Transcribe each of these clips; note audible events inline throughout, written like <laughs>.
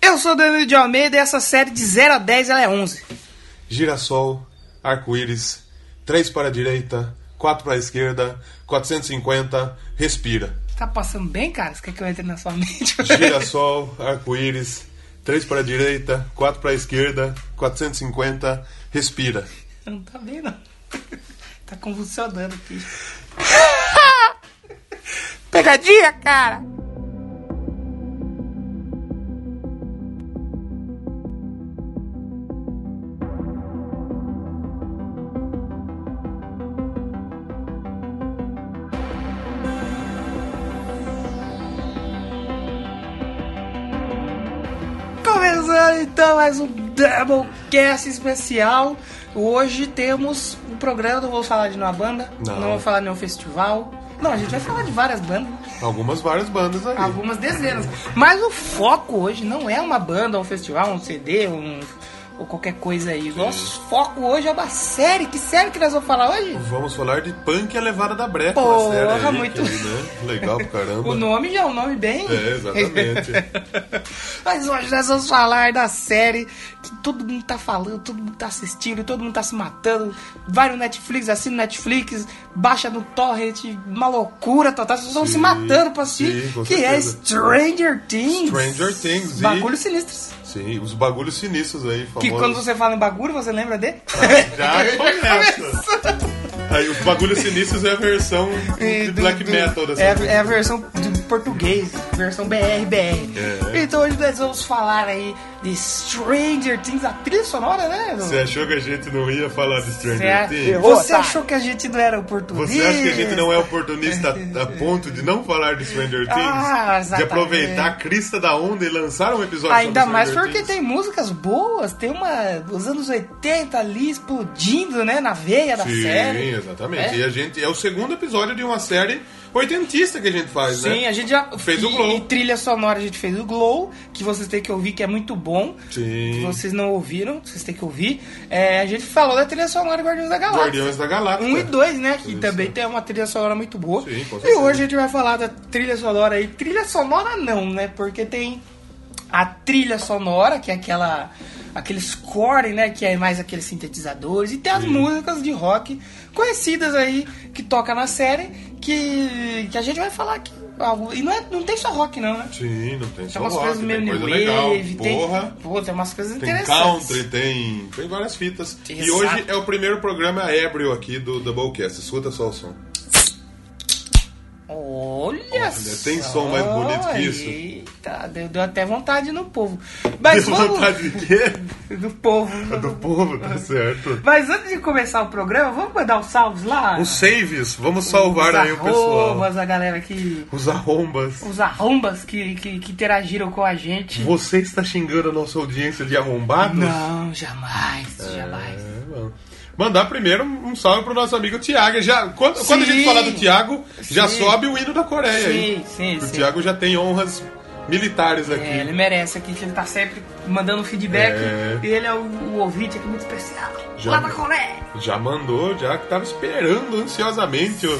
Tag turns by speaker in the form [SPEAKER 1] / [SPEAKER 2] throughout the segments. [SPEAKER 1] Eu sou Danilo de Almeida e essa série de 0 a 10 ela é 11.
[SPEAKER 2] Girassol, arco-íris, 3 para a direita, 4 para a esquerda, 450, respira.
[SPEAKER 1] Tá passando bem, cara? Você quer que eu entre na sua mente? <laughs>
[SPEAKER 2] Girassol, arco-íris, 3 para a direita, 4 para a esquerda, 450, respira.
[SPEAKER 1] Não tá bem, não. <laughs> Tá convulsionando aqui. <laughs> Pegadinha, cara! Começando então mais um Doublecast especial. Hoje temos um programa, não vou falar de nenhuma banda,
[SPEAKER 2] Não.
[SPEAKER 1] vou falar de nenhum festival. Não, a gente vai falar de várias bandas,
[SPEAKER 2] Algumas várias bandas aí.
[SPEAKER 1] algumas dezenas. Mas o foco hoje não é uma banda, um festival, um CD, um, ou qualquer coisa aí. O nosso foco hoje é uma série. Que série que nós vamos falar hoje?
[SPEAKER 2] Vamos falar de punk e a levada da breca
[SPEAKER 1] Porra,
[SPEAKER 2] na série aí, que,
[SPEAKER 1] muito.
[SPEAKER 2] né? Legal pra caramba.
[SPEAKER 1] O nome É. já é um nome bem.
[SPEAKER 2] É, exatamente.
[SPEAKER 1] <laughs> Mas hoje nós vamos falar da série que todo mundo tá falando, todo mundo tá assistindo, todo mundo tá se matando. Vai no Netflix, assina o Netflix, baixa no Torrent, uma loucura total. Vocês estão se
[SPEAKER 2] Sim,
[SPEAKER 1] matando pra assistir,
[SPEAKER 2] sim, com
[SPEAKER 1] que é
[SPEAKER 2] certeza.
[SPEAKER 1] Stranger Things.
[SPEAKER 2] Stranger Things e-
[SPEAKER 1] Bagulhos sinistros.
[SPEAKER 2] Sim, os bagulhos sinistros aí, famosos.
[SPEAKER 1] Que quando você fala em bagulho, você lembra dele? <laughs>
[SPEAKER 2] Ah, Já começa. Aí os bagulhos sinistros é a versão de
[SPEAKER 1] do-
[SPEAKER 2] black
[SPEAKER 1] É, do-
[SPEAKER 2] metal dessa
[SPEAKER 1] é, é a versão de português, versão BR, BR.
[SPEAKER 2] É.
[SPEAKER 1] Então hoje nós vamos falar aí de Stranger Things, a trilha sonora, né?
[SPEAKER 2] Você achou que a gente não ia falar de
[SPEAKER 1] Você
[SPEAKER 2] Stranger
[SPEAKER 1] a-
[SPEAKER 2] Things?
[SPEAKER 1] você
[SPEAKER 3] tá.
[SPEAKER 1] achou que a gente não era oportunista?
[SPEAKER 2] Você acha que a gente não é oportunista a ponto de não falar de Stranger Things?
[SPEAKER 1] Ah,
[SPEAKER 2] de
[SPEAKER 1] exatamente.
[SPEAKER 2] aproveitar a crista da onda e lançar um episódio
[SPEAKER 1] Ainda
[SPEAKER 2] sobre
[SPEAKER 1] mais
[SPEAKER 2] Stranger
[SPEAKER 1] porque
[SPEAKER 2] Things?
[SPEAKER 1] tem músicas boas, tem uma. Os anos 80 ali explodindo, né? Na veia da
[SPEAKER 2] Sim, né?
[SPEAKER 1] série.
[SPEAKER 2] exatamente.
[SPEAKER 1] É.
[SPEAKER 2] E a gente é o segundo episódio de uma série oitentista que a gente faz, né?
[SPEAKER 1] Sim, é. a gente já
[SPEAKER 2] Fez o
[SPEAKER 1] e-
[SPEAKER 2] Glow.
[SPEAKER 1] E trilha sonora a gente fez o Glow, que vocês têm que ouvir, que é muito bom.
[SPEAKER 2] Sim.
[SPEAKER 1] Que vocês não ouviram, vocês têm que ouvir. É, a gente falou da trilha sonora de Guardiões da Galáxia.
[SPEAKER 2] Guardiões da Galáxia.
[SPEAKER 1] 1 é e 2, né? Que
[SPEAKER 2] Isso.
[SPEAKER 1] também tem uma trilha sonora muito boa.
[SPEAKER 2] Sim, com
[SPEAKER 1] e
[SPEAKER 2] certeza.
[SPEAKER 1] hoje a gente vai falar da trilha sonora aí. Trilha sonora não, né? Porque tem a trilha sonora, que é aquela. aquele score, né? Que é mais aqueles sintetizadores. E tem as músicas de rock conhecidas aí que toca na série. Que, que a gente vai falar aqui. algo- E não, é- não tem só rock, não, né?
[SPEAKER 2] Sim, não tem só
[SPEAKER 1] Tem umas
[SPEAKER 2] rock,
[SPEAKER 1] coisas
[SPEAKER 2] tem
[SPEAKER 1] meio
[SPEAKER 2] coisa
[SPEAKER 1] new
[SPEAKER 2] legal,
[SPEAKER 1] wave,
[SPEAKER 2] porra.
[SPEAKER 1] tem. Pô, tem umas coisas
[SPEAKER 2] Tem
[SPEAKER 1] interessantes.
[SPEAKER 2] country, tem, tem várias fitas. E
[SPEAKER 1] Exato.
[SPEAKER 2] hoje é o primeiro programa ébrio aqui do Doublecast. Escuta só o som.
[SPEAKER 1] Olha,
[SPEAKER 2] né, tem
[SPEAKER 1] só.
[SPEAKER 2] som mais bonito que isso?
[SPEAKER 1] Eita, deu, deu até vontade no povo. Mas
[SPEAKER 2] Deu
[SPEAKER 1] vamos...
[SPEAKER 2] vontade de quê?
[SPEAKER 1] Do povo.
[SPEAKER 2] Do povo, tá certo.
[SPEAKER 1] Mas antes de começar o programa, vamos mandar os salves lá?
[SPEAKER 2] Os saves, vamos Um salvar aí o pessoal.
[SPEAKER 1] arrombas, a galera que...
[SPEAKER 2] Os arrombas.
[SPEAKER 1] Os arrombas que, que, que interagiram com a gente.
[SPEAKER 2] Você está xingando a nossa audiência de arrombados?
[SPEAKER 1] Não, jamais, jamais.
[SPEAKER 2] É, mano. Mandar primeiro um salve pro nosso amigo Tiago. Já, quando, quando a gente
[SPEAKER 1] Sim.
[SPEAKER 2] falar do Tiago, já
[SPEAKER 1] Sim.
[SPEAKER 2] sobe o hino da Coreia aí.
[SPEAKER 1] Sim, sim,
[SPEAKER 2] O
[SPEAKER 1] sim.
[SPEAKER 2] Tiago já tem honras militares aqui.
[SPEAKER 1] É, ele merece aqui, que ele tá sempre mandando feedback.
[SPEAKER 2] É.
[SPEAKER 1] E ele é o, o ouvinte aqui muito especial.
[SPEAKER 2] Já-
[SPEAKER 1] Lá na Coreia.
[SPEAKER 2] Já mandou, já que tava esperando ansiosamente o,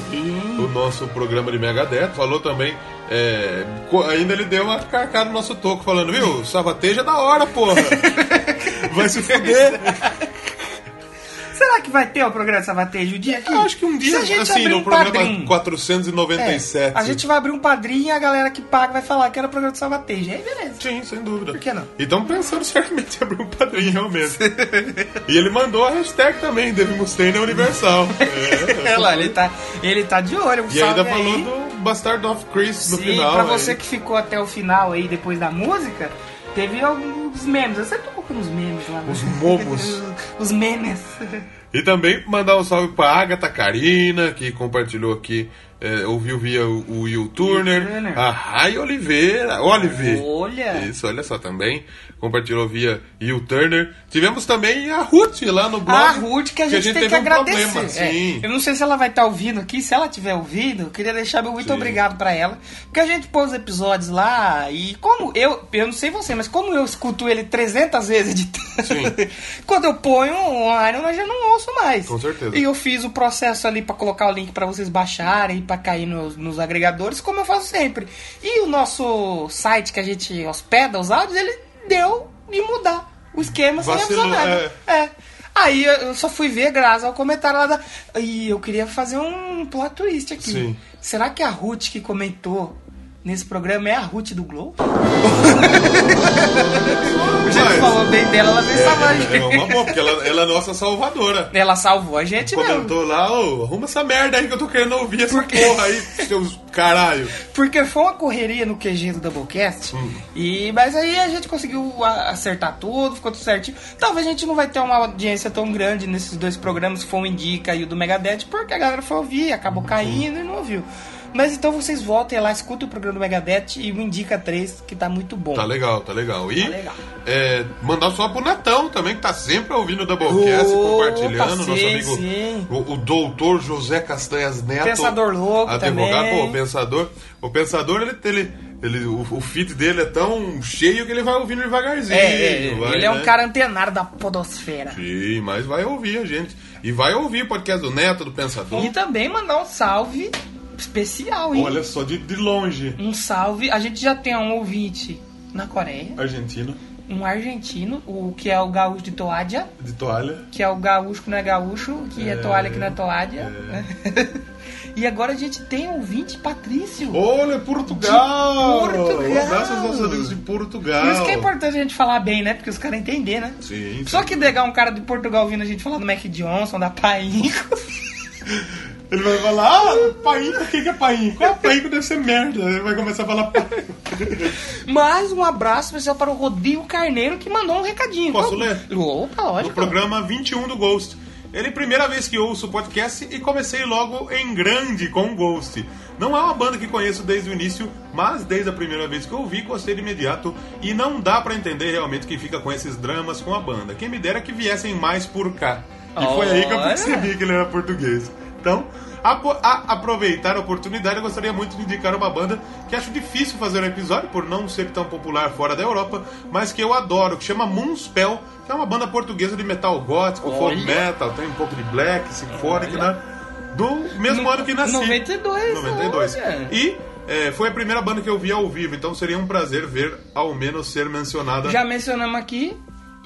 [SPEAKER 2] o nosso programa de Megadeth. Falou também. é, co- ainda ele deu uma carcada no nosso toco, falando, viu, Savateja é da hora,
[SPEAKER 1] <laughs>
[SPEAKER 2] porra. Vai se fuder.
[SPEAKER 1] Será que vai ter o programa Savatejo o dia aqui?
[SPEAKER 2] Eu acho que um
[SPEAKER 1] Se
[SPEAKER 2] dia,
[SPEAKER 1] a gente
[SPEAKER 2] assim,
[SPEAKER 1] abrir
[SPEAKER 2] no
[SPEAKER 1] um
[SPEAKER 2] programa
[SPEAKER 1] padrinho.
[SPEAKER 2] 497.
[SPEAKER 1] É, a gente vai abrir um padrinho e a galera que paga vai falar que era programa de Salvatejo. Aí
[SPEAKER 2] <laughs>
[SPEAKER 1] beleza.
[SPEAKER 2] Sim, sem dúvida.
[SPEAKER 1] Por que não?
[SPEAKER 2] E estão pensando <laughs> seriamente em abrir um padrinho, realmente. e ele mandou a hashtag também, Dave Mustaine
[SPEAKER 1] <laughs>
[SPEAKER 2] é Universal. É.
[SPEAKER 1] Olha lá, ele tá, ele tá de olho. Um
[SPEAKER 2] E ainda
[SPEAKER 1] salve
[SPEAKER 2] falou
[SPEAKER 1] aí.
[SPEAKER 2] do Bastard of Chris no
[SPEAKER 1] Sim,
[SPEAKER 2] final.
[SPEAKER 1] pra
[SPEAKER 2] aí.
[SPEAKER 1] você que ficou até o final aí, depois da música, teve alguns memes. Eu sempre tô colocando os memes lá. né?
[SPEAKER 2] Os momos.
[SPEAKER 1] <laughs> os memes.
[SPEAKER 2] E também mandar um salve pra Agatha Karina, que compartilhou aqui, é, ouviu via o, o Will Turner.
[SPEAKER 1] Will Turner.
[SPEAKER 2] A Rai Oliveira. Olive.
[SPEAKER 1] Olha.
[SPEAKER 2] Isso, olha só também. Compartilhou via Will Turner. Tivemos também a Ruth lá no blog.
[SPEAKER 1] A Ruth que a gente, tem que
[SPEAKER 2] teve um
[SPEAKER 1] agradecer.
[SPEAKER 2] Problema,
[SPEAKER 1] É,
[SPEAKER 2] sim.
[SPEAKER 1] eu não sei se ela vai estar ouvindo aqui. Se ela tiver ouvindo, eu queria deixar meu muito
[SPEAKER 2] Sim.
[SPEAKER 1] obrigado pra ela. Porque a gente pôs os episódios lá e como eu, eu não sei você, mas como eu escuto ele 300 vezes de
[SPEAKER 2] Sim.
[SPEAKER 1] <laughs> quando eu ponho online, eu já não ouço mais.
[SPEAKER 2] Com certeza.
[SPEAKER 1] E eu fiz o processo ali pra colocar o link pra vocês baixarem, pra cair nos, nos agregadores, como eu faço sempre. E o nosso site que a gente hospeda os áudios, ele deu de mudar o esquema sem
[SPEAKER 2] Vacilou,
[SPEAKER 1] avisar nada. É. Aí eu só fui ver, graças ao comentário lá da. E eu queria fazer um plot twist aqui.
[SPEAKER 2] Sim.
[SPEAKER 1] Será que a Ruth que comentou nesse programa é a Ruth do Globo? A gente
[SPEAKER 2] Mas-
[SPEAKER 1] falou bem dela, ela veio salvar a
[SPEAKER 2] É, é
[SPEAKER 1] gente.
[SPEAKER 2] uma boa, porque ela, ela é nossa salvadora.
[SPEAKER 1] Ela salvou a gente mesmo.
[SPEAKER 2] Comentou lá, ô, arruma essa merda aí que eu tô querendo ouvir essa porra aí, seus caralho.
[SPEAKER 1] Porque foi uma correria no QG do Doublecast.
[SPEAKER 2] Hum.
[SPEAKER 1] E, mas aí a gente conseguiu a- acertar tudo, ficou tudo certinho. Talvez a gente não vai ter uma audiência tão grande nesses dois programas, que foi o Indica e o do Megadeth, porque a galera foi ouvir,
[SPEAKER 2] Uhum.
[SPEAKER 1] acabou caindo e não ouviu. Mas então vocês voltem lá, escutem o programa do Megadeth e o Indica 3, que tá muito bom.
[SPEAKER 2] Tá legal, tá legal. E
[SPEAKER 1] Tá legal.
[SPEAKER 2] é, mandar só pro Natão também, que tá sempre ouvindo o Doublecast,
[SPEAKER 1] Opa,
[SPEAKER 2] compartilhando. Nosso
[SPEAKER 1] sim,
[SPEAKER 2] amigo,
[SPEAKER 1] sim.
[SPEAKER 2] O, o doutor José Castanhas Neto.
[SPEAKER 1] Pensador louco
[SPEAKER 2] Advogado,
[SPEAKER 1] também.
[SPEAKER 2] pô, o pensador. O pensador, ele, ele, ele- o, o feed dele é tão cheio que ele vai ouvindo devagarzinho.
[SPEAKER 1] É, é,
[SPEAKER 2] vai,
[SPEAKER 1] ele é um
[SPEAKER 2] né?
[SPEAKER 1] cara antenado da podosfera.
[SPEAKER 2] Sim, mas vai ouvir a gente. E vai ouvir o podcast do Neto, do Pensador.
[SPEAKER 1] E também mandar um salve especial, hein?
[SPEAKER 2] Olha só, de, de longe.
[SPEAKER 1] Um salve. A gente já tem um ouvinte na Coreia.
[SPEAKER 2] Argentina,
[SPEAKER 1] um argentino, o que é o gaúcho de toalha,
[SPEAKER 2] de toalha.
[SPEAKER 1] que é o gaúcho que não é gaúcho, que é, toalha que não é toalha. <laughs> e agora a gente tem um ouvinte Patrício.
[SPEAKER 2] Olha, Portugal!
[SPEAKER 1] De Portugal!
[SPEAKER 2] Abraço aos nossos amigos de Portugal.
[SPEAKER 1] Por isso que é importante a gente falar bem, né? Porque os caras entender, né?
[SPEAKER 2] Sim,
[SPEAKER 1] Só
[SPEAKER 2] sim.
[SPEAKER 1] que negar um cara de Portugal ouvindo a gente falar do Mac Johnson, da Painco. <laughs>
[SPEAKER 2] Ele vai falar, ah, painho, o que que é painho? Qual é painho que deve ser merda? Ele vai começar a falar painho.
[SPEAKER 1] Mas um abraço especial para o Rodrigo Carneiro que mandou um recadinho.
[SPEAKER 2] Posso
[SPEAKER 1] Qual-
[SPEAKER 2] ler?
[SPEAKER 1] Opa,
[SPEAKER 2] No
[SPEAKER 1] lógico.
[SPEAKER 2] programa 21 do Ghost. Ele é a primeira vez que ouço o podcast e comecei logo em grande com o Ghost. Não é uma banda que conheço desde o início, mas desde a primeira vez que ouvi, gostei de imediato e não dá pra entender realmente quem fica com esses dramas com a banda. Quem me dera que viessem mais por cá. E foi aí que eu
[SPEAKER 1] Olha.
[SPEAKER 2] percebi que ele era português. Então, apo- a- aproveitar a oportunidade, eu gostaria muito de indicar uma banda que acho difícil fazer um episódio por não ser tão popular fora da Europa, mas que eu adoro, que chama Moonspell, que é uma banda portuguesa de metal gótico, folk
[SPEAKER 1] Olha.
[SPEAKER 2] metal, tem um pouco de black, symphonic, né? Do mesmo
[SPEAKER 1] No-
[SPEAKER 2] ano que nasci.
[SPEAKER 1] 92,
[SPEAKER 2] 92.
[SPEAKER 1] olha.
[SPEAKER 2] E é, foi a primeira banda que eu vi ao vivo, então seria um prazer ver, ao menos ser mencionada
[SPEAKER 1] Já mencionamos aqui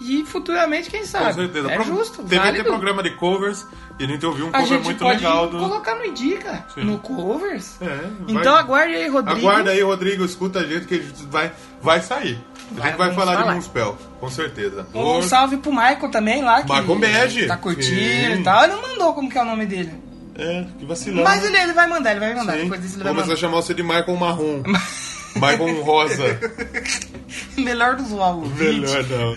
[SPEAKER 1] e futuramente, quem sabe?
[SPEAKER 2] com certeza.
[SPEAKER 1] É
[SPEAKER 2] Pro-
[SPEAKER 1] justo.
[SPEAKER 2] Deve
[SPEAKER 1] válido.
[SPEAKER 2] ter programa de covers e a gente ouviu um
[SPEAKER 1] A
[SPEAKER 2] cover
[SPEAKER 1] gente
[SPEAKER 2] muito
[SPEAKER 1] pode
[SPEAKER 2] legal do.
[SPEAKER 1] colocar no Indica,
[SPEAKER 2] Sim.
[SPEAKER 1] no covers.
[SPEAKER 2] É, vai-
[SPEAKER 1] Então aguarde aí, Rodrigo.
[SPEAKER 2] Aguarda aí, Rodrigo, escuta a gente que a gente vai, vai sair. A
[SPEAKER 1] Vai,
[SPEAKER 2] gente vai
[SPEAKER 1] vamos
[SPEAKER 2] falar, de
[SPEAKER 1] falar.
[SPEAKER 2] Moonspell, com certeza.
[SPEAKER 1] Um salve pro Michael também lá. Que
[SPEAKER 2] Michael Bege.
[SPEAKER 1] Tá curtindo
[SPEAKER 2] Sim.
[SPEAKER 1] e tal. Ele não mandou como que é o nome dele.
[SPEAKER 2] É, que vacilão.
[SPEAKER 1] Mas ele, ele vai mandar, ele vai mandar.
[SPEAKER 2] Sim.
[SPEAKER 1] Depois disso ele vai
[SPEAKER 2] Começa a
[SPEAKER 1] mandar.
[SPEAKER 2] chamar você de Michael
[SPEAKER 1] <laughs>
[SPEAKER 2] Marrom. Michael Rosa.
[SPEAKER 1] Melhor do zoar o
[SPEAKER 2] Melhor
[SPEAKER 1] vídeo.
[SPEAKER 2] não.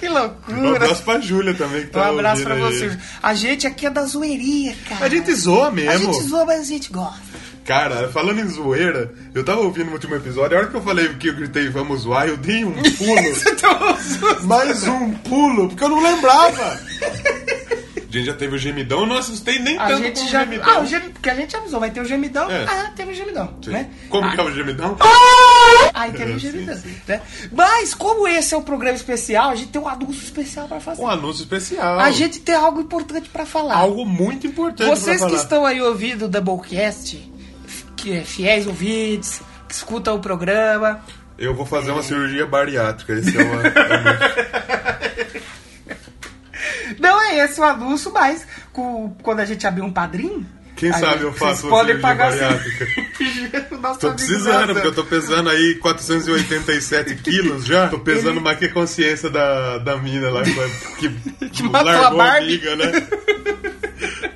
[SPEAKER 1] Que
[SPEAKER 2] Um
[SPEAKER 1] loucura.
[SPEAKER 2] abraço pra Júlia também, que
[SPEAKER 1] Um
[SPEAKER 2] tá
[SPEAKER 1] abraço pra
[SPEAKER 2] ouvindo aí.
[SPEAKER 1] você. A gente aqui é da zoeiria, cara.
[SPEAKER 2] A gente zoa mesmo.
[SPEAKER 1] A gente zoa, mas a gente
[SPEAKER 2] <laughs>
[SPEAKER 1] gosta.
[SPEAKER 2] Cara, falando em zoeira, eu tava ouvindo o último episódio, a hora que eu falei que eu gritei vamos zoar, eu
[SPEAKER 1] <laughs>
[SPEAKER 2] dei um pulo.
[SPEAKER 1] é
[SPEAKER 2] Mais um pulo, porque eu
[SPEAKER 1] <laughs>
[SPEAKER 2] não lembrava. A gente já teve o gemidão, eu não assustei nem
[SPEAKER 1] A
[SPEAKER 2] tanto
[SPEAKER 1] gente
[SPEAKER 2] com o
[SPEAKER 1] já.
[SPEAKER 2] gemidão.
[SPEAKER 1] Ah, o gem... porque a gente avisou, vai ter o gemidão.
[SPEAKER 2] É.
[SPEAKER 1] Ah, teve o gemidão,
[SPEAKER 2] Sim.
[SPEAKER 1] né?
[SPEAKER 2] Como
[SPEAKER 1] ah,
[SPEAKER 2] que é o gemidão?
[SPEAKER 1] Aí teve o
[SPEAKER 2] É, Sim,
[SPEAKER 1] gemidão, né? Mas, como esse é um programa especial, a gente tem um anúncio especial pra fazer.
[SPEAKER 2] Um anúncio especial.
[SPEAKER 1] A gente tem algo importante pra falar.
[SPEAKER 2] Algo muito importante
[SPEAKER 1] Vocês
[SPEAKER 2] pra
[SPEAKER 1] que
[SPEAKER 2] falar.
[SPEAKER 1] estão aí ouvindo o Doublecast, f- que é fiéis ouvintes, que escutam o programa,
[SPEAKER 2] Eu vou fazer uma cirurgia bariátrica, esse é
[SPEAKER 1] <laughs>
[SPEAKER 2] uma... é uma-
[SPEAKER 1] Não é esse o anúncio, mas com- quando a gente abrir um padrinho.
[SPEAKER 2] Quem
[SPEAKER 1] a
[SPEAKER 2] sabe
[SPEAKER 1] gente-
[SPEAKER 2] eu faço
[SPEAKER 1] Vocês
[SPEAKER 2] um uma
[SPEAKER 1] podem
[SPEAKER 2] cirurgia
[SPEAKER 1] pagar <laughs>
[SPEAKER 2] bariátrica.
[SPEAKER 1] assim, o nosso
[SPEAKER 2] Tô
[SPEAKER 1] amigo
[SPEAKER 2] precisando,
[SPEAKER 1] Nelson.
[SPEAKER 2] porque eu tô pesando aí 487 quilos já. Tô pesando mais que a consciência da, da mina lá que,
[SPEAKER 1] <laughs>
[SPEAKER 2] que,
[SPEAKER 1] Que matou a Barbie. <laughs>
[SPEAKER 2] amiga, né?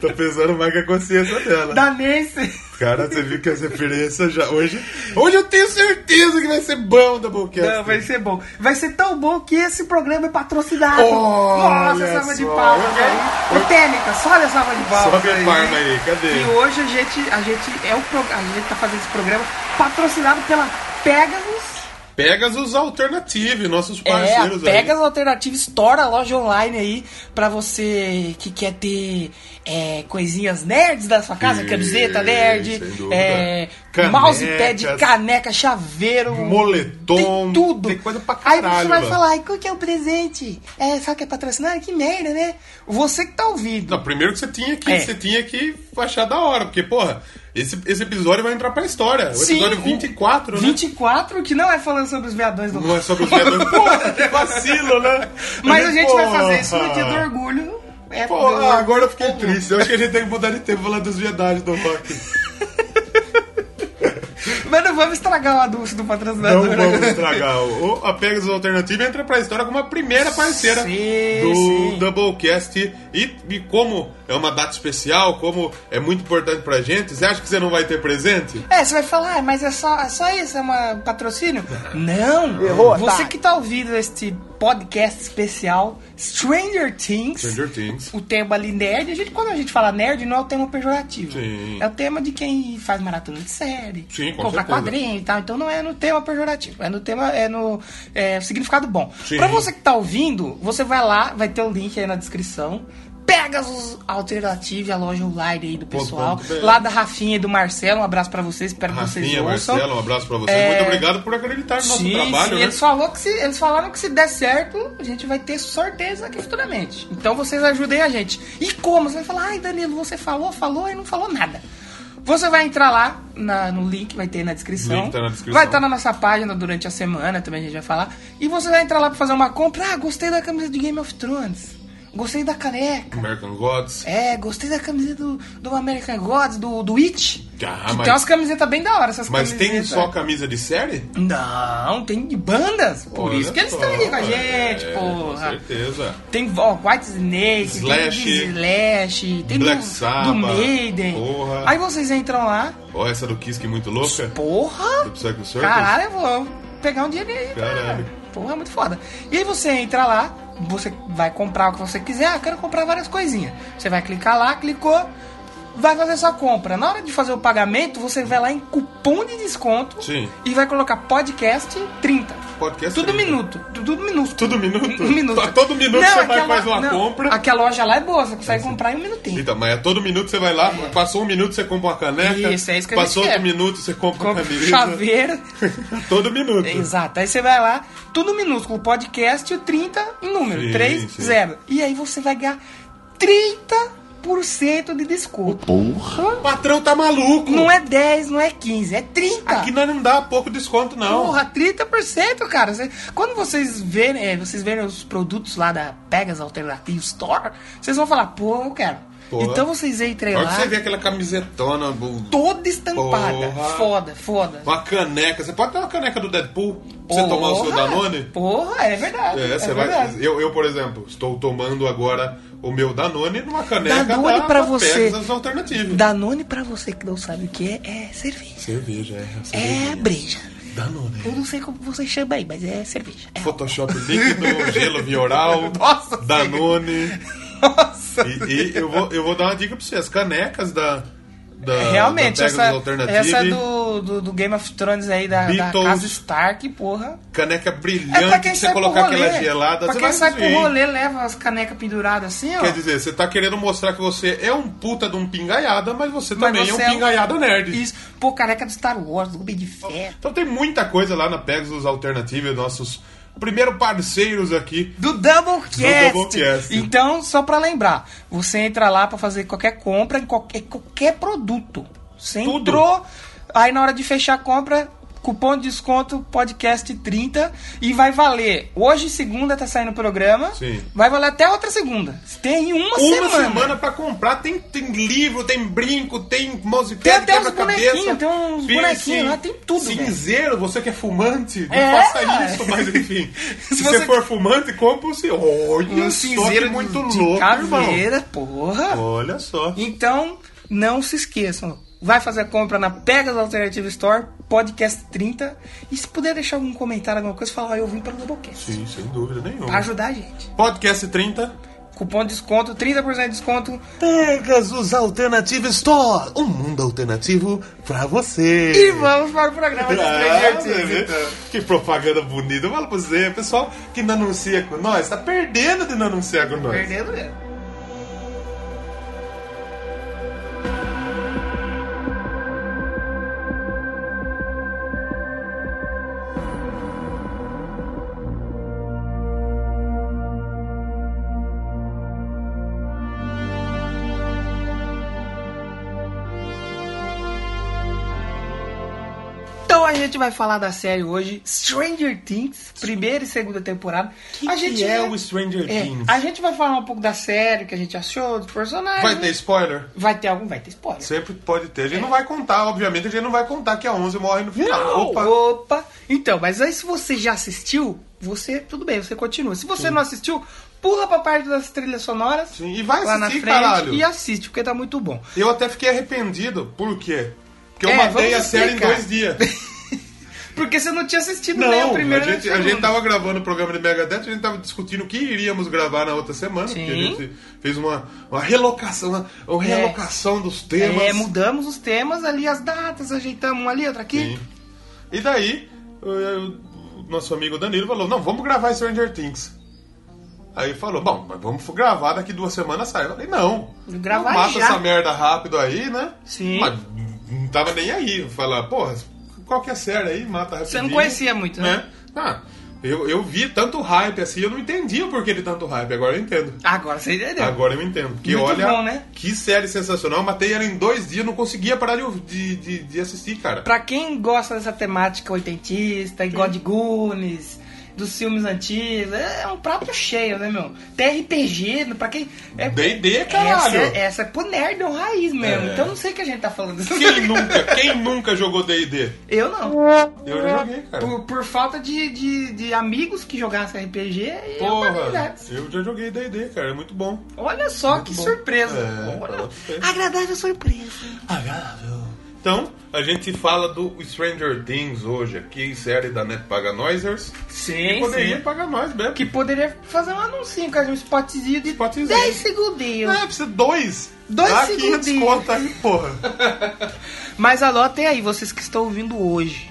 [SPEAKER 2] Tô pesando mais que a consciência dela.
[SPEAKER 1] Da Nancy.
[SPEAKER 2] Cara, você viu que essa referência já. Hoje, hoje eu tenho certeza que vai ser bom da
[SPEAKER 1] Não, vai ser bom. Vai ser tão bom que esse programa é patrocinado.
[SPEAKER 2] Olha
[SPEAKER 1] Nossa, salva de
[SPEAKER 2] só.
[SPEAKER 1] palmas aí. Ô, Técnica, só olha a salva de palmas.
[SPEAKER 2] Sobe a palma aí, cadê?
[SPEAKER 1] E hoje a gente, a gente é o pro- a gente tá fazendo esse programa patrocinado pela Pegasus.
[SPEAKER 2] Pegasus Alternative, nossos
[SPEAKER 1] É, a
[SPEAKER 2] parceiros aí.
[SPEAKER 1] Pegasus Alternativa Store, a loja online aí, pra você que quer ter é, coisinhas nerds da sua casa,
[SPEAKER 2] Sim,
[SPEAKER 1] camiseta
[SPEAKER 2] sem
[SPEAKER 1] nerd,
[SPEAKER 2] dúvida.
[SPEAKER 1] é,
[SPEAKER 2] Canecas.
[SPEAKER 1] mousepad, caneca, chaveiro,
[SPEAKER 2] Moletom,
[SPEAKER 1] tem tudo.
[SPEAKER 2] tem coisa pra
[SPEAKER 1] Aí
[SPEAKER 2] caralho,
[SPEAKER 1] você vai
[SPEAKER 2] mano.
[SPEAKER 1] falar, e qual que é o presente? É, só que é patrocinado? Que merda, né? Você que tá ouvindo.
[SPEAKER 2] Não, primeiro que você tinha que,
[SPEAKER 1] É.
[SPEAKER 2] você tinha que achar da hora, porque, porra, Esse, esse episódio vai entrar pra história. O
[SPEAKER 1] Sim,
[SPEAKER 2] episódio
[SPEAKER 1] o-
[SPEAKER 2] 24, né?
[SPEAKER 1] 24, que não é falando sobre os veadões do
[SPEAKER 2] Não é sobre
[SPEAKER 1] <laughs>
[SPEAKER 2] os veadores. Porra, que vacilo, né?
[SPEAKER 1] Mas a gente vai
[SPEAKER 2] Porra.
[SPEAKER 1] fazer isso no dia do orgulho. É,
[SPEAKER 2] Pô,
[SPEAKER 1] do-
[SPEAKER 2] ah, agora eu fiquei triste. Eu acho que a gente tem que mudar de tempo e falar das verdades do rock.
[SPEAKER 1] Mas não vamos estragar o anúncio do
[SPEAKER 2] Não
[SPEAKER 1] patrocinador. né?
[SPEAKER 2] vamos estragar. O a Pegasus Alternativa entra pra história como a primeira parceira
[SPEAKER 1] Sim,
[SPEAKER 2] do
[SPEAKER 1] sim.
[SPEAKER 2] Doublecast. E, e como é uma data especial, como é muito importante pra gente, você acha que você não vai ter presente?
[SPEAKER 1] <laughs> É, você vai falar, ah, mas é só, é só isso, é um patrocínio? Não!
[SPEAKER 3] Errou,
[SPEAKER 1] você
[SPEAKER 3] tá.
[SPEAKER 1] que tá ouvindo este podcast especial, Stranger Things.
[SPEAKER 2] Stranger Things.
[SPEAKER 1] O tema ali nerd, a gente, quando a gente fala nerd, não é o tema pejorativo.
[SPEAKER 2] Sim.
[SPEAKER 1] É o tema de quem faz maratona de série,
[SPEAKER 2] Sim, com
[SPEAKER 1] compra
[SPEAKER 2] certeza.
[SPEAKER 1] quadrinho e tal. Então não é no tema pejorativo, é no tema, é no é, significado bom.
[SPEAKER 2] Sim.
[SPEAKER 1] Pra você que tá ouvindo, você vai lá, vai ter o link aí na descrição. Pega os alternativos, a loja online aí do pessoal.
[SPEAKER 2] ponto BR.
[SPEAKER 1] Lá da Rafinha e do Marcelo, um abraço pra vocês, espero que vocês
[SPEAKER 2] Rafinha,
[SPEAKER 1] ouçam.
[SPEAKER 2] Marcelo, um abraço pra você.
[SPEAKER 1] É.
[SPEAKER 2] Muito obrigado por acreditar no nosso
[SPEAKER 1] Sim,
[SPEAKER 2] trabalho.
[SPEAKER 1] sim. é
[SPEAKER 2] né?
[SPEAKER 1] Eles, falou que se, eles falaram que se der certo, a gente vai ter sorteios aqui futuramente. Então vocês ajudem a gente. E como? Você vai falar, ai Danilo, você falou, falou e não falou nada. Você vai entrar lá na- no link, vai ter aí na descrição.
[SPEAKER 2] Link tá na descrição.
[SPEAKER 1] Vai estar na nossa página durante a semana, também a gente vai falar. E você vai entrar lá pra fazer uma compra. Ah, gostei da camisa de Game of Thrones. Gostei da caneca.
[SPEAKER 2] American Gods.
[SPEAKER 1] É, gostei da camisa do, do American Gods, do, do It.
[SPEAKER 2] Ah,
[SPEAKER 1] que
[SPEAKER 2] mas-
[SPEAKER 1] tem umas camisetas bem da hora, essas
[SPEAKER 2] Mas tem
[SPEAKER 1] camisetas.
[SPEAKER 2] só camisa de série?
[SPEAKER 1] Não, tem de bandas. Por
[SPEAKER 2] Olha
[SPEAKER 1] isso que eles estão
[SPEAKER 2] só,
[SPEAKER 1] aqui com a
[SPEAKER 2] é,
[SPEAKER 1] gente,
[SPEAKER 2] Com
[SPEAKER 1] porra.
[SPEAKER 2] certeza.
[SPEAKER 1] Tem ó, White Snake,
[SPEAKER 2] Slash.
[SPEAKER 1] tem Slash, tem
[SPEAKER 2] Black
[SPEAKER 1] do,
[SPEAKER 2] Sabbath,
[SPEAKER 1] do Maiden.
[SPEAKER 2] porra.
[SPEAKER 1] Aí vocês entram lá,
[SPEAKER 2] Ó, essa do Kiss que é muito louca.
[SPEAKER 1] porra,
[SPEAKER 2] Do Psycho Circus.
[SPEAKER 1] caralho, eu vou pegar um dinheiro aí. pra-
[SPEAKER 2] Caralho.
[SPEAKER 1] Porra, é muito foda. E aí você entra lá, você vai comprar o que você quiser. Ah, quero comprar várias coisinhas. Você vai clicar lá, clicou, vai fazer sua compra. Na hora de fazer o pagamento, você vai lá em cupom de desconto
[SPEAKER 2] Sim.
[SPEAKER 1] e vai colocar podcast 30.
[SPEAKER 2] Podcast
[SPEAKER 1] Tudo
[SPEAKER 2] trinta.
[SPEAKER 1] minuto, tu- tudo minuto.
[SPEAKER 2] Tudo minuto?
[SPEAKER 1] minuto.
[SPEAKER 2] A todo minuto você vai e faz uma
[SPEAKER 1] não,
[SPEAKER 2] compra.
[SPEAKER 1] Aquela loja lá é boa, você consegue comprar em um minutinho.
[SPEAKER 2] Então, mas a todo minuto você vai lá, passou um minuto você compra uma caneca.
[SPEAKER 1] Isso, é isso que a gente
[SPEAKER 2] Passou outro
[SPEAKER 1] quer.
[SPEAKER 2] minuto você compra,
[SPEAKER 1] Compra É
[SPEAKER 2] uma camisa.
[SPEAKER 1] chaveiro.
[SPEAKER 2] A todo minuto.
[SPEAKER 1] Exato. Aí você vai lá, tudo minúsculo, podcast, o 30 em número,
[SPEAKER 2] Sim,
[SPEAKER 1] 3,
[SPEAKER 2] sim.
[SPEAKER 1] 0. E aí você vai ganhar 30% de desconto.
[SPEAKER 2] O patrão tá maluco.
[SPEAKER 1] Não é 10, não é 15, é 30.
[SPEAKER 2] Aqui nós não dá pouco desconto, não.
[SPEAKER 1] Porra, 30%, cara. Você- quando vocês verem, é, vocês verem os produtos lá da Pegas Alternative Store, vocês vão falar, pô, eu quero.
[SPEAKER 2] Pô.
[SPEAKER 1] Então vocês entrem
[SPEAKER 2] Na hora
[SPEAKER 1] lá,
[SPEAKER 2] que você vê aquela camisetona, bu-
[SPEAKER 1] toda estampada.
[SPEAKER 2] Porra.
[SPEAKER 1] Foda, foda.
[SPEAKER 2] uma caneca. Você pode ter uma caneca do Deadpool pra você tomar o seu
[SPEAKER 1] Porra,
[SPEAKER 2] Danone?
[SPEAKER 1] Porra, é verdade.
[SPEAKER 2] É,
[SPEAKER 1] É,
[SPEAKER 2] você
[SPEAKER 1] verdade.
[SPEAKER 2] vai. Eu, eu, por exemplo, estou tomando agora o meu Danone numa caneca
[SPEAKER 1] Danone
[SPEAKER 2] da,
[SPEAKER 1] pra
[SPEAKER 2] da
[SPEAKER 1] você.
[SPEAKER 2] Pegasus Alternative.
[SPEAKER 1] Danone, pra você que não sabe o que é, é cerveja.
[SPEAKER 2] Cerveja, é.
[SPEAKER 1] É
[SPEAKER 2] cerveja.
[SPEAKER 1] breja.
[SPEAKER 2] Danone.
[SPEAKER 1] Eu não sei como você chama aí, mas é cerveja. É.
[SPEAKER 2] Photoshop líquido, <laughs> gelo vioral,
[SPEAKER 1] <laughs> Nossa
[SPEAKER 2] Danone.
[SPEAKER 1] <laughs> Nossa.
[SPEAKER 2] E, e eu, vou, eu vou dar uma dica pra você. As canecas da. da
[SPEAKER 1] É, Realmente,
[SPEAKER 2] da Pegasus
[SPEAKER 1] essa,
[SPEAKER 2] Alternative,
[SPEAKER 1] essa é do, do, do Game of Thrones aí, da, da
[SPEAKER 2] Beatles.
[SPEAKER 1] Casa Stark, porra.
[SPEAKER 2] Caneca
[SPEAKER 1] É pra
[SPEAKER 2] brilhante,
[SPEAKER 1] quem
[SPEAKER 2] que você
[SPEAKER 1] sai pro
[SPEAKER 2] colocar
[SPEAKER 1] rolê.
[SPEAKER 2] aquela gelada.
[SPEAKER 1] Pra
[SPEAKER 2] você
[SPEAKER 1] quem
[SPEAKER 2] vai
[SPEAKER 1] sai pro
[SPEAKER 2] ver.
[SPEAKER 1] rolê, leva as canecas penduradas assim, ó.
[SPEAKER 2] Quer dizer, você tá querendo mostrar que você é um puta de um pingaiada, mas você
[SPEAKER 1] Mas
[SPEAKER 2] também
[SPEAKER 1] você
[SPEAKER 2] é um pingaiada nerd.
[SPEAKER 1] Isso. Pô, caneca do Star Wars, do Homem de Ferro.
[SPEAKER 2] Então tem muita coisa lá na Pegasus Alternativa, nossos primeiro parceiros aqui.
[SPEAKER 1] Do Doublecast.
[SPEAKER 2] Do Doublecast.
[SPEAKER 1] Então, só pra lembrar, você entra lá pra fazer qualquer compra em qualquer, qualquer produto. Você
[SPEAKER 2] Tudo.
[SPEAKER 1] entrou, aí na hora de fechar a compra, cupom de desconto podcast 30 e vai valer. Hoje, segunda, tá saindo o programa.
[SPEAKER 2] Sim.
[SPEAKER 1] Vai valer até outra segunda. Tem uma,
[SPEAKER 2] Uma semana pra comprar, tem, tem livro, tem brinco, tem mousepad,
[SPEAKER 1] Tem até uns
[SPEAKER 2] quebra-cabeça,
[SPEAKER 1] bonequinhos, tem uns
[SPEAKER 2] piercing,
[SPEAKER 1] bonequinhos lá, tem tudo,
[SPEAKER 2] Cinzeiro, você que é fumante, não
[SPEAKER 1] É.
[SPEAKER 2] faça isso, mas enfim.
[SPEAKER 1] <laughs>
[SPEAKER 2] se, você
[SPEAKER 1] você-
[SPEAKER 2] for fumante, compra o seu. Olha
[SPEAKER 1] um
[SPEAKER 2] só
[SPEAKER 1] cinzeiro de-
[SPEAKER 2] que muito
[SPEAKER 1] de
[SPEAKER 2] louco, irmão.
[SPEAKER 1] caveira, porra.
[SPEAKER 2] Olha só.
[SPEAKER 1] Então, não se esqueçam. Vai fazer a compra na Pegas Alternative Store, podcast 30. E se puder deixar algum comentário, alguma coisa, fala, ó, eu vim pelo Doublecast.
[SPEAKER 2] Sim, sem dúvida nenhuma.
[SPEAKER 1] Pra ajudar a gente.
[SPEAKER 2] Podcast 30.
[SPEAKER 1] Cupom de desconto, 30% de desconto.
[SPEAKER 2] Pegasus Alternative Store, um mundo alternativo pra você.
[SPEAKER 1] E vamos para o programa do
[SPEAKER 2] É. Ah,
[SPEAKER 1] Stranger
[SPEAKER 2] você
[SPEAKER 1] Things.
[SPEAKER 2] vê?
[SPEAKER 1] então.
[SPEAKER 2] que propaganda bonita. Eu falo pra você, o pessoal que não anuncia com nós, tá perdendo de não anunciar com nós.
[SPEAKER 1] Perdendo mesmo. Então, gente vai falar da série hoje, Stranger Things, primeira e segunda temporada.
[SPEAKER 3] que,
[SPEAKER 1] a
[SPEAKER 3] que
[SPEAKER 1] gente
[SPEAKER 3] é o Stranger
[SPEAKER 1] é,
[SPEAKER 3] Things?
[SPEAKER 1] a gente vai falar um pouco da série, o que a gente achou, dos personagens.
[SPEAKER 2] Vai ter spoiler?
[SPEAKER 1] Vai ter algum, vai ter spoiler.
[SPEAKER 2] Sempre pode ter. A
[SPEAKER 1] É.
[SPEAKER 2] gente não vai contar, obviamente, a gente não vai contar que a 11 morre no final.
[SPEAKER 1] Opa.
[SPEAKER 2] Opa!
[SPEAKER 1] Opa! Então, mas aí se você já assistiu, você, tudo bem, você continua. Se você não assistiu, pula pra parte das trilhas sonoras.
[SPEAKER 2] Sim, e vai
[SPEAKER 1] lá na
[SPEAKER 2] assistir,
[SPEAKER 1] frente
[SPEAKER 2] caralho.
[SPEAKER 1] e assiste, porque tá muito bom.
[SPEAKER 2] Eu até fiquei arrependido. Por quê? Porque eu
[SPEAKER 1] É,
[SPEAKER 2] matei
[SPEAKER 1] vamos
[SPEAKER 2] a série em
[SPEAKER 1] explicar.
[SPEAKER 2] dois dias.
[SPEAKER 1] Porque você não tinha assistido nem o
[SPEAKER 2] Não,
[SPEAKER 1] primeiro
[SPEAKER 2] a, gente,
[SPEAKER 1] nem o
[SPEAKER 2] a gente tá
[SPEAKER 1] segundo.
[SPEAKER 2] tava gravando o programa de Megadeth, a gente tava discutindo o que iríamos gravar na outra semana,
[SPEAKER 1] Sim.
[SPEAKER 2] porque a gente fez uma, uma relocação, uma, uma
[SPEAKER 1] É.
[SPEAKER 2] realocação dos temas.
[SPEAKER 1] É, mudamos os temas ali, as datas, ajeitamos uma ali, outra aqui.
[SPEAKER 2] Sim. E daí, eu- eu- o nosso amigo Danilo falou, não, vamos gravar Stranger Things. Aí ele falou, bom, mas vamos gravar daqui duas semanas sai. Eu falei, não.
[SPEAKER 1] Gravar
[SPEAKER 2] não mata
[SPEAKER 1] já.
[SPEAKER 2] essa merda rápido aí, né?
[SPEAKER 1] Sim.
[SPEAKER 2] Mas não tava nem aí. Falar, porra, qual que é série aí? Mata rapidinho.
[SPEAKER 1] Você não conhecia muito, né?
[SPEAKER 2] né? Ah, eu, eu vi tanto hype assim, eu não entendia o porquê de tanto hype. Agora eu entendo.
[SPEAKER 1] Agora você entendeu.
[SPEAKER 2] Agora eu entendo. Porque
[SPEAKER 1] É. Muito
[SPEAKER 2] olha,
[SPEAKER 1] bom, né?
[SPEAKER 2] que série sensacional. Eu matei ela em dois dias, não conseguia parar de, de, de- de assistir, cara.
[SPEAKER 1] Pra quem gosta dessa temática oitentista, e God de Goonies, dos filmes antigos, é um prato cheio, né, meu? Tem RPG, né, pra quem. É,
[SPEAKER 2] D&D,
[SPEAKER 1] essa,
[SPEAKER 2] caralho!
[SPEAKER 1] é- essa é pro nerd, é o raiz mesmo.
[SPEAKER 2] É.
[SPEAKER 1] Então não sei o que a gente tá falando. <laughs>
[SPEAKER 2] Quem nunca, quem nunca jogou D&D?
[SPEAKER 1] Eu
[SPEAKER 2] É.
[SPEAKER 1] não.
[SPEAKER 2] Eu
[SPEAKER 1] É.
[SPEAKER 2] já joguei, cara.
[SPEAKER 1] Por, por falta de, de, de amigos que jogassem RPG e
[SPEAKER 2] Porra,
[SPEAKER 1] oportunidades.
[SPEAKER 2] eu já joguei D&D, cara. É muito bom.
[SPEAKER 1] Olha só que
[SPEAKER 2] bom.
[SPEAKER 1] surpresa.
[SPEAKER 2] É,
[SPEAKER 1] Olha,
[SPEAKER 2] pode ser.
[SPEAKER 1] agradável surpresa.
[SPEAKER 2] Então, a gente fala do Stranger Things hoje aqui, série da Net Paganoisers.
[SPEAKER 1] Sim,
[SPEAKER 2] Poderia
[SPEAKER 1] sim.
[SPEAKER 2] pagar nós mesmo.
[SPEAKER 1] Que poderia fazer um anúncio, cara, um spotzinho de
[SPEAKER 2] Spotzinho.
[SPEAKER 1] 10 segundinhos.
[SPEAKER 2] É, precisa de dois. Tá
[SPEAKER 1] Dois
[SPEAKER 2] Dá
[SPEAKER 1] segundinhos.
[SPEAKER 2] 500 conto aí, porra.
[SPEAKER 1] Mas anotem aí, vocês que estão ouvindo hoje,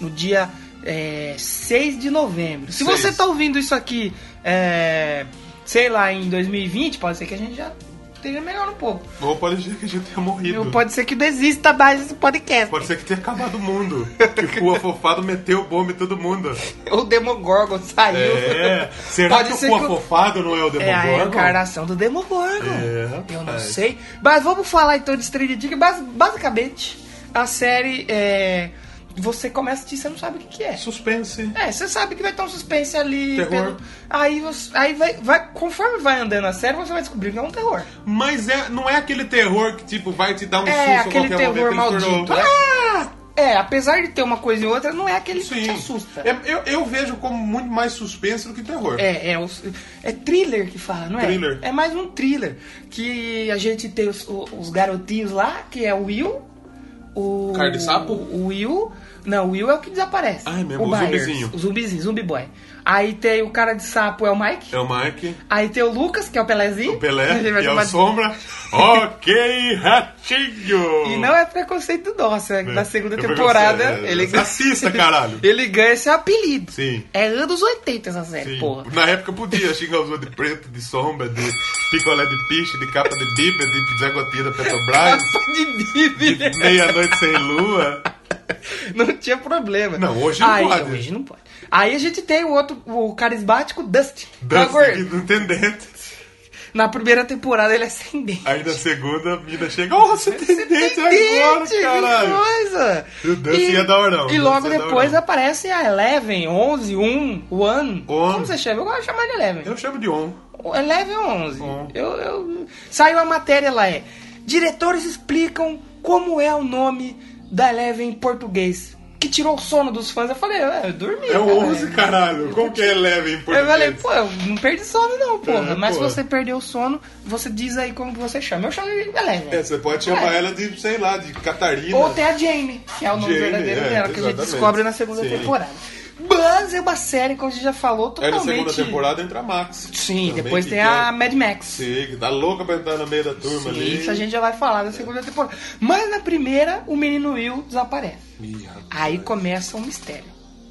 [SPEAKER 1] no dia é, 6 de novembro. Se
[SPEAKER 2] Seis.
[SPEAKER 1] você está ouvindo isso aqui, é, sei lá, em 2020, pode ser que a gente já esteja melhor um pouco.
[SPEAKER 2] Ou pode ser que a gente tenha morrido.
[SPEAKER 1] Ou Pode ser que desista mais desse podcast.
[SPEAKER 2] Pode ser que tenha acabado o mundo. que o cu afofado meteu bomba em
[SPEAKER 1] <laughs>
[SPEAKER 2] todo mundo.
[SPEAKER 1] O Demogorgon saiu.
[SPEAKER 2] É. Será
[SPEAKER 1] Pode
[SPEAKER 2] que o
[SPEAKER 1] ser
[SPEAKER 2] cu
[SPEAKER 1] que o-
[SPEAKER 2] afofado não é o
[SPEAKER 1] É a
[SPEAKER 2] Demogorgon?
[SPEAKER 1] reencarnação do Demogorgon.
[SPEAKER 2] É,
[SPEAKER 1] Eu não
[SPEAKER 2] rapaz.
[SPEAKER 1] sei. Mas vamos falar então de Stranger Things. Bas basicamente, a série é. Você começa a assistir, você não sabe o que, que é.
[SPEAKER 2] Suspense.
[SPEAKER 1] É, você sabe que vai ter um suspense ali.
[SPEAKER 2] Terror.
[SPEAKER 1] Aí, você, aí vai, vai- Conforme vai andando a série, você vai descobrir que é um terror.
[SPEAKER 2] Mas é, não é aquele terror que, tipo, vai te dar um
[SPEAKER 1] é,
[SPEAKER 2] susto a
[SPEAKER 1] aquele
[SPEAKER 2] qualquer
[SPEAKER 1] terror
[SPEAKER 2] momento. ele se tornou- um
[SPEAKER 1] maldito. Ah! É, apesar de ter uma coisa e outra, não é aquele que te assusta.
[SPEAKER 2] É, eu, eu vejo como muito mais suspense do que terror.
[SPEAKER 1] É, é, o- é thriller que fala, não é?
[SPEAKER 2] Thriller.
[SPEAKER 1] É mais um thriller. Que a gente tem os, o- os garotinhos lá, que é o Will. O.
[SPEAKER 2] Cara de sapo?
[SPEAKER 1] O Will. Não, o Will é o que desaparece.
[SPEAKER 2] Ah, é mesmo, o
[SPEAKER 1] Byers,
[SPEAKER 2] zumbizinho.
[SPEAKER 1] O zumbizinho, zumbi boy. Aí tem o cara de sapo, é o Mike.
[SPEAKER 2] É o Mike,
[SPEAKER 1] Aí tem o Lucas, que é o Pelezinho.
[SPEAKER 2] o Pelé
[SPEAKER 1] <laughs> Ele vai
[SPEAKER 2] e é
[SPEAKER 1] chamar
[SPEAKER 2] o
[SPEAKER 1] de-
[SPEAKER 2] Sombra. ok, ratinho!
[SPEAKER 1] E não é preconceito nosso, é
[SPEAKER 2] É.
[SPEAKER 1] da segunda
[SPEAKER 2] É
[SPEAKER 1] temporada.
[SPEAKER 2] preconceito, é.
[SPEAKER 1] ele ganha-
[SPEAKER 2] Assista, caralho.
[SPEAKER 1] ele ganha esse apelido.
[SPEAKER 2] Sim.
[SPEAKER 1] É anos 80 essa série,
[SPEAKER 2] Sim.
[SPEAKER 1] é, porra.
[SPEAKER 2] Na época podia xingar os outros de preto, de sombra, de picolé de piche, de capa de bíblia, de Zé Gotinha da Petrobras,
[SPEAKER 1] Capa de Bíblia.
[SPEAKER 2] de meia-noite sem lua.
[SPEAKER 1] Tá Não tinha problema.
[SPEAKER 2] Não, hoje não
[SPEAKER 1] Aí,
[SPEAKER 2] pode.
[SPEAKER 1] Hoje não pode. Aí a gente tem o outro, o carismático Dusty. Tá
[SPEAKER 2] Dança um de
[SPEAKER 1] gordo?
[SPEAKER 2] intendente.
[SPEAKER 1] Na primeira temporada ele é sem dente.
[SPEAKER 2] Aí na segunda a mina chega, oh, você tem dente agora,
[SPEAKER 1] Dente, que
[SPEAKER 2] caralho!
[SPEAKER 1] coisa!
[SPEAKER 2] E o Dusty é da hora, não.
[SPEAKER 1] E
[SPEAKER 2] O
[SPEAKER 1] logo
[SPEAKER 2] Dusty é da
[SPEAKER 1] depois
[SPEAKER 2] hora, não.
[SPEAKER 1] aparece a Eleven, 11, 1, 1. Como
[SPEAKER 2] One.
[SPEAKER 1] você chama? Eu gosto de chamar de Eleven.
[SPEAKER 2] Eu chamo de on.
[SPEAKER 1] Eleven 11.
[SPEAKER 2] Hum.
[SPEAKER 1] Eu, eu... Saiu a matéria lá, é. Diretores explicam como é o nome da Eleven em português. Que tirou o sono dos fãs. Eu falei, "Ué, eu dormi.
[SPEAKER 2] É o
[SPEAKER 1] cara."
[SPEAKER 2] 11, caralho. Como que é leve em português?
[SPEAKER 1] Eu falei, pô, eu não perdi sono não, porra.
[SPEAKER 2] É,
[SPEAKER 1] Mas
[SPEAKER 2] porra.
[SPEAKER 1] se você perdeu o sono, você diz aí como você chama. Eu chamo de Eleven.
[SPEAKER 2] É, você pode chamar ela de, sei lá, de Catarina.
[SPEAKER 1] Ou tem a Jane, que é o nome
[SPEAKER 2] Jane,
[SPEAKER 1] verdadeiro
[SPEAKER 2] é,
[SPEAKER 1] dela, que a gente
[SPEAKER 2] exatamente.
[SPEAKER 1] descobre na segunda
[SPEAKER 2] Sim.
[SPEAKER 1] temporada. Mas é uma série que a gente já falou
[SPEAKER 2] Aí na
[SPEAKER 1] totalmente...
[SPEAKER 2] segunda temporada entra a Max.
[SPEAKER 1] Sim,
[SPEAKER 2] Também,
[SPEAKER 1] depois
[SPEAKER 2] que
[SPEAKER 1] tem
[SPEAKER 2] quer-
[SPEAKER 1] a Mad Max.
[SPEAKER 2] Sim, que tá louca pra entrar no meio da turma
[SPEAKER 1] Sim,
[SPEAKER 2] ali.
[SPEAKER 1] Isso a gente já vai falar da segunda temporada. Mas na primeira, o menino Will desaparece.
[SPEAKER 2] Ih, rapaz,
[SPEAKER 1] Aí começa um mistério.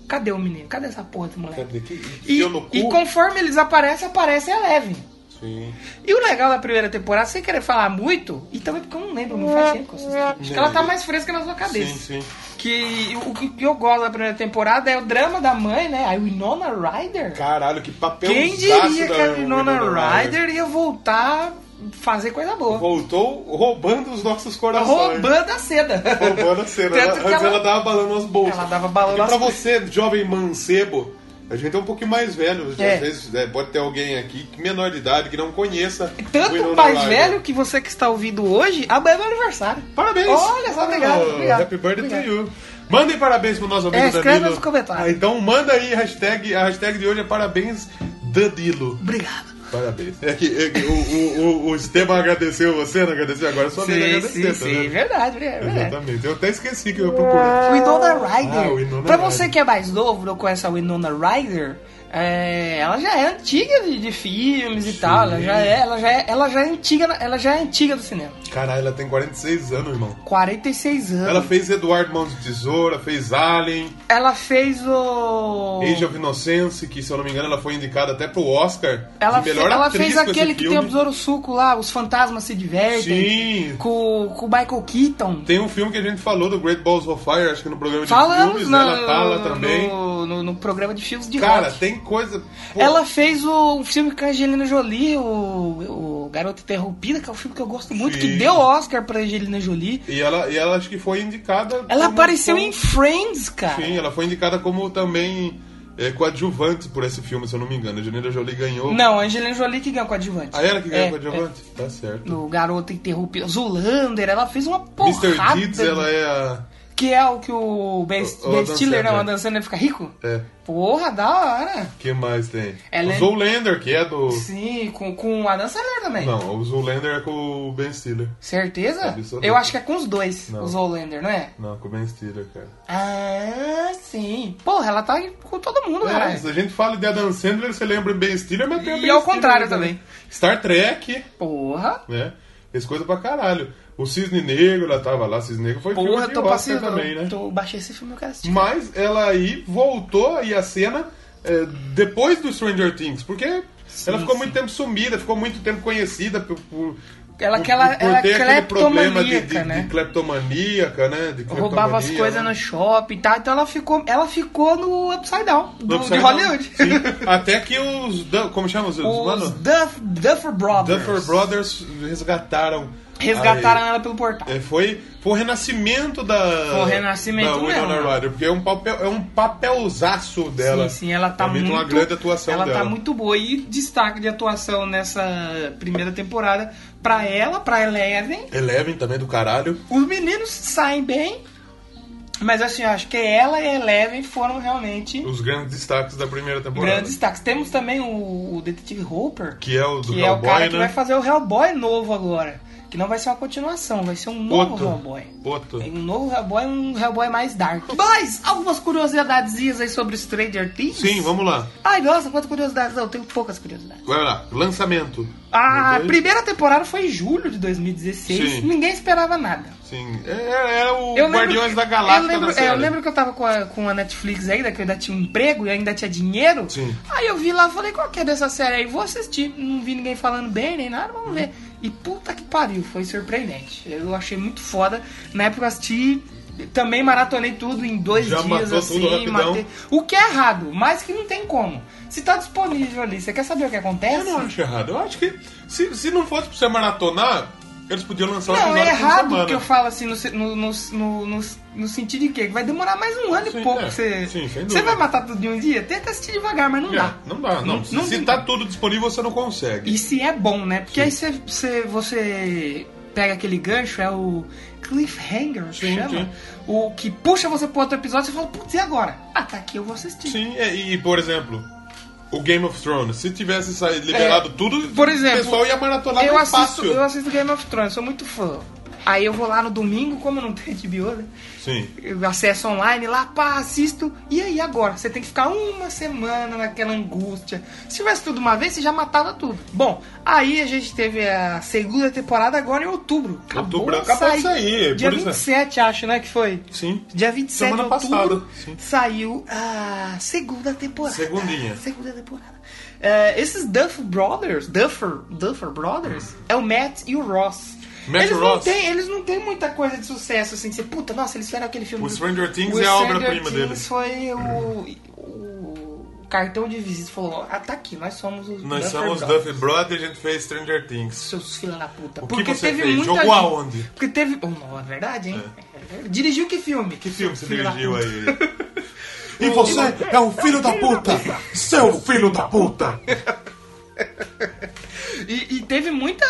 [SPEAKER 1] Cadê o menino? Cadê essa porra do moleque?
[SPEAKER 2] cadê? Que-
[SPEAKER 1] E,
[SPEAKER 2] Deu no cu?
[SPEAKER 1] e conforme ele desaparece, aparece a Eleven.
[SPEAKER 2] Sim.
[SPEAKER 1] E o legal da primeira temporada, sem querer falar muito, e também porque eu não lembro, não faz tempo que eu assisti. Acho que ela tá mais fresca na sua cabeça.
[SPEAKER 2] Sim, sim.
[SPEAKER 1] Que o que que eu gosto da primeira temporada é o drama da mãe, né? A Winona Ryder.
[SPEAKER 2] Caralho, que papel
[SPEAKER 1] Quem diria que a Winona Ryder ia voltar fazer coisa boa.
[SPEAKER 2] Voltou roubando os nossos corações.
[SPEAKER 1] Roubando a seda.
[SPEAKER 2] um Roubando a cena.
[SPEAKER 1] Tanto
[SPEAKER 2] Ela,
[SPEAKER 1] que
[SPEAKER 2] antes ela...
[SPEAKER 1] ela-
[SPEAKER 2] dava balão nas bolsas.
[SPEAKER 1] Ela dava balão
[SPEAKER 2] e
[SPEAKER 1] nas
[SPEAKER 2] pra você, jovem mancebo, a gente é um pouquinho mais velho.
[SPEAKER 1] É.
[SPEAKER 2] Às vezes né, pode ter alguém aqui que menor de idade, que não conheça. o
[SPEAKER 1] É Tanto
[SPEAKER 2] Winona
[SPEAKER 1] mais
[SPEAKER 2] Ryder.
[SPEAKER 1] velho que você que está ouvindo hoje, amanhã é meu aniversário.
[SPEAKER 2] Parabéns!
[SPEAKER 1] Olha só, obrigado,
[SPEAKER 2] Oh,
[SPEAKER 1] obrigado.
[SPEAKER 2] Happy birthday
[SPEAKER 1] Obrigado.
[SPEAKER 2] to you. Mandem parabéns pro nosso amigo
[SPEAKER 1] É, escreve
[SPEAKER 2] Danilo.
[SPEAKER 1] nos comentários.
[SPEAKER 2] Ah, então manda aí, hashtag, a hashtag de hoje é parabéns Danilo.
[SPEAKER 1] Obrigado.
[SPEAKER 2] Parabéns. É que, é que o, o, o, o Esteban agradeceu você, não agradeceu agora, só vez de
[SPEAKER 1] Sim,
[SPEAKER 2] agradecer,
[SPEAKER 1] sim,
[SPEAKER 2] tá
[SPEAKER 1] sim.
[SPEAKER 2] vendo?
[SPEAKER 1] Verdade, é verdade. verdade.
[SPEAKER 2] Exatamente. Eu até esqueci que eu procurei.
[SPEAKER 1] Winona Ryder.
[SPEAKER 2] Ah, Winona
[SPEAKER 1] pra
[SPEAKER 2] Ryder.
[SPEAKER 1] você que é mais novo, não conhece a Winona Ryder, é, ela já é antiga de, de filmes e tal. Ela já é, ela já é, ela já é antiga, na- ela já é antiga do cinema.
[SPEAKER 2] Caralho, ela tem 46 anos, irmão.
[SPEAKER 1] 46 anos.
[SPEAKER 2] Ela
[SPEAKER 1] Ela,
[SPEAKER 2] fez Eduardo Mão de Tesoura, fez Alien,
[SPEAKER 1] fez o
[SPEAKER 2] Age of Innocence, que se eu não me engano ela foi indicada até pro Oscar
[SPEAKER 1] Ela,
[SPEAKER 2] de
[SPEAKER 1] fe-
[SPEAKER 2] melhor
[SPEAKER 1] ela
[SPEAKER 2] atriz
[SPEAKER 1] fez
[SPEAKER 2] com esse
[SPEAKER 1] aquele que tem o
[SPEAKER 2] filme.
[SPEAKER 1] Besouro Suco lá, Os Fantasmas Se Divertem.
[SPEAKER 2] Sim,
[SPEAKER 1] Com, com o Michael Keaton.
[SPEAKER 2] Tem um filme que a gente falou do Great Balls of Fire, acho que no programa de
[SPEAKER 1] Falamos
[SPEAKER 2] filmes,
[SPEAKER 1] na-
[SPEAKER 2] ela tá lá também.
[SPEAKER 1] No, no- no programa de filmes de
[SPEAKER 2] Cara,
[SPEAKER 1] rock.
[SPEAKER 2] tem coisa. pô,
[SPEAKER 1] Ela fez o, um filme com a Angelina Jolie, o, o Garota Interrompida, que é um filme que eu gosto muito,
[SPEAKER 2] Sim.
[SPEAKER 1] que deu Oscar pra Angelina Jolie.
[SPEAKER 2] E ela, e ela acho que foi indicada.
[SPEAKER 1] Ela
[SPEAKER 2] como-
[SPEAKER 1] apareceu
[SPEAKER 2] como-
[SPEAKER 1] em Friends, cara.
[SPEAKER 2] Sim, ela foi indicada como também é, coadjuvante por esse filme, se eu não me engano. A Angelina Jolie ganhou.
[SPEAKER 1] Não, a Angelina Jolie que ganhou com Adjuvante.
[SPEAKER 2] Ah, ela que ganhou
[SPEAKER 1] É,
[SPEAKER 2] coadjuvante? Tá certo.
[SPEAKER 1] é. No Garota Interrompida. Zulander, ela fez uma
[SPEAKER 2] Mr.
[SPEAKER 1] porrada.
[SPEAKER 2] Deeds, ela é a.
[SPEAKER 1] Que é o que o Ben,
[SPEAKER 2] O- o
[SPEAKER 1] Ben
[SPEAKER 2] Adam
[SPEAKER 1] Stiller, né, não,
[SPEAKER 2] Sandler.
[SPEAKER 1] a dançando fica rico.
[SPEAKER 2] É.
[SPEAKER 1] Porra, da hora.
[SPEAKER 2] que mais tem?
[SPEAKER 1] Ela
[SPEAKER 2] o
[SPEAKER 1] é-
[SPEAKER 2] Zoolander, que é do.
[SPEAKER 1] Sim, com, com a dançadora também.
[SPEAKER 2] Não, o Zoolander é com o Ben Stiller.
[SPEAKER 1] Certeza?
[SPEAKER 2] Absoluto.
[SPEAKER 1] Eu acho que é com os dois,
[SPEAKER 2] Não.
[SPEAKER 1] o Zoolander, não é?
[SPEAKER 2] Não, com o Ben Stiller, cara.
[SPEAKER 1] Ah, sim. Porra, ela tá com todo mundo,
[SPEAKER 2] É,
[SPEAKER 1] caralho.
[SPEAKER 2] se a gente fala de Adam Sandler, você lembra Ben Stiller, mas tem o
[SPEAKER 1] E
[SPEAKER 2] Ben
[SPEAKER 1] ao
[SPEAKER 2] Stiller
[SPEAKER 1] contrário também.
[SPEAKER 2] Star Trek,
[SPEAKER 1] Porra.
[SPEAKER 2] né? Fez coisa pra caralho. O Cisne Negro, ela tava lá, Cisne Negro foi filme
[SPEAKER 1] Porra,
[SPEAKER 2] de
[SPEAKER 1] tô
[SPEAKER 2] Oscar
[SPEAKER 1] passeando.
[SPEAKER 2] também, né?
[SPEAKER 1] Tô, baixei esse filme, eu quero assistir.
[SPEAKER 2] Mas ela aí voltou aí a cena é, depois do Stranger Things, porque ela ficou
[SPEAKER 1] sim.
[SPEAKER 2] muito tempo sumida, ficou muito tempo conhecida por, por,
[SPEAKER 1] Ela-
[SPEAKER 2] por,
[SPEAKER 1] que ela-
[SPEAKER 2] por
[SPEAKER 1] ela
[SPEAKER 2] ter aquele problema de, de,
[SPEAKER 1] cleptomaníaca, né?
[SPEAKER 2] de cleptomaníaca, né? De
[SPEAKER 1] Roubava as
[SPEAKER 2] cleptomania,
[SPEAKER 1] coisas
[SPEAKER 2] né?
[SPEAKER 1] no shopping e tal. Então ela ficou, ela ficou no Upside Down, do,
[SPEAKER 2] Não
[SPEAKER 1] de
[SPEAKER 2] precisa-
[SPEAKER 1] Hollywood. <laughs>
[SPEAKER 2] Sim. Até que os. Dan- Como chama os.
[SPEAKER 1] Os
[SPEAKER 2] mano?
[SPEAKER 1] Duff, Duffer Brothers.
[SPEAKER 2] Duffer Brothers resgataram.
[SPEAKER 1] Resgataram ela pelo portal.
[SPEAKER 2] É, foi, foi o renascimento da.
[SPEAKER 1] Foi o renascimento
[SPEAKER 2] da Winona
[SPEAKER 1] mesmo.
[SPEAKER 2] Ryder, porque é um, papel, é um papelzaço dela.
[SPEAKER 1] Sim, sim, ela tá
[SPEAKER 2] Realmente
[SPEAKER 1] muito.
[SPEAKER 2] uma grande atuação
[SPEAKER 1] ela
[SPEAKER 2] dela.
[SPEAKER 1] tá muito boa. E destaque de atuação nessa primeira temporada pra ela, pra Eleven.
[SPEAKER 2] Eleven também do caralho.
[SPEAKER 1] Os meninos saem bem, mas assim, eu acho que ela e a Eleven foram realmente
[SPEAKER 2] Os grandes destaques da primeira temporada.
[SPEAKER 1] grandes destaques. Temos também o, o Detetive Hooper,
[SPEAKER 2] Que é o do
[SPEAKER 1] que é o
[SPEAKER 2] Hellboy,
[SPEAKER 1] cara que vai
[SPEAKER 2] né?
[SPEAKER 1] fazer o Hellboy novo agora. Que não vai ser uma continuação, vai ser um novo
[SPEAKER 2] Outro.
[SPEAKER 1] Hellboy.
[SPEAKER 2] Outro.
[SPEAKER 1] Um novo Hellboy, um Hellboy mais dark. Mas, algumas curiosidades aí sobre Stranger Things?
[SPEAKER 2] Sim, vamos lá.
[SPEAKER 1] Ai, nossa, quantas curiosidades. Não, eu tenho poucas curiosidades.
[SPEAKER 2] Vai lá. Lançamento. Um,
[SPEAKER 1] A
[SPEAKER 2] Não tem?
[SPEAKER 1] primeira temporada foi em julho de 2016.
[SPEAKER 2] Sim.
[SPEAKER 1] Ninguém esperava nada.
[SPEAKER 2] Sim. É- Era, o
[SPEAKER 1] Eu lembro
[SPEAKER 2] Guardiões
[SPEAKER 1] que-
[SPEAKER 2] da Galáxia
[SPEAKER 1] Eu lembro,
[SPEAKER 2] da série.
[SPEAKER 1] é, eu lembro que eu tava com a, com a Netflix ainda, que eu ainda tinha um emprego e ainda tinha dinheiro.
[SPEAKER 2] Sim.
[SPEAKER 1] Aí eu vi lá falei, qual que é dessa série aí? Vou assistir. Não vi ninguém falando bem nem nada, vamos ver. E puta que pariu, foi surpreendente. Eu achei muito foda. Na época eu assisti. Também maratonei tudo em dois
[SPEAKER 2] Já matou
[SPEAKER 1] dias
[SPEAKER 2] tudo
[SPEAKER 1] assim,
[SPEAKER 2] rapidão.
[SPEAKER 1] O que é errado, mas que não tem como. Se tá disponível ali, você quer saber o que
[SPEAKER 2] Eu
[SPEAKER 1] acontece?
[SPEAKER 2] não acho errado. Eu acho que se, se não fosse pra você maratonar, eles podiam lançar o
[SPEAKER 1] Não,
[SPEAKER 2] episódio
[SPEAKER 1] é
[SPEAKER 2] por
[SPEAKER 1] errado
[SPEAKER 2] semana.
[SPEAKER 1] que eu falo assim, no, se- no, no, no, no, no sentido de quê? Que vai demorar mais um ano
[SPEAKER 2] Sim,
[SPEAKER 1] e pouco.
[SPEAKER 2] é.
[SPEAKER 1] Você,
[SPEAKER 2] Sim, sem
[SPEAKER 1] você
[SPEAKER 2] dúvida.
[SPEAKER 1] vai matar tudo de um dia? Tenta assistir devagar, mas não
[SPEAKER 2] É,
[SPEAKER 1] dá.
[SPEAKER 2] Não dá, não. Se,
[SPEAKER 1] não
[SPEAKER 2] se
[SPEAKER 1] tem
[SPEAKER 2] tá
[SPEAKER 1] como.
[SPEAKER 2] tudo disponível, você não consegue.
[SPEAKER 1] E se é bom, né? Porque aí você, você, você pega aquele gancho, é o cliffhanger, que
[SPEAKER 2] Sim,
[SPEAKER 1] chama.
[SPEAKER 2] sim.
[SPEAKER 1] O que puxa você pro outro episódio e fala, putz, e agora? Ah, tá aqui, eu vou assistir.
[SPEAKER 2] Sim, é, e por exemplo, o Game of Thrones, se tivesse saído, liberado tudo,
[SPEAKER 1] Por exemplo,
[SPEAKER 2] o pessoal ia maratonar
[SPEAKER 1] Eu
[SPEAKER 2] mais
[SPEAKER 1] assisto,
[SPEAKER 2] fácil.
[SPEAKER 1] eu assisto Game of Thrones, sou muito fã. Aí eu vou lá no domingo, como não tem <laughs> HBO, né?
[SPEAKER 2] Sim.
[SPEAKER 1] Eu acesso online lá, pá, assisto. E aí agora? Você tem que ficar uma semana naquela angústia. Se tivesse tudo uma vez, você já matava tudo. Bom, aí a gente teve a segunda temporada agora em outubro. Acabou
[SPEAKER 2] Outubro,
[SPEAKER 1] de
[SPEAKER 2] acabou de
[SPEAKER 1] sair.
[SPEAKER 2] sair,
[SPEAKER 1] Dia
[SPEAKER 2] por isso é.
[SPEAKER 1] 27, acho, né, que foi?
[SPEAKER 2] Sim.
[SPEAKER 1] Dia 27
[SPEAKER 2] Semana
[SPEAKER 1] de outubro
[SPEAKER 2] passada, sim.
[SPEAKER 1] saiu a segunda temporada.
[SPEAKER 2] Segundinha.
[SPEAKER 1] Segunda temporada. É, esses Duff Brothers, Duffer, Duffer Brothers, é o Matt e o Ross.
[SPEAKER 2] Matt
[SPEAKER 1] eles
[SPEAKER 2] e
[SPEAKER 1] Não
[SPEAKER 2] Ross.
[SPEAKER 1] têm, eles não têm muita coisa de sucesso, assim, que você, puta, nossa, eles fizeram aquele filme.
[SPEAKER 2] O é
[SPEAKER 1] do-
[SPEAKER 2] Stranger Things
[SPEAKER 1] o
[SPEAKER 2] é a
[SPEAKER 1] Stranger
[SPEAKER 2] obra-prima
[SPEAKER 1] Things
[SPEAKER 2] deles.
[SPEAKER 1] foi o, o cartão de visita falou: Ah, tá aqui, nós somos os
[SPEAKER 2] Nós
[SPEAKER 1] Duffer
[SPEAKER 2] somos
[SPEAKER 1] Brothers."
[SPEAKER 2] Duffy Brothers e a gente fez Stranger Things.
[SPEAKER 1] Seus fila da puta.
[SPEAKER 2] O que
[SPEAKER 1] Porque
[SPEAKER 2] você
[SPEAKER 1] teve
[SPEAKER 2] fez?
[SPEAKER 1] muita
[SPEAKER 2] Jogou
[SPEAKER 1] gente-
[SPEAKER 2] aonde?
[SPEAKER 1] Porque teve. Oh, não, é verdade, hein? É. Dirigiu que <laughs> filme?
[SPEAKER 2] Que filme você
[SPEAKER 1] Filho da
[SPEAKER 2] dirigiu
[SPEAKER 1] puta.
[SPEAKER 2] aí?
[SPEAKER 3] E você é um filho da puta! Seu filho da puta!
[SPEAKER 1] E, e teve muita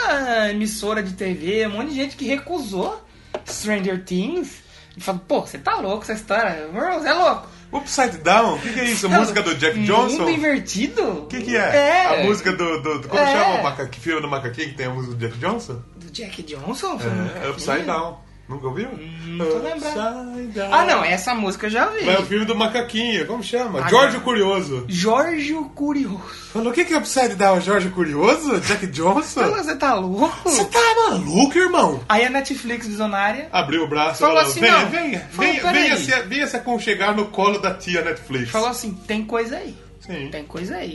[SPEAKER 1] emissora de TV, um monte de gente que recusou Stranger Things. E falou, pô, você tá louco essa história. Meu irmão, você é louco.
[SPEAKER 2] Upside Down? O que, que é isso?
[SPEAKER 1] Não,
[SPEAKER 2] Música do Jack Johnson?
[SPEAKER 1] Mundo
[SPEAKER 2] O
[SPEAKER 1] invertido? O
[SPEAKER 2] que, que é?
[SPEAKER 1] É.
[SPEAKER 2] A música do. do, do- como
[SPEAKER 1] É.
[SPEAKER 2] chama o macaque, filme do macaquinho que tem a música do Jack Johnson?
[SPEAKER 1] Do Jack Johnson? Foi um
[SPEAKER 2] É,
[SPEAKER 1] macaquinho?
[SPEAKER 2] Upside Down. Nunca ouviu?
[SPEAKER 1] não tô lembrado.
[SPEAKER 2] Upside Down.
[SPEAKER 1] Ah, não, essa música eu já vi.
[SPEAKER 2] Mas é o filme do macaquinho, como chama?
[SPEAKER 1] Ah,
[SPEAKER 2] Jorge
[SPEAKER 1] não.
[SPEAKER 2] Curioso.
[SPEAKER 1] Jorge o Curioso.
[SPEAKER 2] Falou, o que, que é Upside Down? Jorge Curioso? Jack Johnson?
[SPEAKER 1] Você tá louco?
[SPEAKER 3] Você tá maluco, irmão?
[SPEAKER 1] Aí a Netflix visionária
[SPEAKER 2] Abriu o braço
[SPEAKER 1] Falou
[SPEAKER 2] e falou,
[SPEAKER 1] assim,
[SPEAKER 2] venha,
[SPEAKER 1] não.
[SPEAKER 2] venha,
[SPEAKER 1] Falou,
[SPEAKER 2] venha,
[SPEAKER 1] peraí.
[SPEAKER 2] venha, se, venha se aconchegar no colo da tia Netflix.
[SPEAKER 1] falou assim: tem coisa aí.
[SPEAKER 2] Sim.
[SPEAKER 1] Tem coisa aí.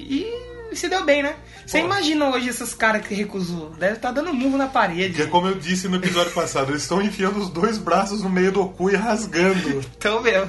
[SPEAKER 1] E se deu bem, né? Você imagina hoje esses caras que recusou? Deve estar dando murro na
[SPEAKER 2] Que é
[SPEAKER 1] parede.
[SPEAKER 2] como eu disse no episódio passado, eles estão enfiando os dois braços no meio do cu e rasgando.
[SPEAKER 1] Então, meu,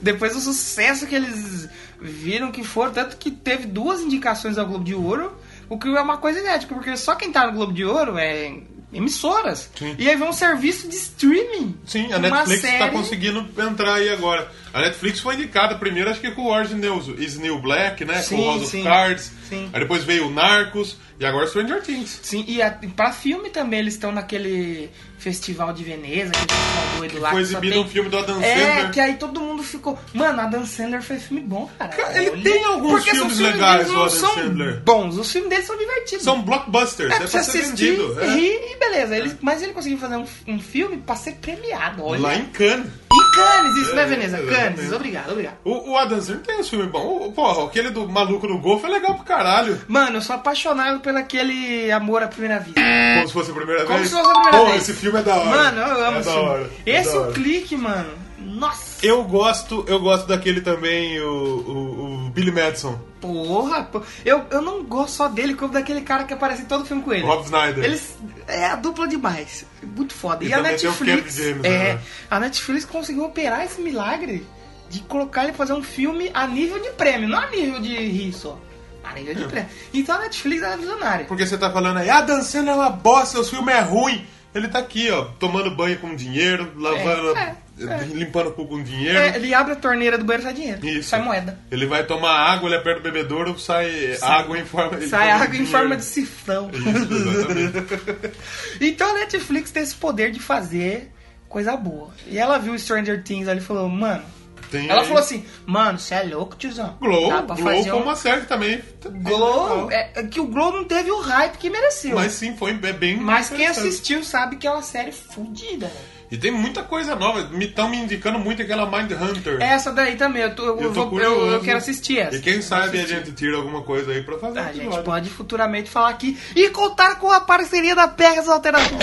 [SPEAKER 1] depois do sucesso que eles viram que foram, tanto que teve duas indicações ao Globo de Ouro, o que é uma coisa inédita, porque só quem tá no Globo de Ouro é emissoras.
[SPEAKER 2] Sim.
[SPEAKER 1] E aí vem um serviço de streaming.
[SPEAKER 2] Sim, a
[SPEAKER 1] Uma
[SPEAKER 2] Netflix tá
[SPEAKER 1] série.
[SPEAKER 2] conseguindo entrar aí agora. A Netflix foi indicada primeiro, acho que com o Orange News, is New Black, né? com
[SPEAKER 1] Sim,
[SPEAKER 2] o House
[SPEAKER 1] sim.
[SPEAKER 2] of Cards.
[SPEAKER 1] Sim.
[SPEAKER 2] Aí depois veio o Narcos e agora Stranger Things.
[SPEAKER 1] Sim, e a, e pra filme também eles estão naquele festival de Veneza, aquele festival doido lá.
[SPEAKER 2] Foi
[SPEAKER 1] que só
[SPEAKER 2] exibido
[SPEAKER 1] tem-
[SPEAKER 2] um filme do Adam
[SPEAKER 1] É,
[SPEAKER 2] Sandler.
[SPEAKER 1] que aí todo mundo ficou. Mano, Adam Sandler fez filme bom, cara.
[SPEAKER 2] Cara, ele tem alguns
[SPEAKER 1] Porque
[SPEAKER 2] filmes
[SPEAKER 1] os filmes
[SPEAKER 2] legais,
[SPEAKER 1] dele
[SPEAKER 2] o
[SPEAKER 1] não
[SPEAKER 2] Adam
[SPEAKER 1] são
[SPEAKER 2] Sandler.
[SPEAKER 1] bons, os filmes dele são divertidos.
[SPEAKER 2] São blockbusters, é,
[SPEAKER 1] é
[SPEAKER 2] pra
[SPEAKER 1] pra você
[SPEAKER 2] ser
[SPEAKER 1] assistir,
[SPEAKER 2] vendido. é.
[SPEAKER 1] rir e beleza. Ele- mas ele conseguiu fazer um, um filme pra ser premiado, olha.
[SPEAKER 2] Lá em Cannes.
[SPEAKER 1] E Cannes, isso,
[SPEAKER 2] É,
[SPEAKER 1] né, Veneza?
[SPEAKER 2] exatamente.
[SPEAKER 1] Cannes, obrigado, obrigado.
[SPEAKER 2] O, o Adam Sandler tem uns filmes bons. O- Porra, aquele do Maluco no Golfo é legal pro caralho.
[SPEAKER 1] Mano, eu sou apaixonado pelo aquele amor à primeira vista.
[SPEAKER 2] Como se fosse a primeira
[SPEAKER 1] Como
[SPEAKER 2] vez.
[SPEAKER 1] se fosse a primeira
[SPEAKER 2] Porra,
[SPEAKER 1] vez.
[SPEAKER 2] esse filme é da hora.
[SPEAKER 1] Mano, eu amo
[SPEAKER 2] é
[SPEAKER 1] esse
[SPEAKER 2] da
[SPEAKER 1] filme.
[SPEAKER 2] hora. é
[SPEAKER 1] Esse
[SPEAKER 2] da hora.
[SPEAKER 1] clique, mano. Nossa.
[SPEAKER 2] Eu gosto, eu gosto daquele também, o, o, o Billy Madison,
[SPEAKER 1] Porra, pô. Eu, eu não gosto só dele, como daquele cara que aparece em todo filme com ele.
[SPEAKER 2] o Rob Snyder.
[SPEAKER 1] Eles é a dupla demais. Muito foda.
[SPEAKER 2] E
[SPEAKER 1] E, a
[SPEAKER 2] também tem o
[SPEAKER 1] Netflix.
[SPEAKER 2] Kevin James,
[SPEAKER 1] é,
[SPEAKER 2] né?
[SPEAKER 1] a Netflix conseguiu operar esse milagre de colocar ele fazer um filme a nível de prêmio, não a nível de rir só. A nível
[SPEAKER 2] É.
[SPEAKER 1] de prêmio. Então a Netflix é visionária.
[SPEAKER 2] Porque você tá falando aí, ah, dançando é uma bosta, os filmes é ruim. Ele tá aqui, ó, tomando banho com dinheiro, lavando,
[SPEAKER 1] É, é, é.
[SPEAKER 2] limpando o cu com dinheiro.
[SPEAKER 1] É, ele abre a torneira do banheiro sai dinheiro.
[SPEAKER 2] Isso.
[SPEAKER 1] Sai moeda.
[SPEAKER 2] Ele vai tomar água, ele aperta o bebedouro, sai, água em forma de
[SPEAKER 1] Sai água em forma de
[SPEAKER 2] dinheiro.
[SPEAKER 1] sifão. <laughs>
[SPEAKER 2] Isso, exatamente.
[SPEAKER 1] Então a Netflix tem esse poder de fazer coisa boa. E ela viu Stranger Things ali e falou, mano.
[SPEAKER 2] Tem
[SPEAKER 1] Ela
[SPEAKER 2] aí
[SPEAKER 1] falou assim, mano, você é louco, tiozão.
[SPEAKER 2] Glow,
[SPEAKER 1] Dá pra
[SPEAKER 2] Glow
[SPEAKER 1] fazer
[SPEAKER 2] foi
[SPEAKER 1] um-
[SPEAKER 2] uma série que também. tá bem
[SPEAKER 1] Glow,
[SPEAKER 2] legal.
[SPEAKER 1] é, é que o Glow não teve o hype que mereceu.
[SPEAKER 2] Mas
[SPEAKER 1] Mas,
[SPEAKER 2] sim, foi é bem.
[SPEAKER 1] quem
[SPEAKER 2] interessante.
[SPEAKER 1] assistiu sabe que é uma série fodida. né?
[SPEAKER 2] E tem muita coisa nova. Me estão me indicando muito aquela Mind Hunter.
[SPEAKER 1] Essa daí também, eu, tô- eu,
[SPEAKER 2] Eu tô
[SPEAKER 1] vou- eu-
[SPEAKER 2] curioso.
[SPEAKER 1] eu quero assistir essa.
[SPEAKER 2] E quem sabe a
[SPEAKER 1] assistir.
[SPEAKER 2] gente tira alguma coisa aí pra fazer. um
[SPEAKER 1] A gente
[SPEAKER 2] episódio.
[SPEAKER 1] pode futuramente falar aqui e contar com a parceria da Pegas Alternativa.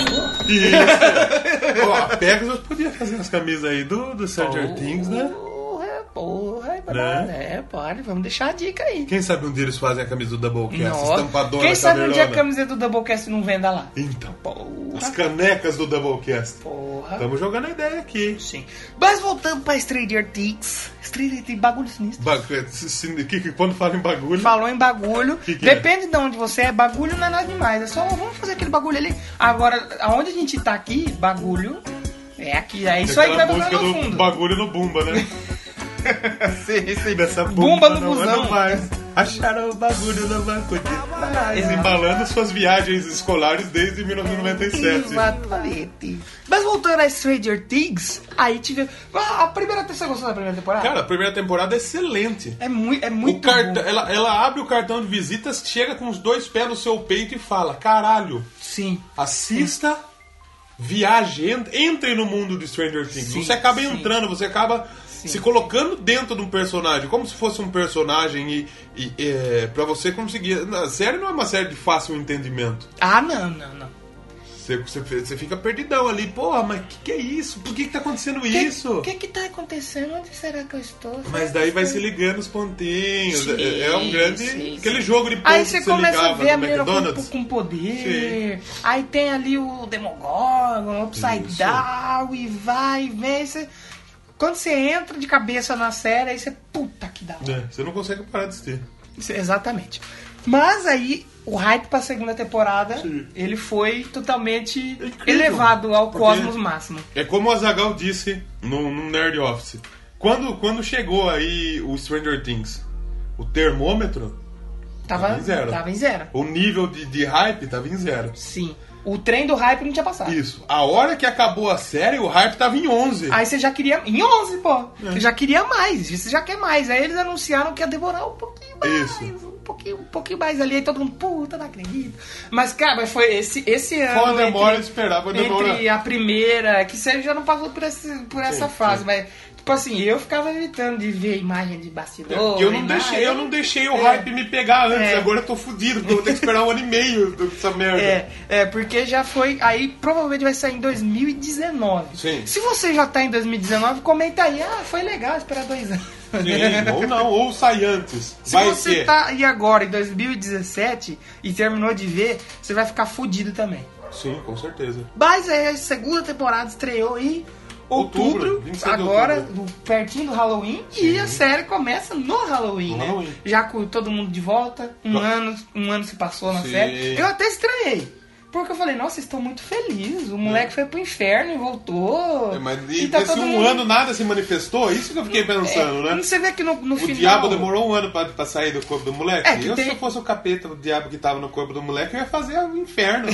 [SPEAKER 2] Isso. Ó, a Pegasus podia fazer as camisas aí do, do Stranger Things, né?
[SPEAKER 1] Porra, porra, é brabo, é, pode, vamos deixar a dica aí.
[SPEAKER 2] Quem sabe um dia eles fazem a camisa do Doublecast,
[SPEAKER 1] Nossa.
[SPEAKER 2] estampadona,
[SPEAKER 1] Quem sabe um dia a
[SPEAKER 2] cabelona.
[SPEAKER 1] camiseta do Doublecast não venda lá?
[SPEAKER 2] Então, as
[SPEAKER 1] Porra,
[SPEAKER 2] canecas do Doublecast.
[SPEAKER 1] porra.
[SPEAKER 2] Estamos jogando a ideia aqui.
[SPEAKER 1] Sim. Mas voltando pra Stranger Things, Stranger Things, bagulho sinistro.
[SPEAKER 2] Ba- se- se- que- que Quando fala em bagulho,
[SPEAKER 1] Falou em bagulho.
[SPEAKER 2] Que que é?
[SPEAKER 1] Depende de onde você é, bagulho não é nada demais. É só vamos fazer aquele bagulho ali. Agora, aonde a gente tá aqui, bagulho. É aqui, é
[SPEAKER 2] tem
[SPEAKER 1] isso aí que vai
[SPEAKER 2] aquela
[SPEAKER 1] botar
[SPEAKER 2] música
[SPEAKER 1] no
[SPEAKER 2] do
[SPEAKER 1] fundo.
[SPEAKER 2] <laughs> bagulho no Bumba, né?
[SPEAKER 1] Sim, sim.
[SPEAKER 2] Dessa
[SPEAKER 1] Bumba no
[SPEAKER 2] não
[SPEAKER 1] busão.
[SPEAKER 2] anda mais. Acharam o bagulho no banco de trás.
[SPEAKER 1] Exato.
[SPEAKER 2] Embalando suas viagens escolares desde 1997.
[SPEAKER 1] Exatamente. Mas voltando a Stranger Things, aí tive. Ah, A primeira você gostou da primeira temporada?
[SPEAKER 2] Cara, a primeira temporada é excelente.
[SPEAKER 1] é, muito é
[SPEAKER 2] O
[SPEAKER 1] muito.
[SPEAKER 2] cartão-
[SPEAKER 1] bom.
[SPEAKER 2] ela, ela abre o cartão de visitas, chega com os dois pés no seu peito e fala: Caralho,
[SPEAKER 1] Sim.
[SPEAKER 2] assista, viaje, en- entre no mundo de Stranger Things.
[SPEAKER 1] Sim,
[SPEAKER 2] você acaba
[SPEAKER 1] sim.
[SPEAKER 2] entrando, você acaba se colocando dentro de um personagem, como se fosse um personagem e, e é, para você conseguir. A série não é uma série de fácil entendimento.
[SPEAKER 1] Ah, não, não, não.
[SPEAKER 2] Você, você, você fica perdidão ali, porra, mas que, que é isso? Por que, que tá acontecendo isso?
[SPEAKER 1] O que, que tá acontecendo? Onde será que eu estou?
[SPEAKER 2] Mas daí vai se ligando os pontinhos.
[SPEAKER 1] Sim,
[SPEAKER 2] é é um grande.
[SPEAKER 1] sim,
[SPEAKER 2] aquele
[SPEAKER 1] sim.
[SPEAKER 2] jogo de pontos
[SPEAKER 1] Aí
[SPEAKER 2] que
[SPEAKER 1] você
[SPEAKER 2] você
[SPEAKER 1] começa a
[SPEAKER 2] ligava
[SPEAKER 1] ver a
[SPEAKER 2] no
[SPEAKER 1] menina com,
[SPEAKER 2] McDonald's.
[SPEAKER 1] com poder. Aí tem ali o Demogorgon, o Upside
[SPEAKER 2] Isso.
[SPEAKER 1] Down, e vai, e vem. Você... Quando você entra de cabeça na série, aí você. Puta que da hora.
[SPEAKER 2] É, você não consegue parar de assistir.
[SPEAKER 1] Exatamente. Mas aí, o hype pra segunda temporada,
[SPEAKER 4] Sim.
[SPEAKER 1] ele foi totalmente
[SPEAKER 2] Incrível.
[SPEAKER 1] elevado ao
[SPEAKER 2] Porque-
[SPEAKER 1] cosmos máximo.
[SPEAKER 2] É como o Azagal disse no, no Nerd Office. Quando, quando chegou aí o Stranger Things, o termômetro,
[SPEAKER 1] Tava
[SPEAKER 2] Tava em zero.
[SPEAKER 1] Tava em zero.
[SPEAKER 2] o nível de, de hype tava em zero.
[SPEAKER 1] Sim. O trem do hype não tinha passado.
[SPEAKER 2] Isso. A hora que acabou a série, o hype tava em 11.
[SPEAKER 1] Aí você já queria. Em 11, pô!
[SPEAKER 2] É.
[SPEAKER 1] Você já queria mais, você já quer mais. Aí eles anunciaram que ia demorar um pouquinho mais.
[SPEAKER 2] Isso.
[SPEAKER 1] Um pouquinho, um pouquinho mais ali. Aí todo mundo, puta, não acredito. Mas, cara, mas foi esse, esse ano.
[SPEAKER 2] Qual a
[SPEAKER 1] entre-
[SPEAKER 2] demora de esperar? Foi demora.
[SPEAKER 1] é né? entre a primeira, que você já não passou por, esse- por essa fase, mas. Tipo assim, eu ficava evitando de ver imagem de
[SPEAKER 2] É,
[SPEAKER 1] bastidor.
[SPEAKER 2] porque eu, não
[SPEAKER 1] imagem-
[SPEAKER 2] deixei, eu não deixei o
[SPEAKER 1] É.
[SPEAKER 2] hype me pegar antes,
[SPEAKER 1] É.
[SPEAKER 2] agora eu tô fudido, porque eu vou ter que esperar um ano e meio dessa merda.
[SPEAKER 1] É, é, porque já foi. Aí provavelmente vai sair em 2019.
[SPEAKER 2] Sim.
[SPEAKER 1] Se você já tá em 2019, comenta aí. Ah, foi legal esperar dois anos.
[SPEAKER 2] Sim,
[SPEAKER 1] <laughs>
[SPEAKER 2] ou não, ou sai antes.
[SPEAKER 1] Se
[SPEAKER 2] vai
[SPEAKER 1] você
[SPEAKER 2] ser.
[SPEAKER 1] tá e agora em 2017 e terminou de ver, você vai ficar fudido também.
[SPEAKER 2] Sim, com certeza.
[SPEAKER 1] Mas aí a segunda temporada estreou em
[SPEAKER 2] Outubro,
[SPEAKER 1] outubro,
[SPEAKER 2] 26 de
[SPEAKER 1] agora
[SPEAKER 2] outubro.
[SPEAKER 1] do- pertinho do Halloween, e a série começa no Halloween,
[SPEAKER 2] No
[SPEAKER 1] né?
[SPEAKER 2] Halloween.
[SPEAKER 1] Já com todo mundo de volta, um
[SPEAKER 2] Não.
[SPEAKER 1] ano, um ano se passou na
[SPEAKER 2] Sim.
[SPEAKER 1] série. Eu até estranhei. Porque eu falei, nossa, vocês estão muito felizes. O moleque foi pro inferno e voltou.
[SPEAKER 2] Hum. É, mas e
[SPEAKER 1] E tá
[SPEAKER 2] desse
[SPEAKER 1] todo
[SPEAKER 2] um
[SPEAKER 1] mundo-
[SPEAKER 2] ano nada se manifestou? Isso que eu fiquei pensando,
[SPEAKER 1] É,
[SPEAKER 2] né?
[SPEAKER 1] Você vê que no, no
[SPEAKER 2] O
[SPEAKER 1] final.
[SPEAKER 2] diabo demorou um ano pra, pra sair do corpo do moleque?
[SPEAKER 1] É, que
[SPEAKER 2] eu, se
[SPEAKER 1] tem-
[SPEAKER 2] eu fosse o capeta do diabo que tava no corpo do moleque, eu ia fazer o
[SPEAKER 1] <laughs>
[SPEAKER 2] inferno.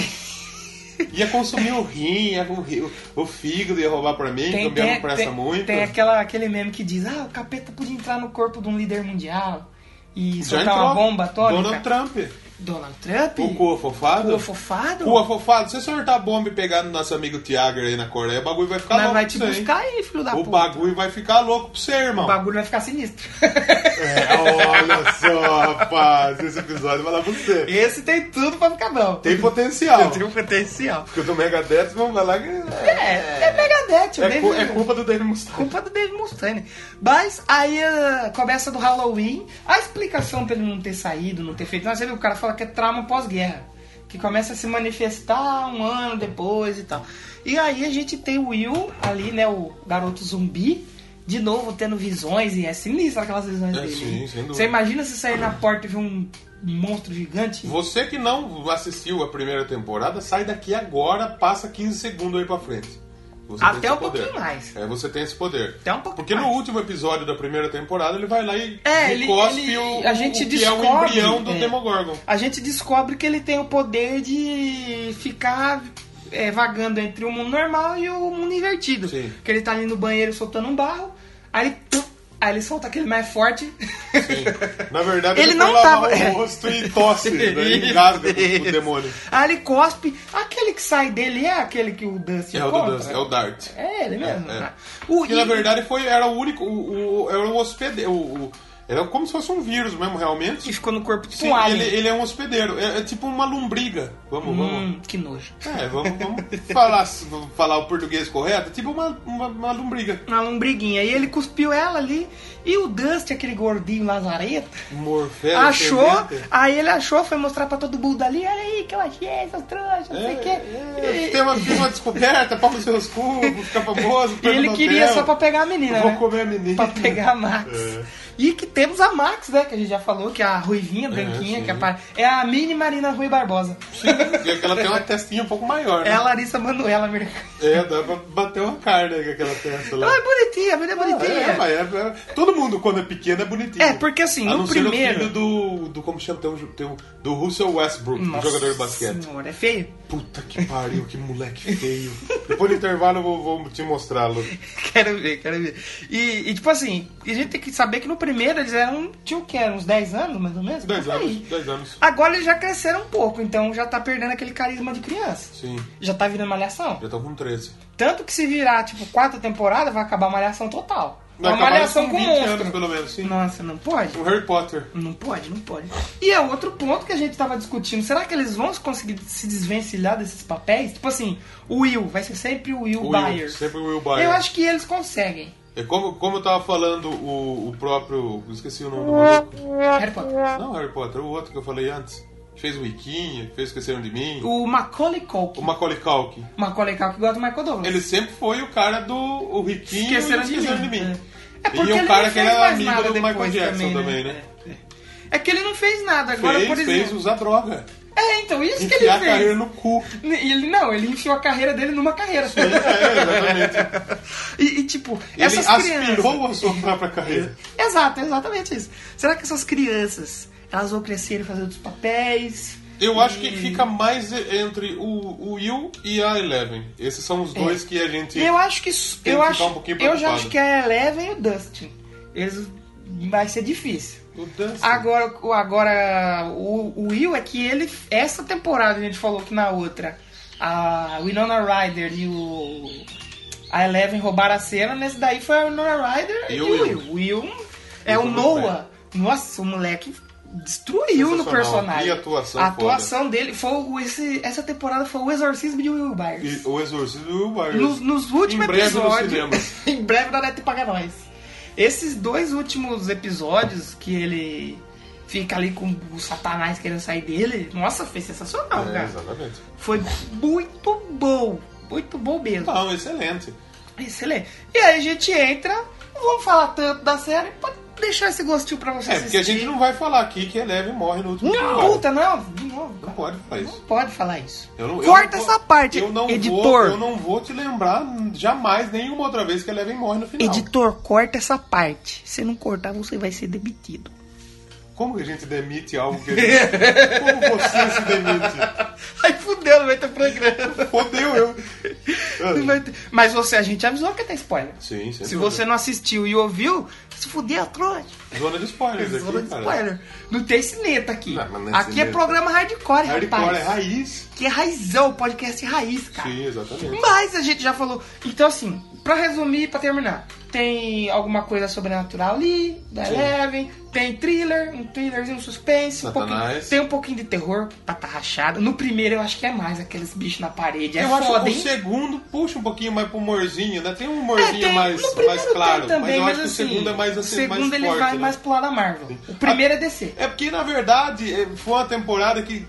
[SPEAKER 2] ia consumir o rim, ia, o, ri- o fígado ia roubar pra mim, que eu me presta muito.
[SPEAKER 1] tem aquela, aquele meme que diz: ah, o capeta podia entrar no corpo de um líder mundial e
[SPEAKER 2] Já
[SPEAKER 1] soltar
[SPEAKER 2] entrou
[SPEAKER 1] uma bomba atômica.
[SPEAKER 2] Donald Trump.
[SPEAKER 1] Donald Trump?
[SPEAKER 2] O cu afofado?
[SPEAKER 1] Cu afofado?
[SPEAKER 2] Cu afofado. Se você soltar a bomba e pegar no nosso amigo Tiago aí na Coreia, o bagulho vai ficar
[SPEAKER 1] Mas
[SPEAKER 2] louco
[SPEAKER 1] vai
[SPEAKER 2] pra
[SPEAKER 1] te
[SPEAKER 2] você, hein?
[SPEAKER 1] buscar tá, aí, filho da
[SPEAKER 2] O
[SPEAKER 1] puta.
[SPEAKER 2] bagulho vai ficar louco pra você, irmão.
[SPEAKER 1] O bagulho vai ficar sinistro. <laughs>
[SPEAKER 2] É, olha só, rapaz. Esse episódio vai lá pra você.
[SPEAKER 1] Esse tem tudo pra ficar bom. <laughs>
[SPEAKER 2] Tem potencial.
[SPEAKER 1] um potencial.
[SPEAKER 2] Porque o do Megadeth, vamos lá que...
[SPEAKER 1] É, é Megadeth,
[SPEAKER 2] É,
[SPEAKER 1] o Dave-
[SPEAKER 2] cu- é culpa do Dave Mustaine.
[SPEAKER 1] culpa do Dave Mustaine. Mas aí ah, começa do Halloween. A explicação pra ele não ter saído, não ter feito nada, você viu, o cara fala que é trauma pós-guerra. Que começa a se manifestar um ano depois e tal. E aí a gente tem o Will ali, né? O garoto zumbi. De novo tendo visões e é sinistro aquelas visões
[SPEAKER 2] É,
[SPEAKER 1] dele.
[SPEAKER 2] sim, sem dúvida.
[SPEAKER 1] Você imagina se sair na porta e ver um monstro gigante?
[SPEAKER 2] Você que não assistiu a primeira temporada, sai daqui agora, passa 15 segundos aí pra frente. Você tem
[SPEAKER 1] Até
[SPEAKER 2] esse
[SPEAKER 1] um
[SPEAKER 2] poder.
[SPEAKER 1] pouquinho mais.
[SPEAKER 2] É, você tem esse poder.
[SPEAKER 1] Até um pouquinho
[SPEAKER 2] Porque no
[SPEAKER 1] mais.
[SPEAKER 2] último episódio da primeira temporada, ele vai lá e
[SPEAKER 1] É, ele-
[SPEAKER 2] cospe
[SPEAKER 1] ele-
[SPEAKER 2] o,
[SPEAKER 1] a gente
[SPEAKER 2] o que é o
[SPEAKER 1] descobre,
[SPEAKER 2] embrião do
[SPEAKER 1] é.
[SPEAKER 2] Demogorgon.
[SPEAKER 1] a gente descobre que ele tem o poder de ficar é, vagando entre o mundo normal e o mundo invertido.
[SPEAKER 2] Sim.
[SPEAKER 1] Que ele tá ali no banheiro soltando um barro, aí ele, tum, aí ele solta aquele mais forte.
[SPEAKER 2] Na verdade,
[SPEAKER 1] Ele
[SPEAKER 2] ele, foi
[SPEAKER 1] não
[SPEAKER 2] lavar
[SPEAKER 1] tava- é.
[SPEAKER 2] o rosto e tosse,
[SPEAKER 1] <laughs>
[SPEAKER 2] né?
[SPEAKER 1] Isso,
[SPEAKER 2] engasga com
[SPEAKER 1] isso.
[SPEAKER 2] o demônio.
[SPEAKER 1] <laughs> aí ele cospe. Aquele que sai dele é aquele que o Dusty
[SPEAKER 2] É o do
[SPEAKER 1] encontra?
[SPEAKER 2] Dust, é o Dart.
[SPEAKER 1] É ele mesmo.
[SPEAKER 2] É, é.
[SPEAKER 1] O,
[SPEAKER 2] Que na verdade foi, era o único, o, o- era o hospedeiro, o, o- era como se fosse um vírus mesmo, realmente.
[SPEAKER 1] que ficou no corpo tipo
[SPEAKER 2] Sim,
[SPEAKER 1] um alien.
[SPEAKER 2] ele, ele é um hospedeiro, é, é tipo uma lombriga. Vamos, vamos.
[SPEAKER 1] Hum, que nojo.
[SPEAKER 2] É, vamos, vamos falar, vamos falar o português correto, é tipo uma, uma, uma lombriga.
[SPEAKER 1] Uma lombriguinha. E ele cuspiu ela ali. E o Dusty, aquele gordinho lazareta,
[SPEAKER 2] Morfé,
[SPEAKER 1] achou,
[SPEAKER 2] serpente.
[SPEAKER 1] aí ele achou, foi mostrar pra todo mundo ali, olha aí que eu achei, seus trouxas, não sei o quê.
[SPEAKER 2] É,
[SPEAKER 1] E-
[SPEAKER 2] tem uma, fiz uma descoberta, palma seus cubos, fica famoso.
[SPEAKER 1] E ele queria só pra pegar a menina,
[SPEAKER 2] Eu vou
[SPEAKER 1] né?
[SPEAKER 2] comer a menina.
[SPEAKER 1] Pra pegar a Max.
[SPEAKER 2] É.
[SPEAKER 1] E que temos a Max, né? Que a gente já falou, que é a ruivinha, branquinha,
[SPEAKER 2] sim.
[SPEAKER 1] que é a, é a mini Marina Rui Barbosa.
[SPEAKER 2] Porque ela tem uma testinha um pouco maior,
[SPEAKER 1] <laughs>
[SPEAKER 2] né?
[SPEAKER 1] É a Larissa Manoela americana.
[SPEAKER 2] É, dá pra bater uma carne com aquela testa lá.
[SPEAKER 1] Ela é bonitinha, a menina é
[SPEAKER 2] É,
[SPEAKER 1] bonitinha.
[SPEAKER 2] mas é- é- todo mundo quando é pequeno é bonitinho.
[SPEAKER 1] É, porque assim,
[SPEAKER 2] a
[SPEAKER 1] no
[SPEAKER 2] não ser o
[SPEAKER 1] primeiro-
[SPEAKER 2] filho do, do como chama, tem um, tem um- do Russell Westbrook, um jogador de basquete.
[SPEAKER 1] senhora, é feio.
[SPEAKER 2] Puta que pariu, que moleque feio. Depois do intervalo eu vou, vou te mostrá-lo.
[SPEAKER 1] <laughs> Quero ver, quero ver. E, e, tipo assim, a gente tem que saber que no primeiro eles eram, um tinham o quê? Uns 10 anos, mais ou menos?
[SPEAKER 2] Dois
[SPEAKER 1] Por aí.
[SPEAKER 2] anos, dois anos.
[SPEAKER 1] Agora eles já cresceram um pouco, então já tá perdendo aquele carisma de criança.
[SPEAKER 2] Sim,
[SPEAKER 1] Já tá virando malhação.
[SPEAKER 2] já tô com 13.
[SPEAKER 1] Tanto que se virar, tipo, quatro temporadas, vai acabar a malhação total.
[SPEAKER 2] Vai
[SPEAKER 1] uma
[SPEAKER 2] acabar
[SPEAKER 1] malhação com
[SPEAKER 2] 20 anos,
[SPEAKER 1] monstro.
[SPEAKER 2] pelo menos, sim.
[SPEAKER 1] Nossa, não pode?
[SPEAKER 2] O Harry Potter.
[SPEAKER 1] Não pode, não pode. E é outro ponto que a gente tava discutindo. Será que eles vão conseguir se desvencilhar desses papéis? Tipo assim, o Will, vai ser sempre o Will,
[SPEAKER 2] O Will,
[SPEAKER 1] Byers.
[SPEAKER 2] sempre o Will Byers.
[SPEAKER 1] Eu acho que eles conseguem.
[SPEAKER 2] É como, como eu tava falando o, o próprio. Esqueci o nome do maluco.
[SPEAKER 1] Harry Potter.
[SPEAKER 2] Não, Harry Potter, o outro que eu falei antes. Fez o Wikinho, fez Esqueceram de Mim.
[SPEAKER 1] O Macaulay Culkin.
[SPEAKER 2] O Macaulay Culkin.
[SPEAKER 1] Macaulay Culkin gosta do Michael Douglas.
[SPEAKER 2] Ele sempre foi o cara do o riquinho
[SPEAKER 1] Esqueceram
[SPEAKER 2] e
[SPEAKER 1] de
[SPEAKER 2] esqueceram
[SPEAKER 1] mim.
[SPEAKER 2] de mim.
[SPEAKER 1] É. É porque
[SPEAKER 2] e
[SPEAKER 1] ele
[SPEAKER 2] o cara
[SPEAKER 1] não
[SPEAKER 2] que
[SPEAKER 1] fez
[SPEAKER 2] era
[SPEAKER 1] mais
[SPEAKER 2] amigo
[SPEAKER 1] nada
[SPEAKER 2] do Michael
[SPEAKER 1] depois
[SPEAKER 2] Jackson também,
[SPEAKER 1] também, né?
[SPEAKER 2] né?
[SPEAKER 1] É que ele não fez nada. Agora,
[SPEAKER 2] fez,
[SPEAKER 1] por
[SPEAKER 2] fez
[SPEAKER 1] exemplo.
[SPEAKER 2] usar droga.
[SPEAKER 1] É, então, isso que
[SPEAKER 2] Enfiar
[SPEAKER 1] ele
[SPEAKER 2] a carreira
[SPEAKER 1] fez.
[SPEAKER 2] no cu.
[SPEAKER 1] E Ele, não, ele enfiou a carreira dele numa carreira.
[SPEAKER 2] É, exatamente.
[SPEAKER 1] <laughs> E, e, tipo,
[SPEAKER 2] Ele
[SPEAKER 1] essas crianças.
[SPEAKER 2] aspirou a sua própria carreira.
[SPEAKER 1] Exato, exatamente isso. Será que essas crianças, elas vão crescer e fazer outros papéis?
[SPEAKER 2] Eu acho que fica mais entre o, o Will e a Eleven. Esses são os dois que a gente.
[SPEAKER 1] É. Eu acho que. s-
[SPEAKER 2] Tem
[SPEAKER 1] Eu,
[SPEAKER 2] que
[SPEAKER 1] acho,
[SPEAKER 2] ficar um pouquinho
[SPEAKER 1] eu já
[SPEAKER 2] preocupado.
[SPEAKER 1] acho que a Eleven e o Dustin. Eles. Vai ser difícil.
[SPEAKER 2] O Dustin.
[SPEAKER 1] Agora, o- agora o, o Will é que ele. Essa temporada a gente falou que na outra. A Winona Ryder e o. A Eleven roubaram a cena, nesse daí foi a Winona Ryder e, o Will. O Will é
[SPEAKER 2] Ele
[SPEAKER 1] o
[SPEAKER 2] foi muito
[SPEAKER 1] Noah. Nossa, o moleque destruiu um no
[SPEAKER 2] Sensacional.
[SPEAKER 1] personagem.
[SPEAKER 2] Que atuação
[SPEAKER 1] a atuação dele foi. o- Esse, essa temporada foi o exorcismo de Will Byers.
[SPEAKER 2] E o Exorcismo e o Byron.
[SPEAKER 1] Nos, nos últimos
[SPEAKER 2] Em breve nos
[SPEAKER 1] episódios.
[SPEAKER 2] cinemas.
[SPEAKER 1] <laughs> em breve da Net Paga Nós. Esses dois últimos episódios que ele fica ali com o Satanás querendo sair dele, nossa, foi sensacional,
[SPEAKER 2] É,
[SPEAKER 1] cara.
[SPEAKER 2] exatamente.
[SPEAKER 1] Foi muito bom. Muito bom mesmo.
[SPEAKER 2] Não, excelente.
[SPEAKER 1] Excelente. E aí a gente entra, não vamos falar tanto da série, pode deixar esse gostinho pra você
[SPEAKER 2] É, porque
[SPEAKER 1] assistir.
[SPEAKER 2] a gente não vai falar aqui que Eleven morre no último
[SPEAKER 1] Não,
[SPEAKER 2] episódio.
[SPEAKER 1] puta, não, de novo.
[SPEAKER 2] Não
[SPEAKER 1] cara.
[SPEAKER 2] pode falar
[SPEAKER 1] Não
[SPEAKER 2] isso.
[SPEAKER 1] pode falar isso.
[SPEAKER 2] Eu não- eu
[SPEAKER 1] Corta
[SPEAKER 2] não vou-
[SPEAKER 1] essa parte,
[SPEAKER 2] eu não
[SPEAKER 1] editor.
[SPEAKER 2] Vou, eu não vou te lembrar jamais nenhuma outra vez que Eleven morre no final.
[SPEAKER 1] Editor, corta essa parte. Se não cortar, você vai ser <laughs> demitido.
[SPEAKER 2] Como que a gente demite algo que a gente...
[SPEAKER 1] <laughs>
[SPEAKER 2] Como você se demite?
[SPEAKER 1] Ai, fudeu, não vai ter programa.
[SPEAKER 2] Fodeu eu. Hum.
[SPEAKER 1] Não vai ter- Mas você, a gente avisou que tem spoiler.
[SPEAKER 2] Sim, sem
[SPEAKER 1] Se
[SPEAKER 2] dúvida.
[SPEAKER 1] você não assistiu e ouviu, se fudeu, trouxa.
[SPEAKER 2] Zona de spoilers aqui,
[SPEAKER 1] Zona de
[SPEAKER 2] cara.
[SPEAKER 1] spoiler. Não tem cineta aqui.
[SPEAKER 2] Não, mas não é
[SPEAKER 1] aqui é
[SPEAKER 2] cineta.
[SPEAKER 1] programa hardcore,
[SPEAKER 2] Hardcore é
[SPEAKER 1] rapaz. Tá.
[SPEAKER 2] raiz.
[SPEAKER 1] Que é raizão, podcast raiz, cara.
[SPEAKER 2] Sim, exatamente.
[SPEAKER 1] Mas a gente já falou. Então, assim, pra resumir e pra terminar, tem alguma coisa sobrenatural ali, da Eleven, tem thriller, um thrillerzinho, um suspense, um
[SPEAKER 2] Satanás.
[SPEAKER 1] pouquinho- tem um pouquinho de terror, pata rachada. No primeiro eu acho que é mais aqueles bichos na parede, é
[SPEAKER 2] eu acho
[SPEAKER 1] foda,
[SPEAKER 2] que o
[SPEAKER 1] hein?
[SPEAKER 2] segundo puxa um pouquinho mais pro humorzinho, né? Tem um humorzinho
[SPEAKER 1] É, tem-
[SPEAKER 2] mais,
[SPEAKER 1] no primeiro
[SPEAKER 2] mais claro.
[SPEAKER 1] tem também,
[SPEAKER 2] mas eu acho
[SPEAKER 1] mas,
[SPEAKER 2] que
[SPEAKER 1] assim,
[SPEAKER 2] o segundo é mais assim,
[SPEAKER 1] o segundo
[SPEAKER 2] mais
[SPEAKER 1] ele
[SPEAKER 2] forte,
[SPEAKER 1] vai
[SPEAKER 2] né?
[SPEAKER 1] mais pro lado da Marvel. O primeiro é DC.
[SPEAKER 2] É porque, na verdade, é, foi uma temporada que,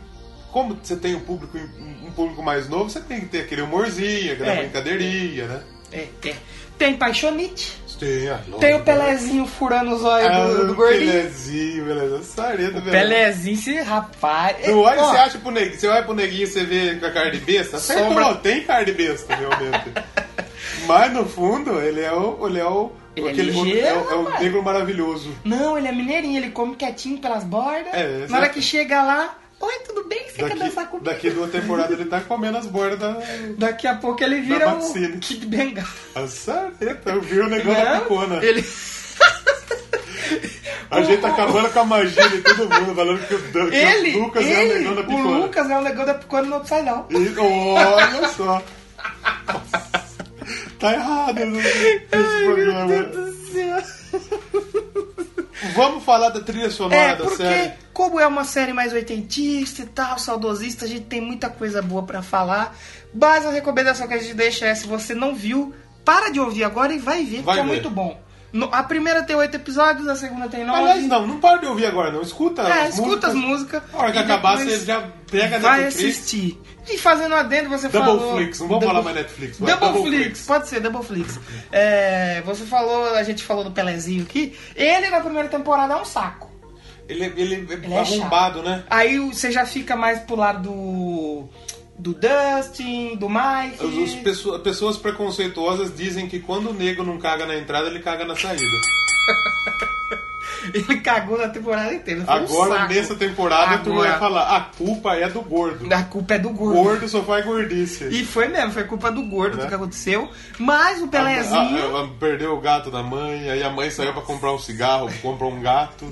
[SPEAKER 2] como você tem um público, um público mais novo, você tem que ter aquele humorzinho, aquela
[SPEAKER 1] É.
[SPEAKER 2] brincadeirinha, né?
[SPEAKER 1] É, tem. Tem Paixonite,
[SPEAKER 2] Tem, ah,
[SPEAKER 1] tem o
[SPEAKER 2] lógico.
[SPEAKER 1] Pelezinho furando os olhos
[SPEAKER 2] Ah,
[SPEAKER 1] do, do
[SPEAKER 2] o
[SPEAKER 1] gordinho.
[SPEAKER 2] Pelezinho, beleza. Sareta, velho.
[SPEAKER 1] Pelezinho, esse rapaz.
[SPEAKER 2] Não olha,
[SPEAKER 1] Ó,
[SPEAKER 2] você acha pro neguinho, você olha pro neguinho e você vê com a cara de besta? Acertou,
[SPEAKER 1] Sombra.
[SPEAKER 2] tem cara de
[SPEAKER 1] <laughs>
[SPEAKER 2] besta, realmente. Mas no fundo, ele é o. Ele é o.
[SPEAKER 1] Ele é
[SPEAKER 2] aquele-
[SPEAKER 1] ligeiro,
[SPEAKER 2] é o- é o
[SPEAKER 1] rapaz.
[SPEAKER 2] negro maravilhoso.
[SPEAKER 1] Não, ele é mineirinho, ele come quietinho pelas bordas.
[SPEAKER 2] É, exato.
[SPEAKER 1] na hora que chega lá, oi, tudo bem? Você quer dançar
[SPEAKER 2] Daqui,
[SPEAKER 1] comigo?
[SPEAKER 2] daqui duas temporadas ele tá comendo as bordas da.
[SPEAKER 1] Daqui a pouco ele vira o
[SPEAKER 2] Maxine.
[SPEAKER 1] Kid Bengala.
[SPEAKER 2] A sareta, eu vi o negócio da
[SPEAKER 1] Não,
[SPEAKER 2] É picona. <laughs>
[SPEAKER 1] Ele...
[SPEAKER 2] A gente tá acabando com a magia de todo mundo, falando que o, Dan- que
[SPEAKER 1] ele,
[SPEAKER 2] o Lucas é o
[SPEAKER 1] ele,
[SPEAKER 2] negão da
[SPEAKER 1] o
[SPEAKER 2] picona.
[SPEAKER 1] Lucas é o negão da picona no Upside Down.
[SPEAKER 2] E- olha só. Tá errado esse esse
[SPEAKER 1] Meu Deus
[SPEAKER 2] programa.
[SPEAKER 1] do céu.
[SPEAKER 2] Vamos falar da trilha sonora
[SPEAKER 1] É,
[SPEAKER 2] da
[SPEAKER 1] porque
[SPEAKER 2] série.
[SPEAKER 1] como é uma série mais oitentista e tal, saudosista, a gente tem muita coisa boa pra falar. Mas a recomendação que a gente deixa é, se você não viu, para de ouvir agora e vai ver,
[SPEAKER 2] Vai
[SPEAKER 1] porque
[SPEAKER 2] ver.
[SPEAKER 1] é muito bom. No- a primeira tem oito episódios, a segunda tem nove.
[SPEAKER 2] Aliás, não, não para de ouvir agora, não. Escuta
[SPEAKER 1] É,
[SPEAKER 2] as
[SPEAKER 1] escuta as
[SPEAKER 2] músicas.
[SPEAKER 1] músicas.
[SPEAKER 2] A hora que
[SPEAKER 1] e
[SPEAKER 2] acabar,
[SPEAKER 1] depois
[SPEAKER 2] você já pega a
[SPEAKER 1] Vai
[SPEAKER 2] Netflix.
[SPEAKER 1] assistir. E fazendo um adendo, você
[SPEAKER 2] Double
[SPEAKER 1] falou...
[SPEAKER 2] Flix, não vamos falar mais Netflix, vai,
[SPEAKER 1] Double,
[SPEAKER 2] Double
[SPEAKER 1] Flix,
[SPEAKER 2] Flix.
[SPEAKER 1] pode ser, Double Flix. É, você falou, a gente falou do Pelezinho aqui. Ele, na primeira temporada, é um saco.
[SPEAKER 2] Ele, ele,
[SPEAKER 1] Ele
[SPEAKER 2] ele
[SPEAKER 1] é
[SPEAKER 2] arrombado, né?
[SPEAKER 1] Aí você já fica mais pro lado do... Do Dustin, do Mike...
[SPEAKER 2] As, as pessoa- pessoas preconceituosas dizem que quando o negro não caga na entrada, ele caga na saída.
[SPEAKER 1] <laughs> Ele cagou na temporada inteira. foi um
[SPEAKER 2] Agora,
[SPEAKER 1] saco.
[SPEAKER 2] nessa temporada, tu
[SPEAKER 1] Agora.
[SPEAKER 2] vai falar: a culpa é do gordo.
[SPEAKER 1] A culpa é do gordo.
[SPEAKER 2] Gordo só faz gordice.
[SPEAKER 1] E foi mesmo, foi culpa do gordo
[SPEAKER 2] Né?
[SPEAKER 1] do que aconteceu. Mas o Pelezinho...
[SPEAKER 2] A- a- a- perdeu o gato da mãe, aí a mãe saiu pra comprar um cigarro, comprou um gato.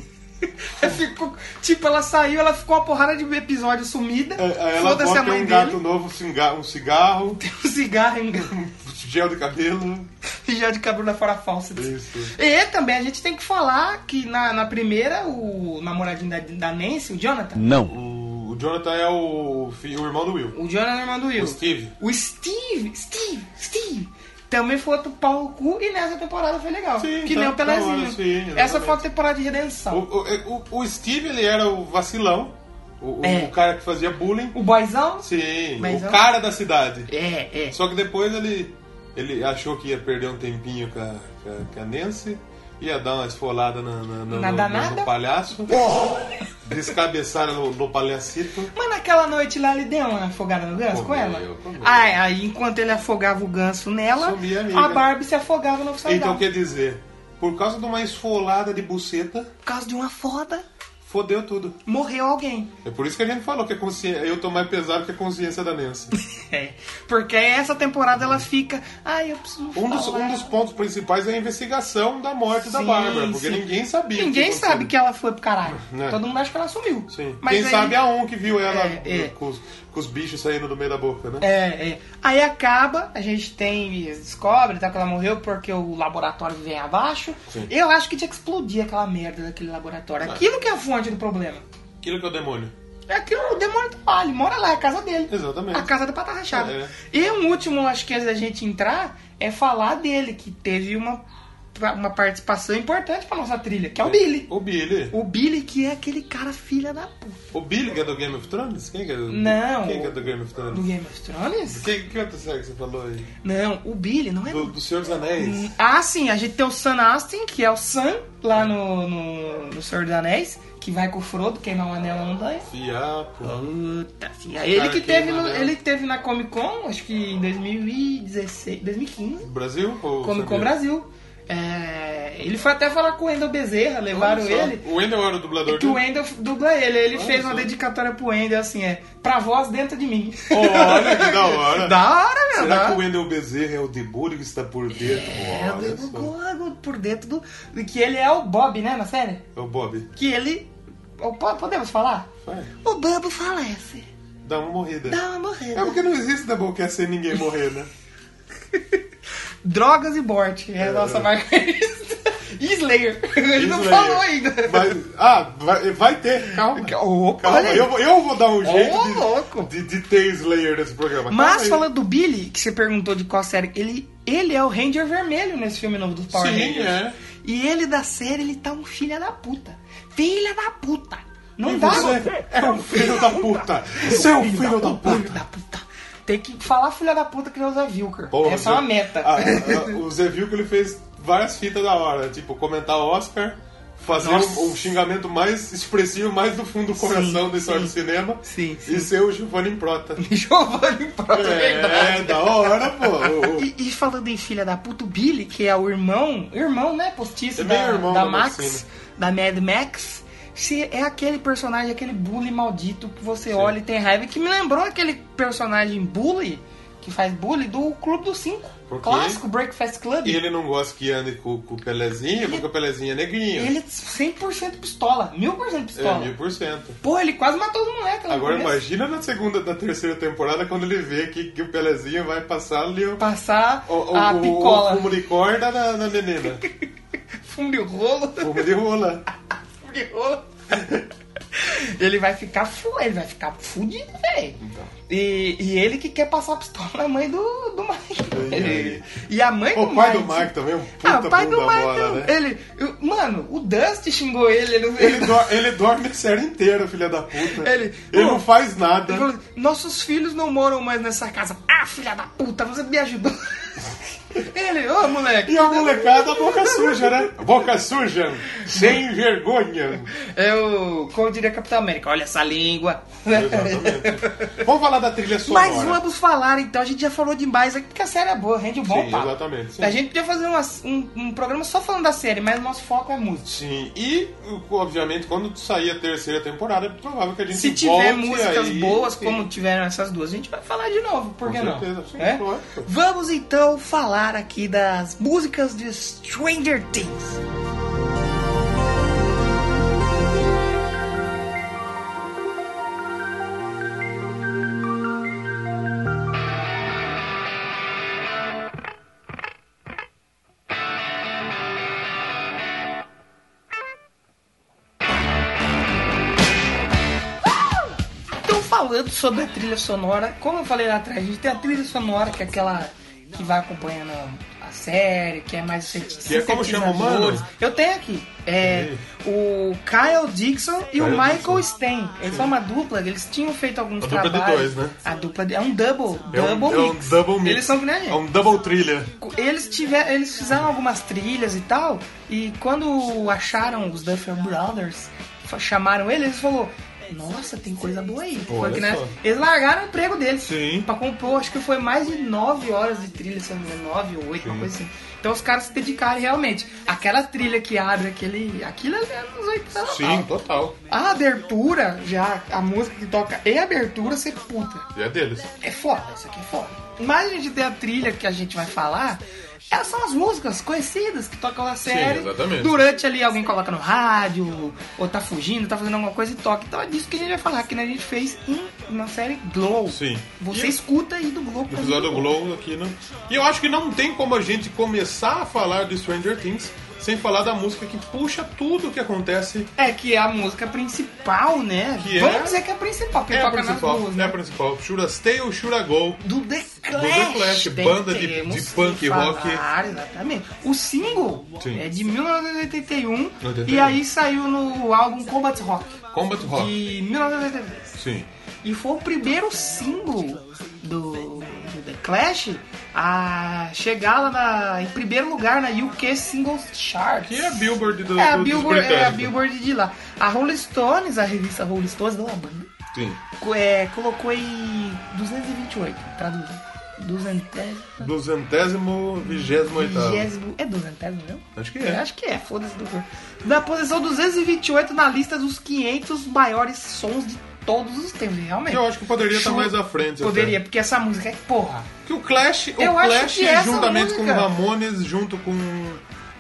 [SPEAKER 1] Ficou, tipo, ela saiu, ela ficou uma porrada de episódio sumida.
[SPEAKER 2] Aí Ela
[SPEAKER 1] Foda-se
[SPEAKER 2] bota
[SPEAKER 1] a
[SPEAKER 2] um
[SPEAKER 1] mãe
[SPEAKER 2] gato
[SPEAKER 1] dele.
[SPEAKER 2] novo, um ciga- um cigarro,
[SPEAKER 1] Tem <laughs> um cigarro em
[SPEAKER 2] gel de cabelo.
[SPEAKER 1] já de cabelo fora falsa.
[SPEAKER 2] Isso.
[SPEAKER 1] E também a gente tem que falar que na, na primeira, o namoradinho da, da Nancy, o Jonathan.
[SPEAKER 4] Não.
[SPEAKER 2] O, o Jonathan é o, fi- o irmão do Will.
[SPEAKER 1] O Jonathan é irmão do Will.
[SPEAKER 2] O Steve.
[SPEAKER 1] O Steve, Steve, Steve. Também foi outro pau no cu e nessa temporada foi legal.
[SPEAKER 2] Sim,
[SPEAKER 1] que
[SPEAKER 2] tá-
[SPEAKER 1] nem o
[SPEAKER 2] tá
[SPEAKER 1] Pelezinho.
[SPEAKER 2] hora, sim,
[SPEAKER 1] Essa foi uma
[SPEAKER 2] exatamente.
[SPEAKER 1] temporada de redenção.
[SPEAKER 2] O, é, o- o- o Steve, ele era o vacilão. O, o-
[SPEAKER 1] É.
[SPEAKER 2] o cara que fazia bullying.
[SPEAKER 1] O, boyzão?
[SPEAKER 2] Sim,
[SPEAKER 1] Mas
[SPEAKER 2] o
[SPEAKER 1] eu-
[SPEAKER 2] cara da cidade.
[SPEAKER 1] É, é.
[SPEAKER 2] Só que depois ele, ele achou que ia perder um tempinho com a, com a- com a Nancy. ia dar uma esfolada na, na, na-
[SPEAKER 1] Na
[SPEAKER 2] no,
[SPEAKER 1] danada? <laughs>
[SPEAKER 2] no palhaço. Descabeçaram no, no palhacito.
[SPEAKER 1] Mas naquela noite lá ele deu uma afogada no ganso com
[SPEAKER 2] Comeu,
[SPEAKER 1] ela?
[SPEAKER 2] comeu.
[SPEAKER 1] Aí, aí enquanto ele afogava o ganso nela,
[SPEAKER 2] Sumia a amiga.
[SPEAKER 1] a Barbie se afogava no oficial
[SPEAKER 2] Então quer dizer, por causa de uma esfolada de buceta,
[SPEAKER 1] Por causa de uma foda,
[SPEAKER 2] fodeu tudo.
[SPEAKER 1] morreu alguém.
[SPEAKER 2] É por isso que a gente falou que a consciência, eu tô mais pesado que a consciência da Nancy.
[SPEAKER 1] É. Porque essa temporada ela fica. Ai, eu preciso.
[SPEAKER 2] Um dos,
[SPEAKER 1] falar."
[SPEAKER 2] um dos pontos principais é a investigação da morte da
[SPEAKER 1] Sim,
[SPEAKER 2] Bárbara, porque
[SPEAKER 1] sim.
[SPEAKER 2] ninguém sabia. o
[SPEAKER 1] Ninguém
[SPEAKER 2] aconteceu.
[SPEAKER 1] sabe que ela foi pro caralho.
[SPEAKER 2] Né?
[SPEAKER 1] Todo mundo acha que ela sumiu.
[SPEAKER 2] Sim.
[SPEAKER 1] Mas
[SPEAKER 2] Quem
[SPEAKER 1] aí-
[SPEAKER 2] sabe a um que viu ela
[SPEAKER 1] É, é.
[SPEAKER 2] Com, os, com os bichos saindo do meio da boca, né?
[SPEAKER 1] É, é. Aí acaba, a gente tem, descobre tá, que ela morreu porque o laboratório vem abaixo.
[SPEAKER 2] Sim.
[SPEAKER 1] Eu acho que tinha que explodir aquela merda daquele laboratório. Aquilo que é a fonte do problema.
[SPEAKER 2] Aquilo que é o demônio.
[SPEAKER 1] É aquilo, o demônio tá lá, ele mora lá, é a casa dele.
[SPEAKER 2] Exatamente.
[SPEAKER 1] A casa da pata rachada.
[SPEAKER 2] É.
[SPEAKER 1] E um último, acho que antes da gente entrar, é falar dele, que teve uma, uma participação importante pra nossa trilha, que é o Billy.
[SPEAKER 2] O Billy.
[SPEAKER 1] O Billy, que é aquele cara filha da puta.
[SPEAKER 2] O Billy que é do Game of Thrones? Quem que é do,
[SPEAKER 1] Não.
[SPEAKER 2] Quem que é do Game of
[SPEAKER 1] Do
[SPEAKER 2] Thrones?
[SPEAKER 1] Game of Thrones?
[SPEAKER 2] Quem, que outra série que você falou aí?
[SPEAKER 1] Não, o Billy não é
[SPEAKER 2] Do, do Senhor dos Anéis.
[SPEAKER 1] Ah, sim, a gente tem o Sam Astin, que é o Sam, lá no, no, no Senhor dos Anéis, que vai com o Frodo queimar o anel na montanha.
[SPEAKER 2] Fiapo.
[SPEAKER 1] Puta filha. Ele
[SPEAKER 2] cara
[SPEAKER 1] que
[SPEAKER 2] queima
[SPEAKER 1] teve, no-
[SPEAKER 2] o anel.
[SPEAKER 1] ele que teve na Comic Con, acho que em 2016, 2015,
[SPEAKER 2] Brasil? Ou
[SPEAKER 1] Comic Con
[SPEAKER 2] sabia?
[SPEAKER 1] Brasil. É, ele foi até falar com o Wendel Bezerra,
[SPEAKER 2] Olha
[SPEAKER 1] levaram
[SPEAKER 2] só.
[SPEAKER 1] ele.
[SPEAKER 2] O Wendel era o
[SPEAKER 1] E
[SPEAKER 2] dublador
[SPEAKER 1] que o
[SPEAKER 2] dele.
[SPEAKER 1] Wendel dubla ele. Ele
[SPEAKER 2] Olha
[SPEAKER 1] fez uma
[SPEAKER 2] só.
[SPEAKER 1] dedicatória pro Wendel, assim, é, pra voz dentro de mim.
[SPEAKER 2] Olha que da
[SPEAKER 1] <laughs>
[SPEAKER 2] hora.
[SPEAKER 1] da hora, meu, da
[SPEAKER 2] Será que
[SPEAKER 1] hora.
[SPEAKER 2] o Wendel Bezerra é o demônio que está por dentro?
[SPEAKER 1] É, o
[SPEAKER 2] Olha
[SPEAKER 1] David
[SPEAKER 2] só.
[SPEAKER 1] Gorgon por dentro do. do Que ele é o Bob, né, na série?
[SPEAKER 2] É o Bob.
[SPEAKER 1] Que ele. o- po- Podemos falar?
[SPEAKER 2] Vai.
[SPEAKER 1] O Bambo falece.
[SPEAKER 2] Dá uma morrida.
[SPEAKER 1] Dá uma morrida.
[SPEAKER 2] É porque não existe Doublecast sem ninguém morrer, né?
[SPEAKER 1] Drogas e morte. É a nossa marca. E Slayer. <laughs> <laughs> Ele não
[SPEAKER 2] Isso aí.
[SPEAKER 1] falou ainda.
[SPEAKER 2] Vai- ah, vai, vai ter. Calma.
[SPEAKER 1] Opa, olha
[SPEAKER 2] Calma,
[SPEAKER 1] aí.
[SPEAKER 2] eu, vou- eu vou dar um jeito
[SPEAKER 1] Ô,
[SPEAKER 2] de,
[SPEAKER 1] louco.
[SPEAKER 2] De, de ter Slayer nesse programa. Calma
[SPEAKER 1] Mas
[SPEAKER 2] aí.
[SPEAKER 1] falando do Billy, que você perguntou de qual série, ele, ele é o Ranger Vermelho nesse filme novo do Power
[SPEAKER 2] Sim,
[SPEAKER 1] Rangers.
[SPEAKER 2] é.
[SPEAKER 1] E ele da série, ele tá um filha da puta. Filha da puta. Não
[SPEAKER 2] E
[SPEAKER 1] dá.
[SPEAKER 2] você é um filho da puta. Você é um filho da puta.
[SPEAKER 1] Filho da puta. Tem que falar filha da puta que não usa Vilker.
[SPEAKER 2] Porra,
[SPEAKER 1] Essa é uma
[SPEAKER 2] Zé-
[SPEAKER 1] meta.
[SPEAKER 2] Ah, ah, o Zé viu que ele fez várias fitas da hora, tipo, comentar Oscar, fazer
[SPEAKER 1] Nossa.
[SPEAKER 2] um, um xingamento mais expressivo, mais do fundo do coração da história
[SPEAKER 1] sim.
[SPEAKER 2] do cinema,
[SPEAKER 1] Sim,
[SPEAKER 2] e ser o Giovanni Prota.
[SPEAKER 1] <laughs> Giovanni Prota, <laughs> é
[SPEAKER 2] É,
[SPEAKER 1] verdade.
[SPEAKER 2] da hora,
[SPEAKER 1] <laughs>
[SPEAKER 2] pô. O- o-
[SPEAKER 1] E, e falando em filha da puta, o Billy, que é o irmão, irmão, né, postiço
[SPEAKER 2] É
[SPEAKER 1] da,
[SPEAKER 2] bem irmão assim, né?
[SPEAKER 1] da
[SPEAKER 2] da
[SPEAKER 1] Max,
[SPEAKER 2] Maxine.
[SPEAKER 1] da Mad Max, se é aquele personagem, aquele bully maldito que você olha e tem raiva, que me lembrou aquele personagem bully, que faz bully, do Clube dos Cinco,
[SPEAKER 2] Por quê?
[SPEAKER 1] clássico Breakfast Club.
[SPEAKER 2] E ele não gosta que ande com, com o Pelezinho, porque o Pelezinho é neguinho.
[SPEAKER 1] Ele é 100% pistola, 1000%
[SPEAKER 2] É,
[SPEAKER 1] pistola.
[SPEAKER 2] mil por cento.
[SPEAKER 1] Pô, ele quase matou os moleques lá no
[SPEAKER 2] Agora
[SPEAKER 1] começo.
[SPEAKER 2] imagina na segunda, na terceira temporada, quando ele vê que, que o Pelezinho vai passar ali o,
[SPEAKER 1] Passar
[SPEAKER 2] o, o,
[SPEAKER 1] a
[SPEAKER 2] o- o
[SPEAKER 1] picola.
[SPEAKER 2] fumo de corda na, na
[SPEAKER 1] <laughs>
[SPEAKER 2] menina.
[SPEAKER 1] fumo de rolo,
[SPEAKER 2] Fumo de rola.
[SPEAKER 1] fumo de rolo. <laughs> Ele vai ficar fu, ele vai ficar fudido, velho.
[SPEAKER 2] Então.
[SPEAKER 1] E, e ele que quer passar a pistola na mãe do, do Mike.
[SPEAKER 2] Ai,
[SPEAKER 1] Ele-
[SPEAKER 2] ai.
[SPEAKER 1] e a mãe do
[SPEAKER 2] O pai do
[SPEAKER 1] Mike-
[SPEAKER 2] Mike também é um puta
[SPEAKER 1] Ah, o pai do
[SPEAKER 2] bunda
[SPEAKER 1] Mike.
[SPEAKER 2] bola, né?
[SPEAKER 1] Ele, eu- mano, o Dusty xingou ele. Ele,
[SPEAKER 2] Ele, dor- ele dorme a série inteira, filha da puta.
[SPEAKER 1] Ele-
[SPEAKER 2] não faz nada.
[SPEAKER 1] ele <laughs> falou, Nossos filhos não moram mais nessa casa. Ah, filha da puta, você me ajudou. <laughs> ele, ô moleque.
[SPEAKER 2] E a molecada, boca suja, né? Boca suja, sem vergonha.
[SPEAKER 1] É o. Como diria Capitão América, olha essa língua.
[SPEAKER 2] Exatamente. Vamos falar da trilha sonora.
[SPEAKER 1] Mas vamos falar então, a gente já falou demais aqui, porque a série é boa, rende um bom
[SPEAKER 2] Sim,
[SPEAKER 1] papo.
[SPEAKER 2] exatamente. Sim.
[SPEAKER 1] A gente podia fazer uma- um, um programa só falando da série, mas o nosso foco é música.
[SPEAKER 2] Sim, e obviamente quando sair a terceira temporada, é provável que a gente
[SPEAKER 1] Se tiver
[SPEAKER 2] volte
[SPEAKER 1] músicas
[SPEAKER 2] aí,
[SPEAKER 1] boas,
[SPEAKER 2] sim.
[SPEAKER 1] como tiveram essas duas, a gente vai falar de novo, por
[SPEAKER 2] Com
[SPEAKER 1] que
[SPEAKER 2] certeza,
[SPEAKER 1] não?
[SPEAKER 2] sim,
[SPEAKER 1] É?
[SPEAKER 2] lógico.
[SPEAKER 1] Vamos então falar aqui das músicas de Stranger Things. Então falando sobre a trilha sonora, como eu falei lá atrás, a gente tem a trilha sonora, que é aquela que vai acompanhando a a série, que é mais
[SPEAKER 2] Que é como chama o mano?
[SPEAKER 1] Eu tenho aqui. É, o Kyle Dixon e o
[SPEAKER 2] Kyle
[SPEAKER 1] Michael Stein. Eles são uma dupla, eles tinham feito alguns
[SPEAKER 2] A dupla de
[SPEAKER 1] trabalhos.
[SPEAKER 2] dois, né?
[SPEAKER 1] A dupla de, é um double,
[SPEAKER 2] É um,
[SPEAKER 1] double
[SPEAKER 2] é um
[SPEAKER 1] mix.
[SPEAKER 2] double mix.
[SPEAKER 1] Eles são que nem a gente
[SPEAKER 2] É um double trilha.
[SPEAKER 1] eles tiveram, eles fizeram algumas trilhas e tal, e quando acharam os Duffer Brothers, fa- chamaram eles, eles falou: "Nossa, tem coisa boa aí". Foi
[SPEAKER 2] Olha
[SPEAKER 1] que, né,
[SPEAKER 2] só.
[SPEAKER 1] eles largaram o emprego deles
[SPEAKER 2] Sim.
[SPEAKER 1] pra compor, acho que foi mais de 9 horas de trilha, se eu não me engano, 9 ou 8, uma coisa assim. Então os caras se dedicaram realmente. Aquela trilha que abre aquele, aquilo é nos 80 anos.
[SPEAKER 2] Sim, total.
[SPEAKER 1] A abertura, já a música que toca e a abertura, você puta.
[SPEAKER 2] E é deles.
[SPEAKER 1] É foda, isso aqui é foda. Mas a gente tem a trilha que a gente vai falar. Elas são as músicas conhecidas que tocam na série.
[SPEAKER 2] exatamente.
[SPEAKER 1] Durante ali alguém coloca no rádio, ou tá fugindo, tá fazendo alguma coisa e toca. Então é disso que a gente vai falar, que né, a gente fez em, na série Glow.
[SPEAKER 2] Sim.
[SPEAKER 1] Você
[SPEAKER 2] E-
[SPEAKER 1] escuta aí do Glow.
[SPEAKER 2] No episódio Glow aqui, né? E eu acho que não tem como a gente começar a falar de Stranger Things sem falar da música que puxa tudo o que acontece.
[SPEAKER 1] É que é a música principal, né?
[SPEAKER 2] Que é-
[SPEAKER 1] Vamos dizer que é a principal, porque
[SPEAKER 2] é a
[SPEAKER 1] toca
[SPEAKER 2] principal.
[SPEAKER 1] nas duas,
[SPEAKER 2] É a
[SPEAKER 1] né?
[SPEAKER 2] principal. Should I Stay ou Should I Go?
[SPEAKER 1] Do The Clash.
[SPEAKER 2] The Clash,
[SPEAKER 1] Tem-
[SPEAKER 2] banda de-
[SPEAKER 1] temos
[SPEAKER 2] de
[SPEAKER 1] que
[SPEAKER 2] punk rock.
[SPEAKER 1] falar, Exatamente. O single
[SPEAKER 2] Sim.
[SPEAKER 1] é de 1981
[SPEAKER 2] 81.
[SPEAKER 1] e aí saiu no álbum Combat Rock
[SPEAKER 2] Combat Rock.
[SPEAKER 1] de 1983.
[SPEAKER 2] Sim.
[SPEAKER 1] E foi o primeiro single do, do The Clash a chegar lá na- em primeiro lugar na UK Singles Chart.
[SPEAKER 2] Que é a Billboard do,
[SPEAKER 1] É a
[SPEAKER 2] do- dos
[SPEAKER 1] Billboard, é a
[SPEAKER 2] britânicos.
[SPEAKER 1] Billboard de lá. A Rolling Stones, a revista Rolling Stones, não a banda,
[SPEAKER 2] Sim.
[SPEAKER 1] co- é, colocou em 228, traduzindo. 200,
[SPEAKER 2] Duzentésimo, vigésimo oitavo.
[SPEAKER 1] vigésimo. É 200 mesmo?
[SPEAKER 2] Acho que
[SPEAKER 1] Eu
[SPEAKER 2] é.
[SPEAKER 1] acho que é, foda-se do Na posição 228 na lista dos 500 maiores sons de todos os tempos, realmente.
[SPEAKER 2] Eu acho que poderia estar
[SPEAKER 1] Chu-
[SPEAKER 2] mais à frente. até.
[SPEAKER 1] Poderia, porque essa música é porra.
[SPEAKER 2] Que o Clash, o
[SPEAKER 1] Eu acho
[SPEAKER 2] Clash
[SPEAKER 1] que essa é
[SPEAKER 2] juntamente
[SPEAKER 1] música-
[SPEAKER 2] com Ramones, junto com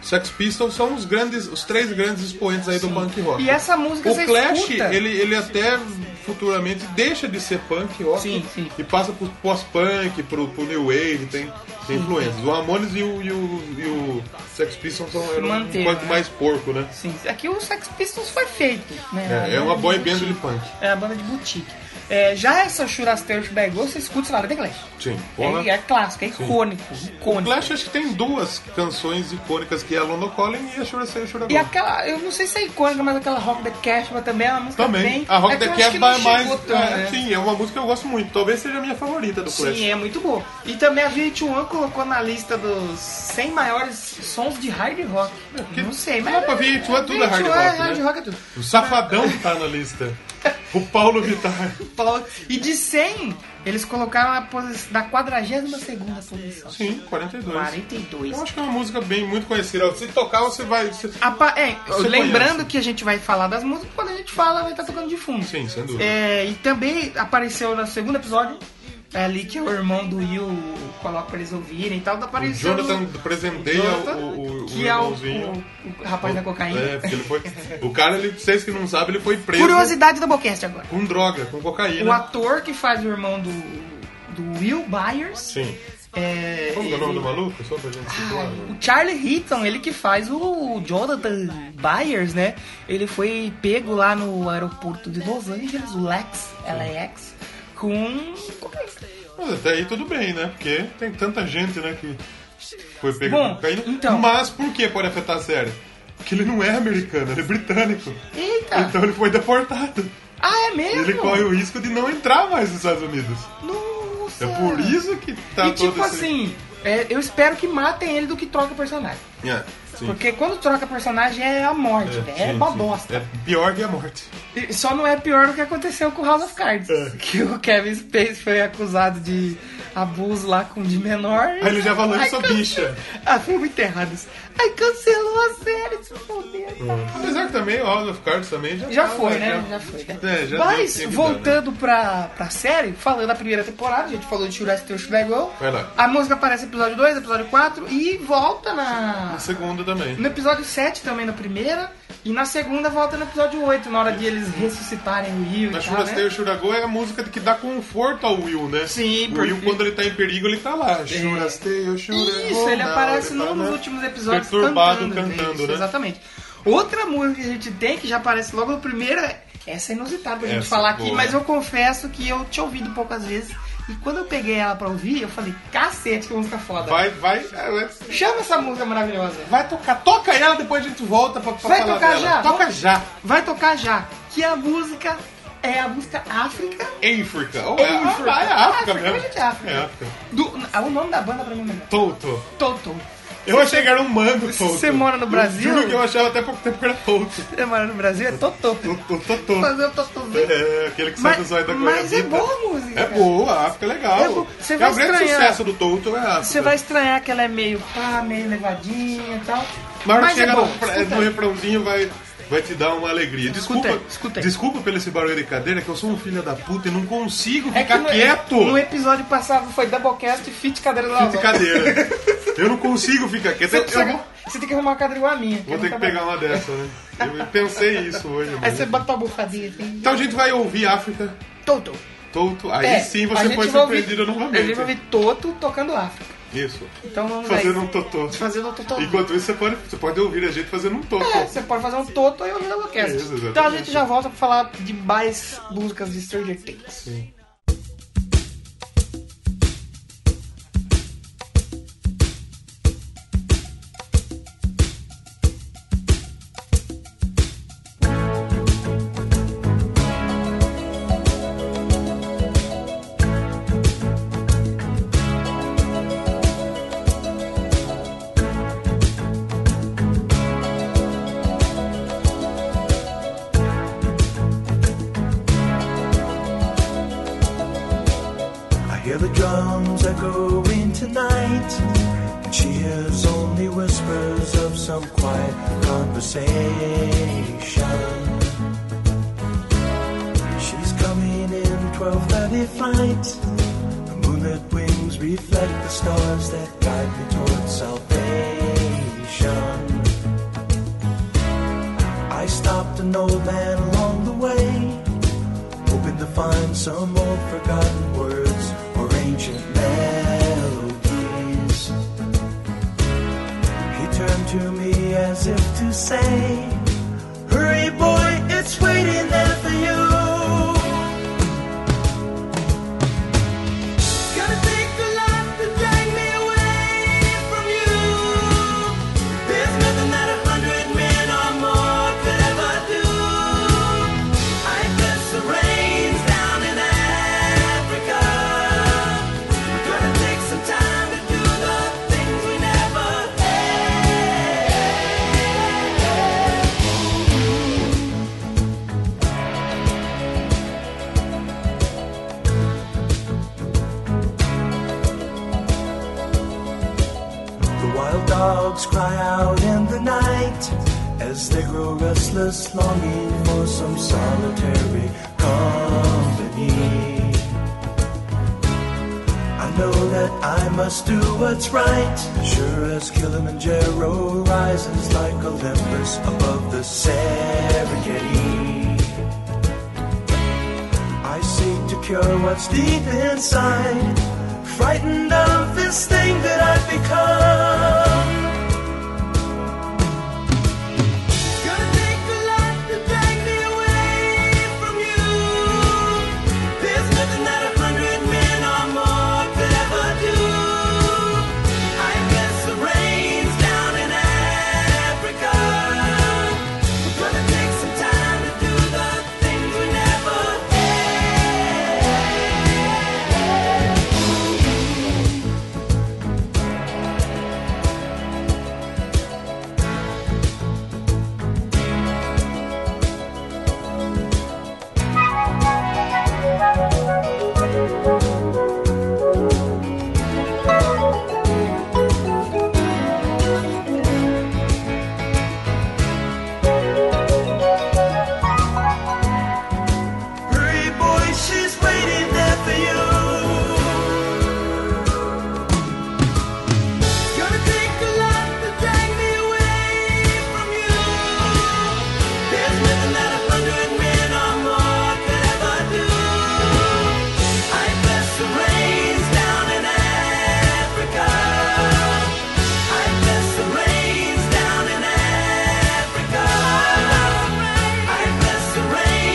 [SPEAKER 2] Sex Pistols, são os grandes, os três grandes expoentes aí do punk rock.
[SPEAKER 1] E essa música você
[SPEAKER 2] o Clash,
[SPEAKER 1] escuta.
[SPEAKER 2] ele, ele até futuramente deixa de ser punk rock
[SPEAKER 1] Sim, sim.
[SPEAKER 2] e passa pro pós-punk, pro, pro new wave, tem, tem influências. O Ramones e o, e o, e o Sex Pistols são eram
[SPEAKER 1] Manteve,
[SPEAKER 2] um punk
[SPEAKER 1] né?
[SPEAKER 2] mais porco, né?
[SPEAKER 1] Sim, aqui o Sex Pistols foi feito. Né?
[SPEAKER 2] É, é uma boy band
[SPEAKER 1] boutique.
[SPEAKER 2] de punk.
[SPEAKER 1] É a banda de boutique. É, já essa Churasteiro Chubegô, você escuta e fala The Clash.
[SPEAKER 2] Sim, porra.
[SPEAKER 1] É, é clássico, é icônico.
[SPEAKER 2] O
[SPEAKER 1] icônico.
[SPEAKER 2] Clash acho que tem duas canções icônicas que é a London Calling e a Shura Say Shura
[SPEAKER 1] E
[SPEAKER 2] Go.
[SPEAKER 1] aquela, eu não sei se é icônica, mas aquela Rock the Casbah também é uma música
[SPEAKER 2] Também.
[SPEAKER 1] bem...
[SPEAKER 2] A Rock
[SPEAKER 1] é que
[SPEAKER 2] the
[SPEAKER 1] eu acho
[SPEAKER 2] Cat
[SPEAKER 1] que não
[SPEAKER 2] vai mais.
[SPEAKER 1] chegou tanto,
[SPEAKER 2] é,
[SPEAKER 1] né?
[SPEAKER 2] Sim, é uma música que eu gosto muito. Talvez seja a minha favorita do Clash.
[SPEAKER 1] Sim, é muito boa. E também a VH1 colocou na lista dos 100 maiores sons de hard rock. não sei, mas...
[SPEAKER 2] Não, pra VH1 é tudo hard rock,
[SPEAKER 1] É
[SPEAKER 2] né?
[SPEAKER 1] hard rock é tudo.
[SPEAKER 2] O Safadão tá na lista. O Paulo Vittar.
[SPEAKER 1] Paulo- E de 100, eles colocaram na, posi... na 42ª posição.
[SPEAKER 2] Sim, 42.
[SPEAKER 1] 42.
[SPEAKER 2] Eu acho que é uma música bem muito conhecida. Se tocar, você vai. você-
[SPEAKER 1] A pa- é,
[SPEAKER 2] Você
[SPEAKER 1] lembrando
[SPEAKER 2] conhece.
[SPEAKER 1] que a gente vai falar das músicas, quando a gente fala, vai estar tocando de fundo.
[SPEAKER 2] Sim, sem dúvida.
[SPEAKER 1] É, e também apareceu no segundo episódio, é ali que o irmão do Will coloca pra eles ouvirem e tal,
[SPEAKER 2] O
[SPEAKER 1] apareceu.
[SPEAKER 2] Jonathan presenteia
[SPEAKER 1] É, Jonathan,
[SPEAKER 2] o, o, o
[SPEAKER 1] que é o,
[SPEAKER 2] irmãozinho.
[SPEAKER 1] o- o rapaz da cocaína.
[SPEAKER 2] É, porque ele foi. O cara, ele, vocês que não sabem, ele foi preso
[SPEAKER 1] Curiosidade do Bocast agora.
[SPEAKER 2] com droga, com
[SPEAKER 1] O
[SPEAKER 2] cocaína.
[SPEAKER 1] ator que faz o irmão do, do Will Byers.
[SPEAKER 2] Sim.
[SPEAKER 1] É,
[SPEAKER 2] Como que é o nome
[SPEAKER 1] ele- é
[SPEAKER 2] do maluco? Só pra gente situar. né?
[SPEAKER 1] O Charlie Heaton, ele que faz o Jonathan Byers, né? Ele foi pego lá no aeroporto de Los Angeles, o Lex, LAX, com.
[SPEAKER 2] Mas até aí tudo bem, né? Porque tem tanta gente, né, que foi pego
[SPEAKER 1] Bom,
[SPEAKER 2] com cocaína.
[SPEAKER 1] então.
[SPEAKER 2] Mas por que pode afetar a série? Porque ele não é americano, ele é britânico.
[SPEAKER 1] Eita!
[SPEAKER 2] <laughs> Então ele foi deportado.
[SPEAKER 1] Ah, é
[SPEAKER 2] E
[SPEAKER 1] mesmo?
[SPEAKER 2] Ele corre o risco de não entrar mais nos Estados Unidos.
[SPEAKER 1] Nossa!
[SPEAKER 2] É por isso que tá
[SPEAKER 1] E tipo
[SPEAKER 2] todo esse-
[SPEAKER 1] assim, é, eu espero que matem ele do que troca personagem.
[SPEAKER 2] É, sim.
[SPEAKER 1] Porque quando troca personagem é a morte,
[SPEAKER 2] É,
[SPEAKER 1] velho. É
[SPEAKER 2] sim,
[SPEAKER 1] uma
[SPEAKER 2] sim.
[SPEAKER 1] bosta.
[SPEAKER 2] É pior que a morte.
[SPEAKER 1] E Só não é pior do que aconteceu com House of Cards.
[SPEAKER 2] É.
[SPEAKER 1] Que o Kevin Space foi acusado de abuso lá com um de menor.
[SPEAKER 2] Aí ele já falou, eu
[SPEAKER 1] Ai,
[SPEAKER 2] sou
[SPEAKER 1] cance-
[SPEAKER 2] bicha.
[SPEAKER 1] Ah, foi muito errado isso. Aí cancelou a série, se fodeu.
[SPEAKER 2] Apesar que também o House of Cards também já
[SPEAKER 1] Já
[SPEAKER 2] tá,
[SPEAKER 1] foi, né? Já foi. né?
[SPEAKER 2] É, já
[SPEAKER 1] Mas,
[SPEAKER 2] deu o que deu, né?
[SPEAKER 1] voltando pra, pra série, falando da primeira temporada, a gente falou de Shura Steel Go.
[SPEAKER 2] Vai lá.
[SPEAKER 1] A música aparece no episódio 2, episódio 4 e volta na.
[SPEAKER 2] No Um segundo também.
[SPEAKER 1] No episódio 7 também, na primeira. E na segunda volta no episódio 8, na hora de eles ressuscitarem o Will
[SPEAKER 2] Na
[SPEAKER 1] e tal,
[SPEAKER 2] Shura
[SPEAKER 1] né?
[SPEAKER 2] Stay Shuragô é a música que dá conforto ao Will, né?
[SPEAKER 1] Sim,
[SPEAKER 2] o
[SPEAKER 1] porque- É.
[SPEAKER 2] Will, quando ele tá em perigo, ele tá lá. Shura Stay, eu Shura tá
[SPEAKER 1] Isso, ele aparece num dos últimos episódios
[SPEAKER 2] né? Perturbado
[SPEAKER 1] cantando,
[SPEAKER 2] cantando,
[SPEAKER 1] isso,
[SPEAKER 2] né?
[SPEAKER 1] Exatamente. Outra música que a gente tem, que já aparece logo no primeiro, é- essa é inusitada pra gente
[SPEAKER 2] Essa,
[SPEAKER 1] falar aqui,
[SPEAKER 2] boa.
[SPEAKER 1] mas eu confesso que eu tinha ouvido poucas vezes, E quando eu peguei ela pra ouvir, eu falei, cacete, que música foda.
[SPEAKER 2] Vai, vai, é,
[SPEAKER 1] Chama essa música maravilhosa.
[SPEAKER 2] vai tocar. Toca ela, depois a gente volta pra, pra
[SPEAKER 1] Vai
[SPEAKER 2] falar
[SPEAKER 1] tocar
[SPEAKER 2] dela.
[SPEAKER 1] já?
[SPEAKER 2] Toca já.
[SPEAKER 1] Vai tocar já. Que a música é a música África.
[SPEAKER 2] África. É,
[SPEAKER 1] África.
[SPEAKER 2] é África
[SPEAKER 1] África,
[SPEAKER 2] mesmo.
[SPEAKER 1] coisa de África.
[SPEAKER 2] É África.
[SPEAKER 1] Do, ah, o nome da banda pra mim não é
[SPEAKER 2] Toto.
[SPEAKER 1] Toto.
[SPEAKER 2] Eu achei que era um mango Toto.
[SPEAKER 1] Você mora no
[SPEAKER 2] Eu
[SPEAKER 1] Brasil?
[SPEAKER 2] Juro que eu achava até pouco tempo que era Toto.
[SPEAKER 1] Você mora no Brasil? É Totô.
[SPEAKER 2] Toto, Toto.
[SPEAKER 1] Fazer o Totozinho.
[SPEAKER 2] É, aquele que sai do
[SPEAKER 1] Mas,
[SPEAKER 2] zóio da
[SPEAKER 1] mas é
[SPEAKER 2] Goiabita.
[SPEAKER 1] boa a música.
[SPEAKER 2] É boa, a África é legal.
[SPEAKER 1] É bo- você
[SPEAKER 2] É
[SPEAKER 1] vai
[SPEAKER 2] o grande
[SPEAKER 1] estranhar.
[SPEAKER 2] sucesso do Toto é a África.
[SPEAKER 1] Você vai estranhar que ela é meio pá, meio levadinha e tal.
[SPEAKER 2] Mas,
[SPEAKER 1] Mas
[SPEAKER 2] chega
[SPEAKER 1] é bom.
[SPEAKER 2] no, pra-
[SPEAKER 1] Escuta
[SPEAKER 2] no
[SPEAKER 1] aí.
[SPEAKER 2] refrãozinho vai, vai te dar uma alegria. Desculpa,
[SPEAKER 1] Escuta aí, escuta aí.
[SPEAKER 2] desculpa pelo esse barulho de cadeira, que eu sou um filho da puta e não consigo
[SPEAKER 1] É que
[SPEAKER 2] ficar
[SPEAKER 1] no,
[SPEAKER 2] quieto.
[SPEAKER 1] no episódio passado foi Doublecast e Fit Cadeira do
[SPEAKER 2] de
[SPEAKER 1] Lavão. <laughs>
[SPEAKER 2] cadeira. Eu não consigo ficar quieto.
[SPEAKER 1] Você,
[SPEAKER 2] Eu,
[SPEAKER 1] precisa-
[SPEAKER 2] eu vou,
[SPEAKER 1] você tem que arrumar uma cadeira igual a minha.
[SPEAKER 2] vou
[SPEAKER 1] eu
[SPEAKER 2] ter que
[SPEAKER 1] nunca
[SPEAKER 2] pegar
[SPEAKER 1] mais-
[SPEAKER 2] uma dessa, né?
[SPEAKER 1] <laughs>
[SPEAKER 2] Eu pensei isso hoje.
[SPEAKER 1] Então tá Aí
[SPEAKER 2] mano.
[SPEAKER 1] você bota uma bufadinha assim.
[SPEAKER 2] Então a gente vai ouvir África
[SPEAKER 1] Toto.
[SPEAKER 2] Toto. Aí
[SPEAKER 1] É,
[SPEAKER 2] sim
[SPEAKER 1] a
[SPEAKER 2] você
[SPEAKER 1] gente
[SPEAKER 2] foi
[SPEAKER 1] vai ouvir-
[SPEAKER 2] surpreendida
[SPEAKER 1] A gente vai
[SPEAKER 2] novamente.
[SPEAKER 1] ouvir Toto tocando África.
[SPEAKER 2] Isso.
[SPEAKER 1] Então vamos
[SPEAKER 2] Fazendo
[SPEAKER 1] aí.
[SPEAKER 2] um totô. <laughs>
[SPEAKER 1] Fazendo um Toto.
[SPEAKER 2] Enquanto isso, você pode, você pode ouvir a gente fazendo um totô.
[SPEAKER 1] É, você pode fazer um Toto e ouvir Doublecast.
[SPEAKER 2] Isso, exatamente.
[SPEAKER 1] Então a gente já volta pra falar de mais músicas de Stranger Things.
[SPEAKER 5] I hear the drums echoing tonight. and She hears only whispers of some quiet conversation. She's coming in 12:30 flight. The moonlit wings reflect the stars that guide me towards salvation. I stopped an old man along the way hoping to find some old forgotten words or ancient melodies. He turned to me as if to say, Hurry, boy, it's waiting there for you. Gonna take a lot to drag me away from you. There's nothing that a hundred men or more could ever do. I bless the rains down in Africa. We're gonna take some time to do the things we never had. The wild dogs cry out in the night as they grow restless, longing for some solitary company. I know that I must do what's right. Sure as Kilimanjaro rises like Olympus above the Serengeti. I seek to cure what's deep inside, frightened of this thing that I've become. It's gonna take a lot to drag me away from you. There's nothing that a hundred men or more could ever do. I bless the rains down in Africa. We're gonna take some time to do the things we never had. Hurry, boy, she's waiting there for you. It's gonna take a lot to drag me away from you. There's nothing that a hundred men or more could ever do. I bless the rains down in Africa. I bless the rains down in Africa. I bless the rains down in Africa.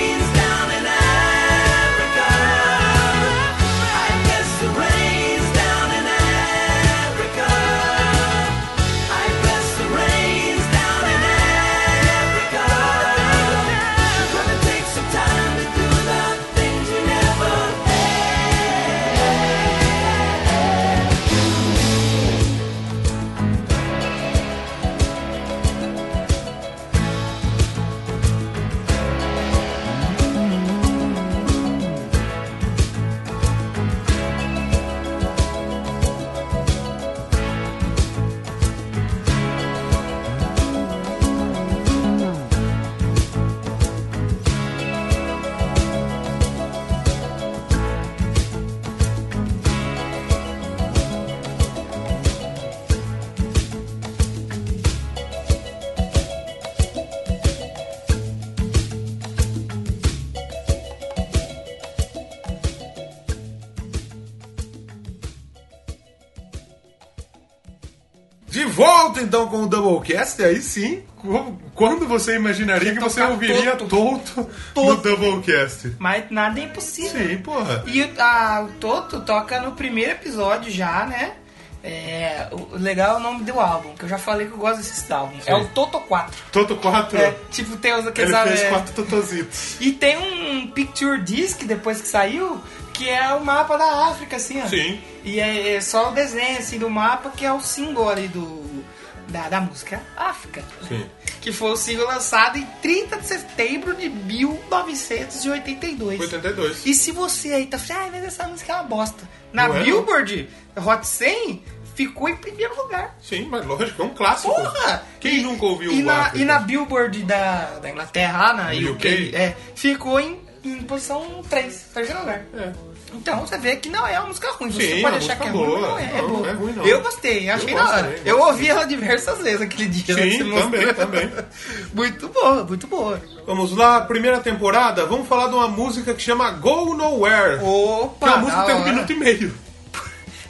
[SPEAKER 2] De volta então com o Doublecast, aí sim, co- quando você imaginaria que você
[SPEAKER 1] tocar
[SPEAKER 2] ouviria
[SPEAKER 1] todo-
[SPEAKER 2] Toto no
[SPEAKER 1] todo.
[SPEAKER 2] Doublecast?
[SPEAKER 1] Mas nada é impossível.
[SPEAKER 2] Sim, porra.
[SPEAKER 1] E o- a, o Toto toca no primeiro episódio já, né? É, o o legal é o nome do álbum, que eu já falei que eu gosto desses álbuns. É o Toto 4.
[SPEAKER 2] Toto 4,
[SPEAKER 1] É, <laughs> tipo, tem os aqueles
[SPEAKER 2] ele fez
[SPEAKER 1] é,
[SPEAKER 2] quatro Totozitos.
[SPEAKER 1] E tem um picture disc depois que saiu, que é o mapa da África, assim, ó.
[SPEAKER 2] Sim.
[SPEAKER 1] E é, é só o desenho, assim, do mapa, que é o single ali do, da, da música África.
[SPEAKER 2] Sim.
[SPEAKER 1] Que foi o single lançado em 30 de setembro de 1982.
[SPEAKER 2] 82.
[SPEAKER 1] E se você aí tá falando, ai, mas essa música é uma bosta. Na
[SPEAKER 2] Não é, não.
[SPEAKER 1] Billboard Hot 100 ficou em primeiro lugar.
[SPEAKER 2] Sim, mas lógico, é um clássico.
[SPEAKER 1] Porra!
[SPEAKER 2] Quem
[SPEAKER 1] E-
[SPEAKER 2] nunca ouviu
[SPEAKER 1] e
[SPEAKER 2] o
[SPEAKER 1] na,
[SPEAKER 2] África?
[SPEAKER 1] e na Billboard da, da Inglaterra, lá na
[SPEAKER 2] Do
[SPEAKER 1] UK,
[SPEAKER 2] UK?
[SPEAKER 1] é, ficou em, em posição 3, terceiro lugar.
[SPEAKER 2] É.
[SPEAKER 1] Então você vê que não é uma música ruim. Você
[SPEAKER 2] Sim, é uma
[SPEAKER 1] pode achar que é
[SPEAKER 2] música
[SPEAKER 1] ruim, mas não
[SPEAKER 2] boa.
[SPEAKER 1] é. é
[SPEAKER 2] Não,
[SPEAKER 1] boa.
[SPEAKER 2] não é ruim, não.
[SPEAKER 1] Eu gostei, achei da
[SPEAKER 2] gosto
[SPEAKER 1] hora.
[SPEAKER 2] também,
[SPEAKER 1] eu
[SPEAKER 2] gosto.
[SPEAKER 1] ouvi ela diversas vezes aquele dia. né, que você
[SPEAKER 2] Sim,
[SPEAKER 1] mostrou.
[SPEAKER 2] também, também.
[SPEAKER 1] muito boa, muito boa.
[SPEAKER 2] Vamos lá, primeira temporada, vamos falar de uma música que chama Go Nowhere.
[SPEAKER 1] Opa!
[SPEAKER 2] que é uma música
[SPEAKER 1] da
[SPEAKER 2] que tem um
[SPEAKER 1] hora.
[SPEAKER 2] minuto e meio.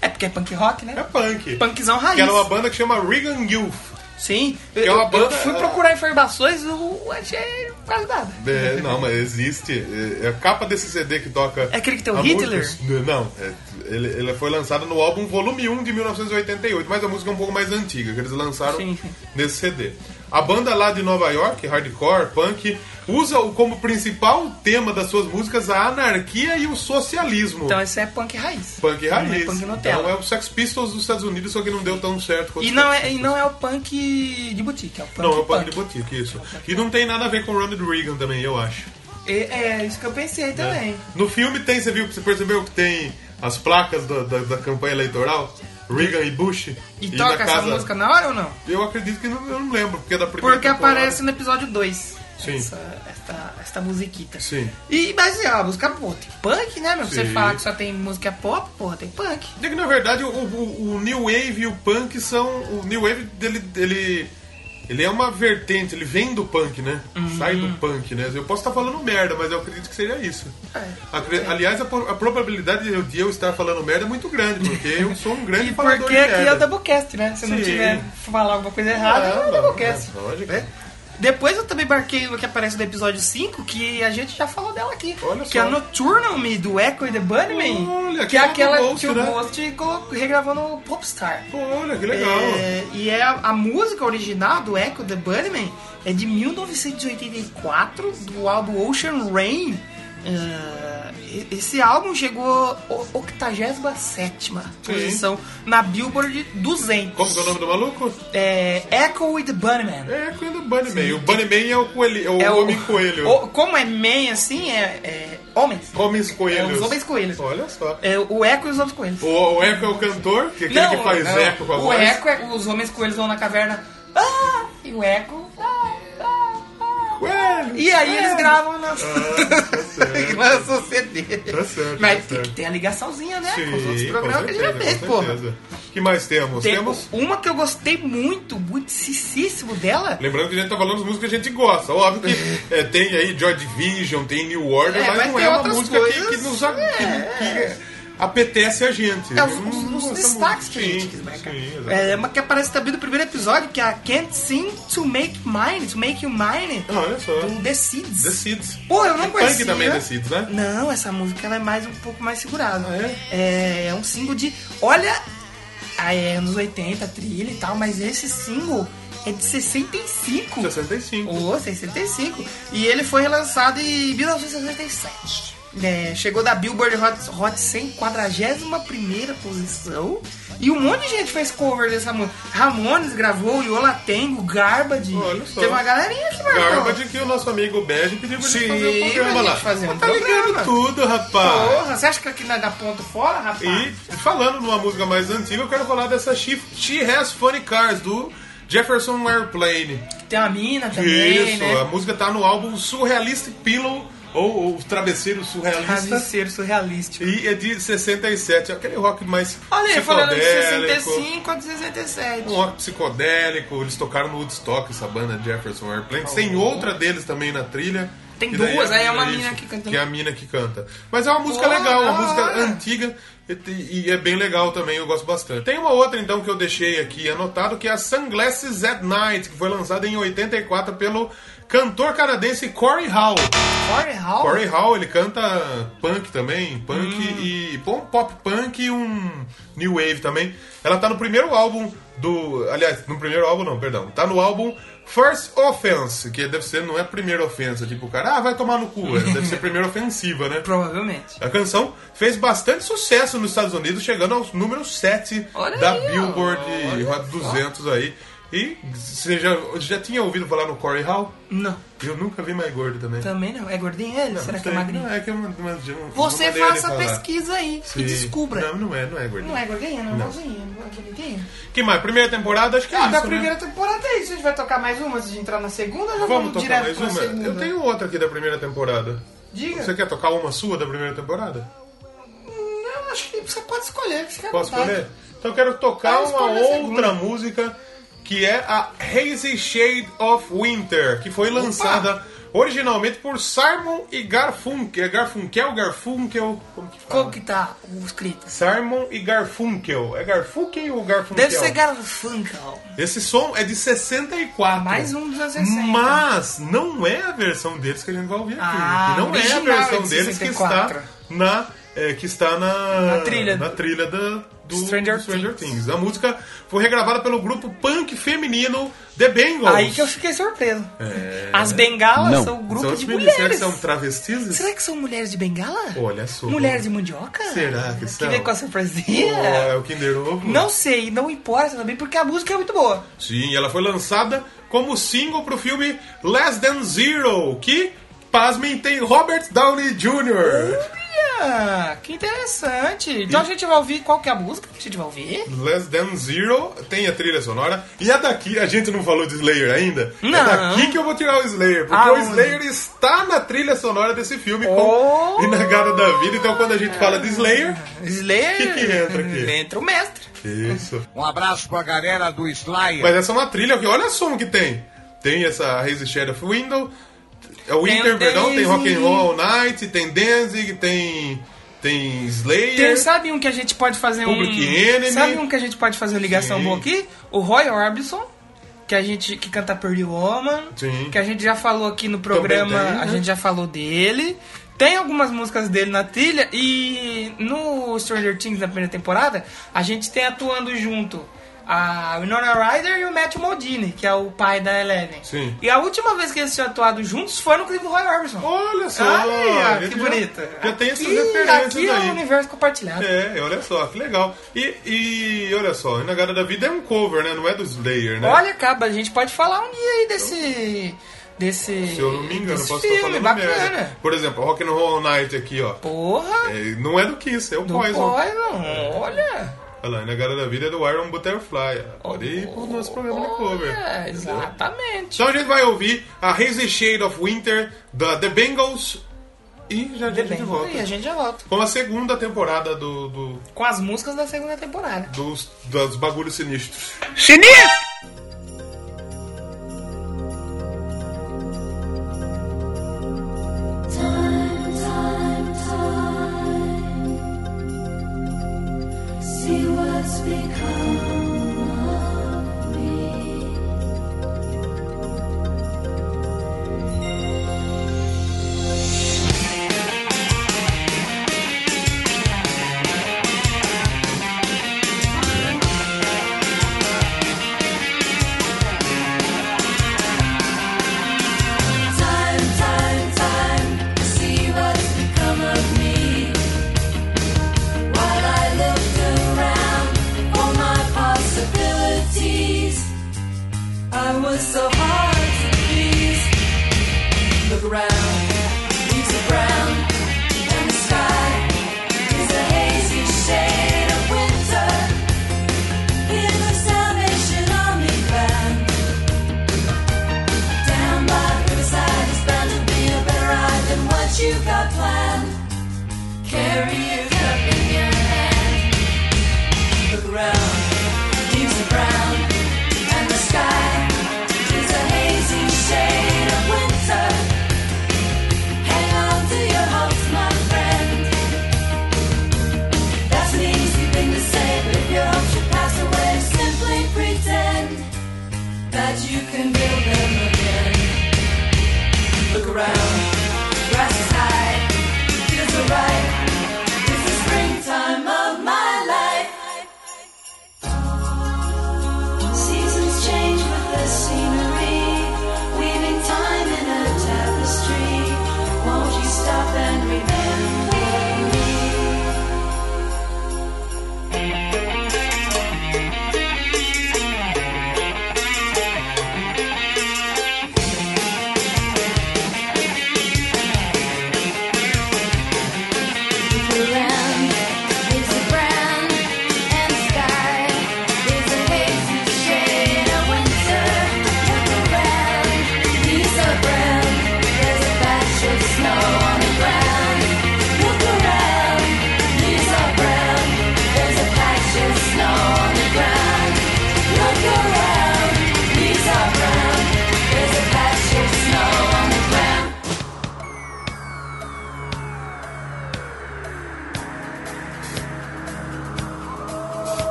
[SPEAKER 1] É porque é punk rock, né?
[SPEAKER 2] É punk.
[SPEAKER 1] Punkzão raiz.
[SPEAKER 2] Que era uma banda que chama Regan Youth.
[SPEAKER 1] Sim, eu,
[SPEAKER 2] é uma
[SPEAKER 1] eu
[SPEAKER 2] banda-
[SPEAKER 1] fui procurar informações, eu achei quase nada.
[SPEAKER 2] É, não, mas existe. É, é a capa desse CD que toca.
[SPEAKER 1] É aquele que tem o
[SPEAKER 2] a
[SPEAKER 1] Hitler?
[SPEAKER 2] música- Não, é, ele, ele foi lançado no álbum Volume 1 de 1988, mas a música é um pouco mais antiga, que eles lançaram
[SPEAKER 1] Sim.
[SPEAKER 2] nesse CD. A banda lá de Nova York, hardcore, punk, usa o- como principal tema das suas músicas a anarquia e o socialismo.
[SPEAKER 1] Então esse é punk raiz.
[SPEAKER 2] Punk
[SPEAKER 1] Não
[SPEAKER 2] raiz.
[SPEAKER 1] É punk Nutella.
[SPEAKER 2] então é o Sex Pistols dos Estados Unidos, só que não deu tão certo quanto
[SPEAKER 1] E não é, e não é o punk de boutique, é o punk
[SPEAKER 2] Então Não, é o punk
[SPEAKER 1] punk.
[SPEAKER 2] de boutique, isso. E não tem nada a ver com o Ronald Reagan também, eu acho.
[SPEAKER 1] E- é, isso que eu pensei também.
[SPEAKER 2] No filme tem, você viu, você percebeu que tem as placas da, da, da campanha eleitoral? Reagan e Bush?
[SPEAKER 1] E, toca essa música na hora ou não?
[SPEAKER 2] Eu acredito que não, eu não lembro, porque é da primeira
[SPEAKER 1] Porque
[SPEAKER 2] temporada.
[SPEAKER 1] aparece no episódio 2.
[SPEAKER 2] Sim.
[SPEAKER 1] Essa, esta, esta musiquita.
[SPEAKER 2] Sim.
[SPEAKER 1] E, mas é uma música pô, tem punk, né, meu? Você
[SPEAKER 2] Sim.
[SPEAKER 1] fala que só tem música pop, porra, tem punk.
[SPEAKER 2] É que, na verdade, o, o- o New Wave e o punk são... O New Wave, ele... ele... Ele é uma vertente, ele vem do punk, né?
[SPEAKER 1] Uhum.
[SPEAKER 2] Sai do punk, né? Eu posso estar falando merda, mas eu acredito que seria isso.
[SPEAKER 1] É.
[SPEAKER 2] Acre- Aliás, a, por- a probabilidade de eu, de eu estar falando merda é muito grande, porque eu sou um grande
[SPEAKER 1] E
[SPEAKER 2] falador
[SPEAKER 1] porque
[SPEAKER 2] de
[SPEAKER 1] aqui é o
[SPEAKER 2] merda.
[SPEAKER 1] Doublecast, né? Se não
[SPEAKER 2] Sim.
[SPEAKER 1] tiver falar alguma coisa errada,
[SPEAKER 2] Não,
[SPEAKER 1] é o
[SPEAKER 2] não,
[SPEAKER 1] Doublecast.
[SPEAKER 2] é, lógico.
[SPEAKER 1] né? Depois eu também marquei o que aparece no episódio 5, que a gente já falou dela aqui.
[SPEAKER 2] Olha
[SPEAKER 1] que
[SPEAKER 2] só.
[SPEAKER 1] é a Nocturnal Me do Echo e the Bunnymen.
[SPEAKER 2] Olha,
[SPEAKER 1] que é
[SPEAKER 2] aquela
[SPEAKER 1] aquela
[SPEAKER 2] do Ghost,
[SPEAKER 1] que o
[SPEAKER 2] né?
[SPEAKER 1] Ghost colocou- regravou no Popstar.
[SPEAKER 2] Pô, olha, que legal.
[SPEAKER 1] É, e é a, a música original do Echo the Bunnymen é de 1984, do álbum Ocean Rain. Ah, e- esse álbum chegou ao 87 posição na Billboard 200.
[SPEAKER 2] Como que é o nome do maluco?
[SPEAKER 1] É, Echo with the Bunnymen.
[SPEAKER 2] É a coisa do Bunny Man. O Bunny Man é o coelho, é o homem coelho.
[SPEAKER 1] o- como é man assim, é, é homens.
[SPEAKER 2] Homens coelhos.
[SPEAKER 1] É, os homens coelhos.
[SPEAKER 2] Olha só.
[SPEAKER 1] É, o Echo e os homens coelhos.
[SPEAKER 2] O, o Eco é o cantor, que é aquele que faz
[SPEAKER 1] não.
[SPEAKER 2] eco com a
[SPEAKER 1] o
[SPEAKER 2] voz.
[SPEAKER 1] Echo é os homens coelhos vão na caverna. Ah! E o Echo. Ah, ah, ah.
[SPEAKER 2] Coelho.
[SPEAKER 1] E aí eles gravam <laughs> na
[SPEAKER 2] É, Tá certo.
[SPEAKER 1] lançam o CD.
[SPEAKER 2] Tá
[SPEAKER 1] <laughs>
[SPEAKER 2] certo,
[SPEAKER 1] Mas
[SPEAKER 2] tá
[SPEAKER 1] tem que
[SPEAKER 2] certo.
[SPEAKER 1] ter a ligaçãozinha, né?
[SPEAKER 2] Sim,
[SPEAKER 1] com os outros
[SPEAKER 2] com
[SPEAKER 1] programas que a gente já
[SPEAKER 2] certeza,
[SPEAKER 1] fez,
[SPEAKER 2] com
[SPEAKER 1] porra.
[SPEAKER 2] certeza. que mais temos?
[SPEAKER 1] Tem
[SPEAKER 2] Temos...
[SPEAKER 1] uma que eu gostei muito, muitíssimo dela.
[SPEAKER 2] Lembrando que a gente tá falando de músicas que a gente gosta. Óbvio
[SPEAKER 1] <laughs>
[SPEAKER 2] que é, tem aí Joy Division, tem New Order,
[SPEAKER 1] É,
[SPEAKER 2] mas,
[SPEAKER 1] mas
[SPEAKER 2] não
[SPEAKER 1] tem
[SPEAKER 2] é uma
[SPEAKER 1] outras
[SPEAKER 2] música que- que,
[SPEAKER 1] coisas,
[SPEAKER 2] nos a- que-
[SPEAKER 1] é.
[SPEAKER 2] que apetece a gente.
[SPEAKER 1] É, os,
[SPEAKER 2] Eu
[SPEAKER 1] os-
[SPEAKER 2] não
[SPEAKER 1] os
[SPEAKER 2] gosto
[SPEAKER 1] destaques
[SPEAKER 2] muito.
[SPEAKER 1] que a gente
[SPEAKER 2] Hum, Sim,
[SPEAKER 1] quis marcar.
[SPEAKER 2] Sim,
[SPEAKER 1] é
[SPEAKER 2] exatamente.
[SPEAKER 1] uma que aparece também no primeiro episódio, que é a Can't Seem to Make Mine, to Make You Mine,
[SPEAKER 2] Olha só.
[SPEAKER 1] do The Seeds.
[SPEAKER 2] Ah, é? The Seeds.
[SPEAKER 1] Pô, eu não
[SPEAKER 2] Punk
[SPEAKER 1] conhecia.
[SPEAKER 2] também é The Seeds, né?
[SPEAKER 1] Não, essa música ela é mais um pouco mais segurada.
[SPEAKER 2] Ah,
[SPEAKER 1] é? é um single de. Olha! Ah, é anos 80, trilha e tal, mas esse single é de 65.
[SPEAKER 2] 65.
[SPEAKER 1] Ô, 65. E ele foi relançado em 1967. É, chegou da Billboard Hot, Hot 100, 41 posição. E um monte de gente fez cover dessa música. Ramones gravou, Yola Tengo, Garbage.
[SPEAKER 2] Olha só.
[SPEAKER 1] Teve uma galerinha que marcou.
[SPEAKER 2] Garba de que o nosso amigo Bege pediu pra gente
[SPEAKER 1] Sim, pra
[SPEAKER 2] fazer um programa
[SPEAKER 1] gente
[SPEAKER 2] lá.
[SPEAKER 1] fazer um
[SPEAKER 2] tá ligando
[SPEAKER 1] programa.
[SPEAKER 2] tudo, rapaz.
[SPEAKER 1] Porra, você acha que aqui nós dá ponto fora, rapaz?
[SPEAKER 2] E falando numa música mais antiga, eu quero falar dessa She, She Has Funny Cars, do Jefferson Airplane.
[SPEAKER 1] Tem uma mina também,
[SPEAKER 2] Isso, a
[SPEAKER 1] né?
[SPEAKER 2] música tá no álbum Surrealistic Pillow, ou, ou Travesseiro Surrealista.
[SPEAKER 1] Travesseiro surrealista.
[SPEAKER 2] E é de 67, aquele rock mais
[SPEAKER 1] Olha aí, falando de
[SPEAKER 2] psicodélico.
[SPEAKER 1] 65 a 67.
[SPEAKER 2] Um rock psicodélico, eles tocaram no Woodstock, essa banda Jefferson Airplane. Tem outra deles também na trilha.
[SPEAKER 1] Tem
[SPEAKER 2] Que daí
[SPEAKER 1] duas, aí é uma
[SPEAKER 2] isso,
[SPEAKER 1] mina que canta.
[SPEAKER 2] Que é a mina que canta. Mas é uma música
[SPEAKER 1] Pô,
[SPEAKER 2] legal, uma
[SPEAKER 1] da
[SPEAKER 2] música
[SPEAKER 1] hora.
[SPEAKER 2] antiga e, e é bem legal também, eu gosto bastante. Tem uma outra então que eu deixei aqui anotado, que é a Sunglasses at Night, que foi lançada em 84 pelo cantor canadense Corey Hall.
[SPEAKER 1] Corey Hall?
[SPEAKER 2] Corey Hall, ele canta punk também, punk
[SPEAKER 1] Hum.
[SPEAKER 2] e pô, um pop punk e um new wave também. Ela tá no primeiro álbum do, aliás, no primeiro álbum não, perdão, tá no álbum First Offense, que deve ser, não é primeira ofensa, tipo o cara, ah, vai tomar no cu, é, deve ser primeira ofensiva, né?
[SPEAKER 1] Provavelmente.
[SPEAKER 2] A canção fez bastante sucesso nos Estados Unidos, chegando ao número 7
[SPEAKER 1] Olha
[SPEAKER 2] da
[SPEAKER 1] aí, ó.
[SPEAKER 2] Billboard
[SPEAKER 1] Olha
[SPEAKER 2] Hot 200 aí. E você já, já tinha ouvido falar no Corey Hall?
[SPEAKER 1] Não,
[SPEAKER 2] Eu nunca vi mais gordo também.
[SPEAKER 1] também não. É gordinho ele? Será que é
[SPEAKER 2] Sei,
[SPEAKER 1] magrinho?
[SPEAKER 2] Não, é que eu não- mas eu não-
[SPEAKER 1] Você
[SPEAKER 2] não mandei ele
[SPEAKER 1] faça a
[SPEAKER 2] falar.
[SPEAKER 1] pesquisa aí
[SPEAKER 2] Sim.
[SPEAKER 1] e descubra.
[SPEAKER 2] Não, não é, não é gordinho.
[SPEAKER 1] Não é gordinho, não é
[SPEAKER 2] Não.
[SPEAKER 1] bonzinho, não é bonitinho.
[SPEAKER 2] Que mais? Primeira temporada, acho que é
[SPEAKER 1] Ah,
[SPEAKER 2] isso,
[SPEAKER 1] da
[SPEAKER 2] né?
[SPEAKER 1] primeira temporada é isso. A gente vai tocar mais uma antes de entrar na segunda ou já
[SPEAKER 2] Vamos
[SPEAKER 1] vamos,
[SPEAKER 2] tocar
[SPEAKER 1] direto
[SPEAKER 2] mais
[SPEAKER 1] pra
[SPEAKER 2] uma?
[SPEAKER 1] segunda?
[SPEAKER 2] Eu tenho outra aqui da primeira temporada.
[SPEAKER 1] Diga.
[SPEAKER 2] Você quer tocar uma sua da primeira temporada?
[SPEAKER 1] Hum, Eu acho que você pode escolher. Fica à
[SPEAKER 2] Posso
[SPEAKER 1] vontade.
[SPEAKER 2] escolher? Então eu quero tocar
[SPEAKER 1] Vai,
[SPEAKER 2] uma
[SPEAKER 1] escolhe a
[SPEAKER 2] outra música que é a Hazy Shade of Winter, que foi lançada originalmente por Simon e Garfunkel. É Garfunkel, Garfunkel, como que fala?
[SPEAKER 1] Como que tá o escrito?
[SPEAKER 2] Simon e Garfunkel. É Garfunkel ou Garfunkel?
[SPEAKER 1] Deve ser Garfunkel.
[SPEAKER 2] Esse som é de 64.
[SPEAKER 1] Mais um dos anos 60.
[SPEAKER 2] Mas não é a versão deles que a gente vai ouvir aqui.
[SPEAKER 1] Ah,
[SPEAKER 2] E não é a
[SPEAKER 1] original
[SPEAKER 2] versão
[SPEAKER 1] é de
[SPEAKER 2] deles que
[SPEAKER 1] 64.
[SPEAKER 2] está na é, que está na,
[SPEAKER 1] Na trilha.
[SPEAKER 2] na trilha da- do
[SPEAKER 1] Stranger
[SPEAKER 2] do Things. A música foi regravada pelo grupo punk feminino The Bengals.
[SPEAKER 1] Aí que eu fiquei surpreso. As bengalas
[SPEAKER 6] Não.
[SPEAKER 1] são um
[SPEAKER 2] É. São
[SPEAKER 1] grupo
[SPEAKER 2] os
[SPEAKER 1] de
[SPEAKER 2] meninos, Será que
[SPEAKER 1] mulheres.
[SPEAKER 2] são travestis?
[SPEAKER 1] Será que são mulheres de bengala?
[SPEAKER 2] Olha só.
[SPEAKER 1] Mulheres de mandioca?
[SPEAKER 2] Será que são?
[SPEAKER 1] Que vem com a surpresinha?
[SPEAKER 2] Oh, é o Kinder Ovo?
[SPEAKER 1] Não sei, não importa também, porque a música é muito boa.
[SPEAKER 2] Sim, ela foi lançada como single pro filme Less Than Zero, que, pasmem, tem Robert Downey Jr.
[SPEAKER 1] Olha, Ah, que interessante. Então a gente vai ouvir qual que é a música que a gente vai ouvir?
[SPEAKER 2] Less Than Zero tem a trilha sonora. E é daqui, a gente não falou de Slayer ainda. É
[SPEAKER 1] Não.
[SPEAKER 2] daqui que eu vou tirar o Slayer, porque
[SPEAKER 1] Aonde?
[SPEAKER 2] o Slayer está na trilha sonora desse filme com
[SPEAKER 1] Oh!
[SPEAKER 2] Inagada da Vida. Então quando a gente fala de Slayer,
[SPEAKER 1] Slayer.
[SPEAKER 2] <laughs> Que que entra aqui?
[SPEAKER 1] Entra o mestre.
[SPEAKER 2] isso.
[SPEAKER 7] Um abraço pra galera do Slayer.
[SPEAKER 2] Mas essa é uma trilha que olha só o que tem. Tem essa Hazy Shadow of Window, é o Winter,
[SPEAKER 1] o
[SPEAKER 2] perdão, tem
[SPEAKER 1] Daisy.
[SPEAKER 2] Rock and Roll All Night, tem Danzig, tem tem Slayer.
[SPEAKER 1] Tem, sabe um que a gente pode fazer um.
[SPEAKER 2] Public Enemy.
[SPEAKER 1] Sabe um que a gente pode fazer uma ligação
[SPEAKER 2] Sim.
[SPEAKER 1] boa aqui? O Roy Orbison. Que a gente que canta Pearl Woman,
[SPEAKER 2] Sim.
[SPEAKER 1] que a gente já falou aqui no programa,
[SPEAKER 2] tem, né?
[SPEAKER 1] a gente já falou dele. Tem algumas músicas dele na trilha e no Stranger Things na primeira temporada, a gente tem atuando junto a Winona Ryder e o Matthew Modine, que é o pai da Eleven.
[SPEAKER 2] Sim.
[SPEAKER 1] E a última vez que eles tinham atuado juntos foi no clipe do Roy Orbison.
[SPEAKER 2] Olha só,
[SPEAKER 1] Olha,
[SPEAKER 2] a
[SPEAKER 1] ah, que
[SPEAKER 2] gente já-
[SPEAKER 1] bonita.
[SPEAKER 2] Já tem essas
[SPEAKER 1] Aqui-
[SPEAKER 2] referências
[SPEAKER 1] Aqui
[SPEAKER 2] aí.
[SPEAKER 1] é o universo compartilhado.
[SPEAKER 2] É, olha só, que legal. E, e olha só, Inagada da Vida é um cover, né? Não é do Slayer, né?
[SPEAKER 1] Olha, acaba, a gente pode falar um dia aí desse. desse.
[SPEAKER 2] Se eu não me engano,
[SPEAKER 1] desse
[SPEAKER 2] posso estar
[SPEAKER 1] filme,
[SPEAKER 2] falando
[SPEAKER 1] bacana.
[SPEAKER 2] merda. Por exemplo, Rock and Roll All Night aqui, ó.
[SPEAKER 1] Porra!
[SPEAKER 2] É, não é do Kiss, é o
[SPEAKER 1] do
[SPEAKER 2] Poison.
[SPEAKER 1] Poison, olha!
[SPEAKER 2] Olha lá, Inagada da Vida é do Iron Butterfly. ó. Pode ir
[SPEAKER 1] Oh,
[SPEAKER 2] pro nosso programa de cover.
[SPEAKER 1] É, exatamente.
[SPEAKER 2] Então a gente vai ouvir a Hazy Shade of Winter da The Bengals e já já a
[SPEAKER 1] Bem,
[SPEAKER 2] gente volta.
[SPEAKER 1] e a gente já volta.
[SPEAKER 2] Com a segunda temporada do, do-
[SPEAKER 1] Com as músicas da segunda temporada.
[SPEAKER 2] dos, dos bagulhos sinistros.
[SPEAKER 8] Time, time, time. See what's become of me. Time, time, time to see what's become of me. While I looked around for my possibilities, I was so hard to please. Look around, leaves are brown, and the sky is a hazy shade of winter. Hear the Salvation Army band. Down by the riverside is bound to be a better ride than what you got planned. Carry your cup in your hand. Look around, leaves are brown, and the sky is a hazy shade of winter. can build them again. Look around, grass is high, feels alright. It's the springtime of my life. Seasons change with the scenery, weaving time in a tapestry. Won't you stop and remember me?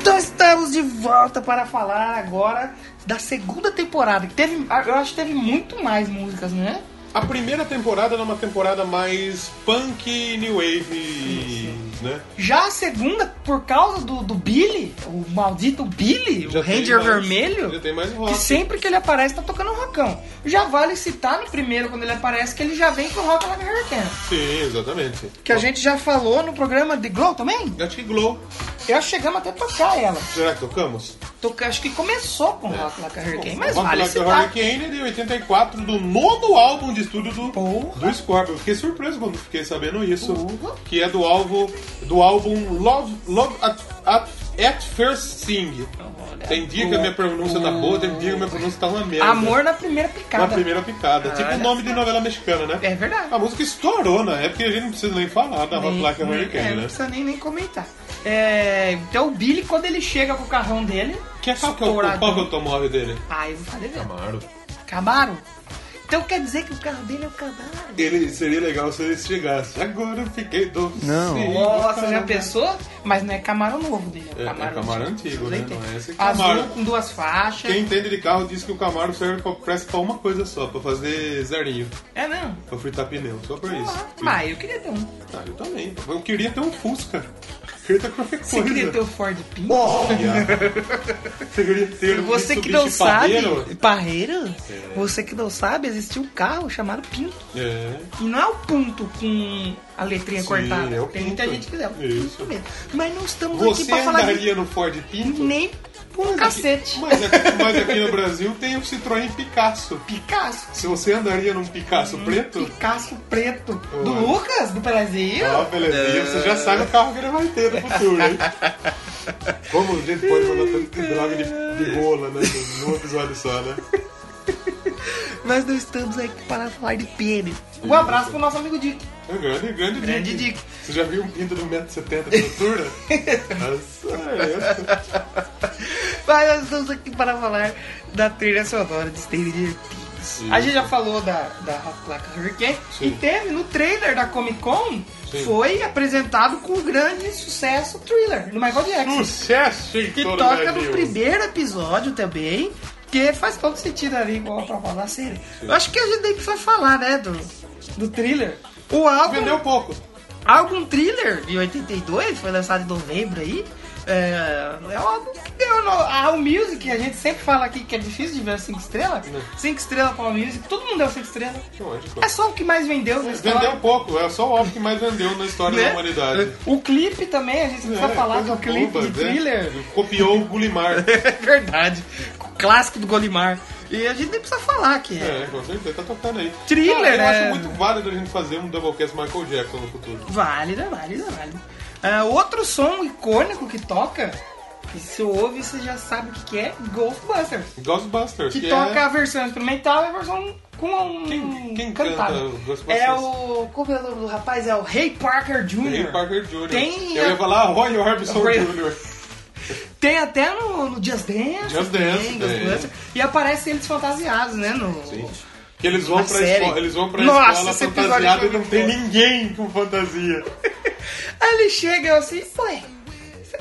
[SPEAKER 1] Então estamos de volta para falar agora da segunda temporada, que teve, eu acho que teve muito mais músicas, né?
[SPEAKER 2] A primeira temporada era uma temporada mais punk, new wave, né?
[SPEAKER 1] Já a segunda, por causa do, do Billy, o maldito Billy,
[SPEAKER 2] Já
[SPEAKER 1] o
[SPEAKER 2] tem
[SPEAKER 1] Ranger
[SPEAKER 2] mais-
[SPEAKER 1] Vermelho,
[SPEAKER 2] já tem mais rock.
[SPEAKER 1] que sempre que ele aparece tá tocando rockão. Já vale citar no primeiro, quando ele aparece, que ele já vem com rock Like a Hurricane.
[SPEAKER 2] Sim, exatamente.
[SPEAKER 1] Que a gente já falou no programa de Glow também.
[SPEAKER 2] Acho que Glow.
[SPEAKER 1] Eu acho que chegamos até a tocar ela.
[SPEAKER 2] Será que tocamos?
[SPEAKER 1] Toca- acho que começou com rock Like a Hurricane, mas
[SPEAKER 2] É. Rock
[SPEAKER 1] vale
[SPEAKER 2] Like a
[SPEAKER 1] citar.
[SPEAKER 2] Hurricane de 84, do nono álbum de estúdio do,
[SPEAKER 1] Porra.
[SPEAKER 2] do Scorpion. Eu Fiquei surpreso quando fiquei sabendo isso.
[SPEAKER 1] Porra.
[SPEAKER 2] Que é do álbum, do álbum Love, Love at, at, at First Sing.
[SPEAKER 1] Então,
[SPEAKER 2] Tem dia que a minha pronúncia tá boa, tem dia que a minha pronúncia tá uma merda.
[SPEAKER 1] Amor na primeira
[SPEAKER 2] Na
[SPEAKER 1] picada.
[SPEAKER 2] primeira picada. Tipo o nome de novela mexicana, né?
[SPEAKER 1] É verdade.
[SPEAKER 2] A música estourou na época e a gente não precisa nem falar da Rock
[SPEAKER 1] Nem-
[SPEAKER 2] Like a
[SPEAKER 1] é,
[SPEAKER 2] Hurricane,
[SPEAKER 1] Não
[SPEAKER 2] né?
[SPEAKER 1] precisa nem, nem comentar. É, então o Billy, quando ele chega com o carrão dele.
[SPEAKER 2] Que é qual que é o,
[SPEAKER 1] estouradão.
[SPEAKER 2] qual que é o automóvel dele?
[SPEAKER 1] Ah, eu vou falar dele.
[SPEAKER 2] Camaro.
[SPEAKER 1] Camaro. Então quer dizer que o carro dele é o Camaro.
[SPEAKER 2] Ele, seria legal se ele chegasse. Agora eu fiquei doce. Não.
[SPEAKER 1] Nossa, já pensou? Mas não é Camaro novo dele.
[SPEAKER 2] É, é Camaro antigo, né?
[SPEAKER 1] Leite.
[SPEAKER 2] Não é esse Camaro.
[SPEAKER 1] Azul com duas faixas.
[SPEAKER 2] Quem entende de carro diz que o Camaro serve pra, presta pra uma coisa só, pra fazer zerinho,
[SPEAKER 1] É não. Ah,
[SPEAKER 2] pra fritar pneu, só pra isso.
[SPEAKER 1] Mas eu queria ter um.
[SPEAKER 2] Ah, eu também. Eu queria ter um Fusca. Eu queria ter qualquer coisa.
[SPEAKER 1] Você queria ter um- o Ford Pinto?
[SPEAKER 2] Você queria ter um
[SPEAKER 1] Você que não
[SPEAKER 2] Mitsubishi É.
[SPEAKER 1] sabe,
[SPEAKER 2] Pajero?
[SPEAKER 1] Parreira, você que não sabe, existia um carro chamado Pinto.
[SPEAKER 2] É.
[SPEAKER 1] E não é o ponto com a letrinha
[SPEAKER 2] Sim,
[SPEAKER 1] cortada.
[SPEAKER 2] é o
[SPEAKER 1] Tem muita
[SPEAKER 2] pinto.
[SPEAKER 1] gente que lê. o pinto
[SPEAKER 2] Isso.
[SPEAKER 1] mesmo. Mas não estamos aqui
[SPEAKER 2] Você
[SPEAKER 1] pra falar de
[SPEAKER 2] andaria no Ford Pinto?
[SPEAKER 1] nem por um cacete.
[SPEAKER 2] Mas aqui, mas aqui no Brasil tem o Citroën Picasso.
[SPEAKER 1] Picasso.
[SPEAKER 2] Se você andaria num Picasso preto,
[SPEAKER 1] Picasso preto.
[SPEAKER 2] Ué.
[SPEAKER 1] Do Lucas, do Brasil.
[SPEAKER 2] ó, belezinha, você já sabe o carro que ele vai ter no futuro, hein? Como a gente pode mandar tanto de droga de, de rola, né? Num episódio só, né?
[SPEAKER 1] Mas não estamos aqui para falar de pênis. Um abraço pro nosso amigo Dick.
[SPEAKER 2] É um grande, grande,
[SPEAKER 1] Grande
[SPEAKER 2] dick.
[SPEAKER 1] dick.
[SPEAKER 2] Você já viu um pinto de 1,70m de altura? Nossa, é
[SPEAKER 1] <laughs>
[SPEAKER 2] essa.
[SPEAKER 1] Mas nós estamos aqui para falar da trilha sonora de Steve Dick. A gente já falou da, da Hot Placa Hurricane e
[SPEAKER 2] Sim.
[SPEAKER 1] teve no trailer da Comic Con
[SPEAKER 2] Sim.
[SPEAKER 1] foi apresentado com o grande sucesso thriller do Michael Jackson.
[SPEAKER 2] Um Sucesso em
[SPEAKER 1] Que
[SPEAKER 2] todo
[SPEAKER 1] toca no
[SPEAKER 2] Brasil.
[SPEAKER 1] primeiro episódio também. Que faz todo sentido ali, igual pra falar da série. Eu acho que a gente nem precisa falar, né, do, do thriller. O álbum,
[SPEAKER 2] Vendeu pouco.
[SPEAKER 1] álbum thriller de 82, foi lançado em novembro aí. É, é um álbum que deu no, a All Music, a gente sempre fala aqui que é difícil de ver 5 estrelas.
[SPEAKER 2] Né.
[SPEAKER 1] 5 estrelas pra All Music, todo mundo deu 5 estrelas.
[SPEAKER 2] Lógico.
[SPEAKER 1] É só o que mais vendeu na história.
[SPEAKER 2] Vendeu pouco, é só o álbum que mais vendeu na história
[SPEAKER 1] né?
[SPEAKER 2] da humanidade.
[SPEAKER 1] O clipe também, a gente precisa
[SPEAKER 2] É,
[SPEAKER 1] falar
[SPEAKER 2] coisa
[SPEAKER 1] do clipe
[SPEAKER 2] boba,
[SPEAKER 1] de
[SPEAKER 2] né?
[SPEAKER 1] thriller.
[SPEAKER 2] Copiou
[SPEAKER 1] <laughs>
[SPEAKER 2] o Gulimar.
[SPEAKER 1] É verdade. O clássico do Golimar. E a gente nem precisa falar que é.
[SPEAKER 2] É, com certeza, tá tocando aí.
[SPEAKER 1] Thriller,
[SPEAKER 2] Cara, eu
[SPEAKER 1] né?
[SPEAKER 2] acho muito válido a gente fazer um Doublecast Michael Jackson no futuro.
[SPEAKER 1] Válida, válida, válida. Ah, outro som icônico que toca, que se ouve você já sabe o que, que é, Ghostbusters.
[SPEAKER 2] Ghostbusters,
[SPEAKER 1] Que
[SPEAKER 2] que,
[SPEAKER 1] toca
[SPEAKER 2] é...
[SPEAKER 1] a versão instrumental e a versão com um
[SPEAKER 2] Quem- quem
[SPEAKER 1] cantado.
[SPEAKER 2] canta o Ghostbusters?
[SPEAKER 1] é o... Como é o nome do rapaz? É o Ray Parker Jr.
[SPEAKER 2] Ray Parker Jr.
[SPEAKER 1] Tem
[SPEAKER 2] Eu
[SPEAKER 1] a-
[SPEAKER 2] ia falar "Ah, Roy Orbison
[SPEAKER 1] Roy-
[SPEAKER 2] Jr.
[SPEAKER 1] Tem até no, no Just Dance.
[SPEAKER 2] Just
[SPEAKER 1] também,
[SPEAKER 2] Dance,
[SPEAKER 1] Ghostbusters.
[SPEAKER 2] é.
[SPEAKER 1] E aparece eles fantasiados, né? No...
[SPEAKER 2] Que eles vão
[SPEAKER 1] Na
[SPEAKER 2] pra,
[SPEAKER 1] série.
[SPEAKER 2] escola, eles vão pra
[SPEAKER 1] Nossa,
[SPEAKER 2] escola
[SPEAKER 1] esse episódio foi
[SPEAKER 2] fantasiado e não
[SPEAKER 1] muito
[SPEAKER 2] tem
[SPEAKER 1] bom.
[SPEAKER 2] ninguém com fantasia.
[SPEAKER 1] Aí ele chega eu assim, ué,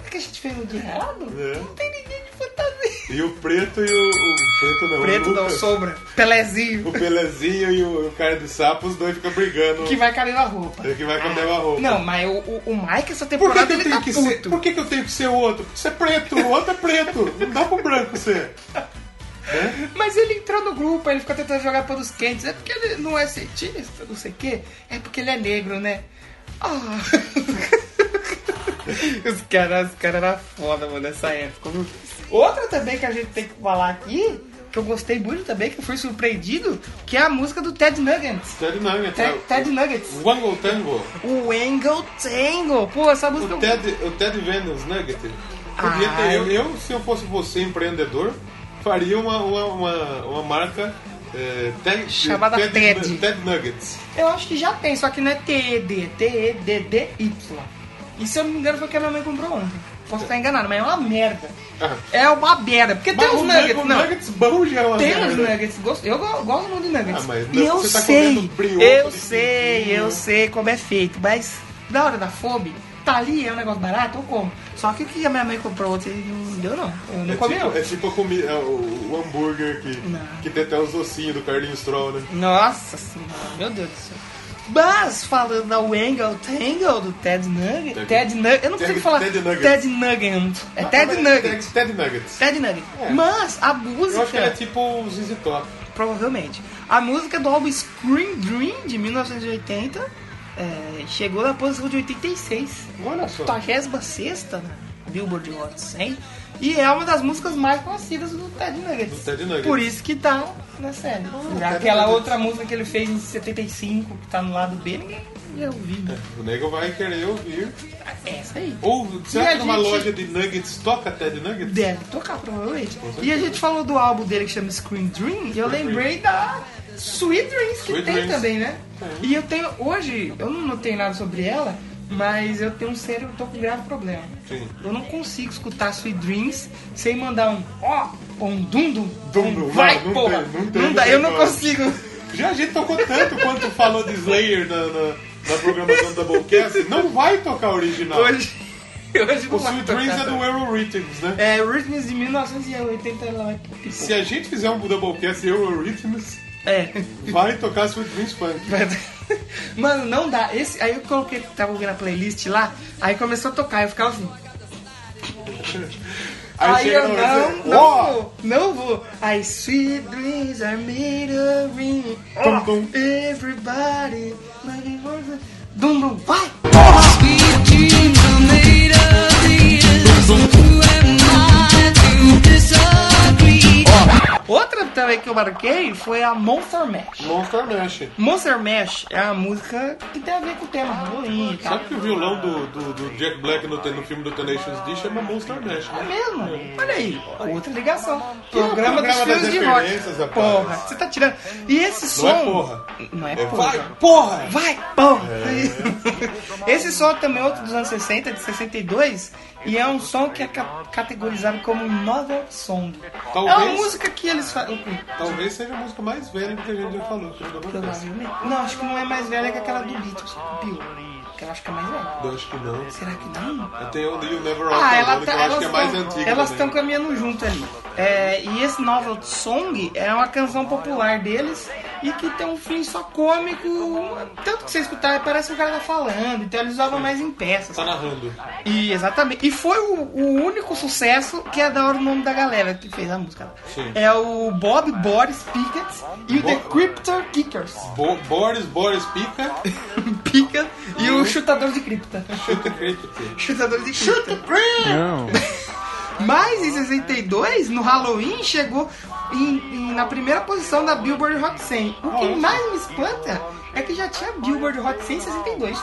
[SPEAKER 1] que a gente fez no de errado?
[SPEAKER 2] É.
[SPEAKER 1] Não tem ninguém de fantasia.
[SPEAKER 2] E o preto e o. o preto não.
[SPEAKER 1] Preto
[SPEAKER 2] o
[SPEAKER 1] não,
[SPEAKER 2] Lucas,
[SPEAKER 1] sombra. Pelezinho.
[SPEAKER 2] O Pelezinho e o, o cara de sapo, os dois ficam brigando.
[SPEAKER 1] Que vai cair na roupa.
[SPEAKER 2] É que vai com a mesma roupa.
[SPEAKER 1] Não, mas o, o, o Mike essa
[SPEAKER 2] Por
[SPEAKER 1] temporada
[SPEAKER 2] que, que eu
[SPEAKER 1] ele
[SPEAKER 2] tenho
[SPEAKER 1] tá
[SPEAKER 2] que
[SPEAKER 1] puto.
[SPEAKER 2] ser? Por que, que eu tenho que ser o outro? Porque você é preto, o outro é preto. Não dá pro branco ser.
[SPEAKER 1] Mas ele entrou no grupo, ele ficou tentando jogar pelos quentes. É porque ele não é cientista, não sei o quê. É porque ele é negro, né? Ah. <laughs> os caras os cara eram foda, mano, nessa época. viu? Outra também que a gente tem que falar aqui, que eu gostei muito também, que eu fui surpreendido, que é a música do Ted Nuggets.
[SPEAKER 2] Ted Nugget.
[SPEAKER 1] Ted,
[SPEAKER 2] né?
[SPEAKER 1] Ted Nuggets.
[SPEAKER 2] O Wango Tango.
[SPEAKER 1] O Angle Tango. Pô, essa música...
[SPEAKER 2] O Ted, o Ted Venus Nugget. Podia ter,
[SPEAKER 1] Ai.
[SPEAKER 2] eu, eu, se eu fosse você, empreendedor, faria uma, uma, uma, uma marca. é, Ted-
[SPEAKER 1] Chamada Ted.
[SPEAKER 2] Ted Nuggets.
[SPEAKER 1] Eu acho que já tem, só que não é TED, T-E-D-D-Y. E se eu não me engano foi o que a minha mãe comprou ontem. Posso estar enganado, mas é uma merda.
[SPEAKER 2] Ah.
[SPEAKER 1] É uma merda, porque
[SPEAKER 2] Mas
[SPEAKER 1] tem uns
[SPEAKER 2] o
[SPEAKER 1] nuggets,
[SPEAKER 2] nugget-
[SPEAKER 1] não.
[SPEAKER 2] O Nuggets bom já é uma
[SPEAKER 1] Tem
[SPEAKER 2] merda.
[SPEAKER 1] uns nuggets, gosto- eu go- gosto muito de nuggets.
[SPEAKER 2] Ah, mas
[SPEAKER 1] e
[SPEAKER 2] não,
[SPEAKER 1] eu
[SPEAKER 2] você tá
[SPEAKER 1] sei,
[SPEAKER 2] comendo brioche
[SPEAKER 1] eu
[SPEAKER 2] de
[SPEAKER 1] sei,
[SPEAKER 2] quindim,
[SPEAKER 1] eu
[SPEAKER 2] né?
[SPEAKER 1] sei como é feito, mas na hora da fome, tá ali, é um negócio barato, eu como. Só que o que a minha mãe comprou ontem não deu não, eu não
[SPEAKER 2] É
[SPEAKER 1] comi
[SPEAKER 2] tipo,
[SPEAKER 1] não.
[SPEAKER 2] é tipo a comi- é o, o hambúrguer que,
[SPEAKER 1] Não.
[SPEAKER 2] que tem até os ossinhos do Carlinhos Troll, né?
[SPEAKER 1] Nossa senhora, meu Deus do céu. Mas, falando da Wangle Tangle do Ted Nugget.
[SPEAKER 2] Ted-
[SPEAKER 1] Ted Nugget. Eu não sei
[SPEAKER 2] Ted-
[SPEAKER 1] falar.
[SPEAKER 2] Ted Nugget. Ah,
[SPEAKER 1] Ted Nugget. É Ted
[SPEAKER 2] Mas-
[SPEAKER 1] Nugget.
[SPEAKER 2] Ted, Ted Nuggets.
[SPEAKER 1] Ted Nugget.
[SPEAKER 2] É.
[SPEAKER 1] Mas a
[SPEAKER 2] Eu acho que ele
[SPEAKER 1] música.
[SPEAKER 2] é tipo o ZZ Top.
[SPEAKER 1] Provavelmente. A música do álbum Scream Dream de 1980 é, chegou na posição de 86.
[SPEAKER 2] Olha só.
[SPEAKER 1] 86 na né? Billboard Hot 100. E é uma das músicas mais conhecidas do Ted Nugget.
[SPEAKER 2] Do Ted Nuggets.
[SPEAKER 1] Por isso que tá na série.
[SPEAKER 2] Ted
[SPEAKER 1] Aquela
[SPEAKER 2] Nuggets.
[SPEAKER 1] outra música que ele fez em 75, que tá no lado B, ninguém ia ouvir. né?
[SPEAKER 2] O nego vai querer ouvir.
[SPEAKER 1] Essa aí.
[SPEAKER 2] Ou
[SPEAKER 1] E
[SPEAKER 2] será
[SPEAKER 1] a
[SPEAKER 2] que numa
[SPEAKER 1] gente-
[SPEAKER 2] loja de nuggets toca Ted Nuggets?
[SPEAKER 1] Deve tocar, provavelmente. E a
[SPEAKER 2] certeza.
[SPEAKER 1] gente falou do álbum dele que chama Scream Dream, e eu
[SPEAKER 2] Scream
[SPEAKER 1] lembrei da Sweet Dreams, que
[SPEAKER 2] Sweet
[SPEAKER 1] tem
[SPEAKER 2] Dreams. É.
[SPEAKER 1] também, né? E eu tenho, hoje, eu não notei nada sobre ela, mas eu tenho um sério, eu tô com um grave problema.
[SPEAKER 2] Sim.
[SPEAKER 1] Eu não consigo escutar Sweet Dreams sem mandar um ó, ou um dum dum.
[SPEAKER 2] Dum
[SPEAKER 1] um
[SPEAKER 2] dum,
[SPEAKER 1] vai,
[SPEAKER 2] não, não
[SPEAKER 1] porra.
[SPEAKER 2] tem, não tem,
[SPEAKER 1] não dá,
[SPEAKER 2] não
[SPEAKER 1] eu
[SPEAKER 2] tem
[SPEAKER 1] não
[SPEAKER 2] como.
[SPEAKER 1] consigo.
[SPEAKER 2] Já a gente tocou tanto quanto falou de Slayer na, na, na programação da Doublecast. Não vai tocar original.
[SPEAKER 1] Hoje, <laughs> hoje não
[SPEAKER 2] Tá. o
[SPEAKER 1] vai
[SPEAKER 2] Sweet
[SPEAKER 1] tocar,
[SPEAKER 2] Dreams é do
[SPEAKER 1] tá?
[SPEAKER 2] Euro Rhythms, né?
[SPEAKER 1] É, Rhythms de 1980 lá é pouco.
[SPEAKER 2] Se a gente fizer um Doublecast Euro Rhythms,
[SPEAKER 1] É.
[SPEAKER 2] vai tocar Sweet Dreams Funk.
[SPEAKER 1] <laughs> Mano, não dá. Esse, aí eu coloquei, tava ouvindo a playlist lá, aí começou a tocar, eu ficava assim. Aí
[SPEAKER 2] chega
[SPEAKER 1] eu
[SPEAKER 2] na hora e
[SPEAKER 1] não,
[SPEAKER 2] você,
[SPEAKER 1] não
[SPEAKER 2] "Ó,
[SPEAKER 1] vou, não vou. Aí sweet dreams are made of rain.
[SPEAKER 2] Dum, dum.
[SPEAKER 1] Everybody, looking for the- dum dum, vai! Outra também que eu marquei foi a Monster Mash.
[SPEAKER 2] Monster Mash.
[SPEAKER 1] Monster Mash é a música que tem a ver com o tema Halloween e tal.
[SPEAKER 2] Sabe que o violão do, do, do Jack Black no, te- no filme do Tenacious D chama Monster Mash,
[SPEAKER 1] É
[SPEAKER 2] né?
[SPEAKER 1] mesmo? Olha aí, outra ligação.
[SPEAKER 2] Que é o
[SPEAKER 1] Programa, dos
[SPEAKER 2] programa das
[SPEAKER 1] filhos de rock.
[SPEAKER 2] referências, rapaz.
[SPEAKER 1] Porra, você tá tirando. E esse som.
[SPEAKER 2] Não é porra.
[SPEAKER 1] Não é
[SPEAKER 2] É,
[SPEAKER 1] porra.
[SPEAKER 2] vai, porra!
[SPEAKER 1] Vai, porra! <laughs> Esse som também é outro dos anos 60, de 62, e é um som que é ca- categorizado como novel song. É uma
[SPEAKER 2] Talvez.
[SPEAKER 1] música que eles falam.
[SPEAKER 2] Talvez seja a música mais velha que a gente já falou. que é o Doublecast.
[SPEAKER 1] Provavelmente. Não, acho que não é mais velha que aquela do Beatles, Bill. Que eu acho que é mais velha.
[SPEAKER 2] Eu acho que não.
[SPEAKER 1] Será que não?
[SPEAKER 2] Eu tenho o You Never Walk
[SPEAKER 1] Ah, ela
[SPEAKER 2] Alone,
[SPEAKER 1] tá,
[SPEAKER 2] que eu acho que é mais
[SPEAKER 1] elas
[SPEAKER 2] antiga
[SPEAKER 1] estão
[SPEAKER 2] também.
[SPEAKER 1] caminhando junto ali. É, e esse novel song é uma canção popular deles e que tem um fim só cômico. Tanto que você escutar, parece que o cara tá falando, então eles usavam mais em peças.
[SPEAKER 2] Tá narrando.
[SPEAKER 1] E exatamente. E foi o, o único sucesso que é da hora o nome da galera que fez a música.
[SPEAKER 2] Sim.
[SPEAKER 1] É o Bob Boris Pickett e o The
[SPEAKER 2] Bo-
[SPEAKER 1] Cryptor Kickers. <laughs>
[SPEAKER 2] Bo- Boris, Boris Pica,
[SPEAKER 1] Pickett e o chutador de cripta.
[SPEAKER 2] chuta cricket.
[SPEAKER 1] Chutador de cripta.
[SPEAKER 6] Não.
[SPEAKER 1] <laughs> Mas em 62, no Halloween, chegou em- em- na primeira posição da Billboard Hot 100. O que mais me espanta é que já tinha Billboard Hot 100 em 62.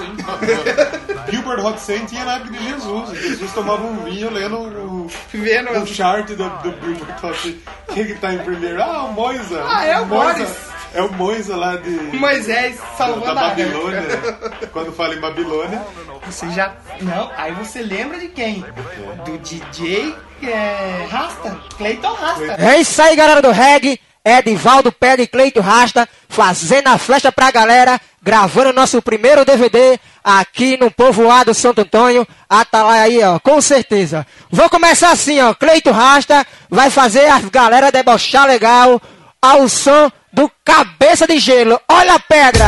[SPEAKER 2] Gilbert Hot 100 tinha na época de Jesus. Jesus tomava um vinho lendo o,
[SPEAKER 1] Vendo
[SPEAKER 2] o chart do, do Billboard Hot 100. Quem que tá em primeiro? Ah, o Moisa.
[SPEAKER 1] Ah, é o
[SPEAKER 2] Moisa.
[SPEAKER 1] Boris.
[SPEAKER 2] É o Moisa lá de...
[SPEAKER 1] Moisés salvando
[SPEAKER 2] Da
[SPEAKER 1] a
[SPEAKER 2] Babilônia.
[SPEAKER 1] época.
[SPEAKER 2] Quando fala em Babilônia.
[SPEAKER 1] Você já. Não, aí você lembra de quem? Do DJ é, Rasta, Clayton Rasta.
[SPEAKER 6] É isso aí, galera do reggae. Edivaldo Pérez e Cleito Rasta, fazendo a flecha pra galera, gravando nosso primeiro DVD aqui no povoado Santo Antônio, Atalaia aí, ó, com certeza. Vou começar assim, ó, Cleito Rasta vai fazer a galera debochar legal ao som do Cabeça de Gelo. Olha a pedra!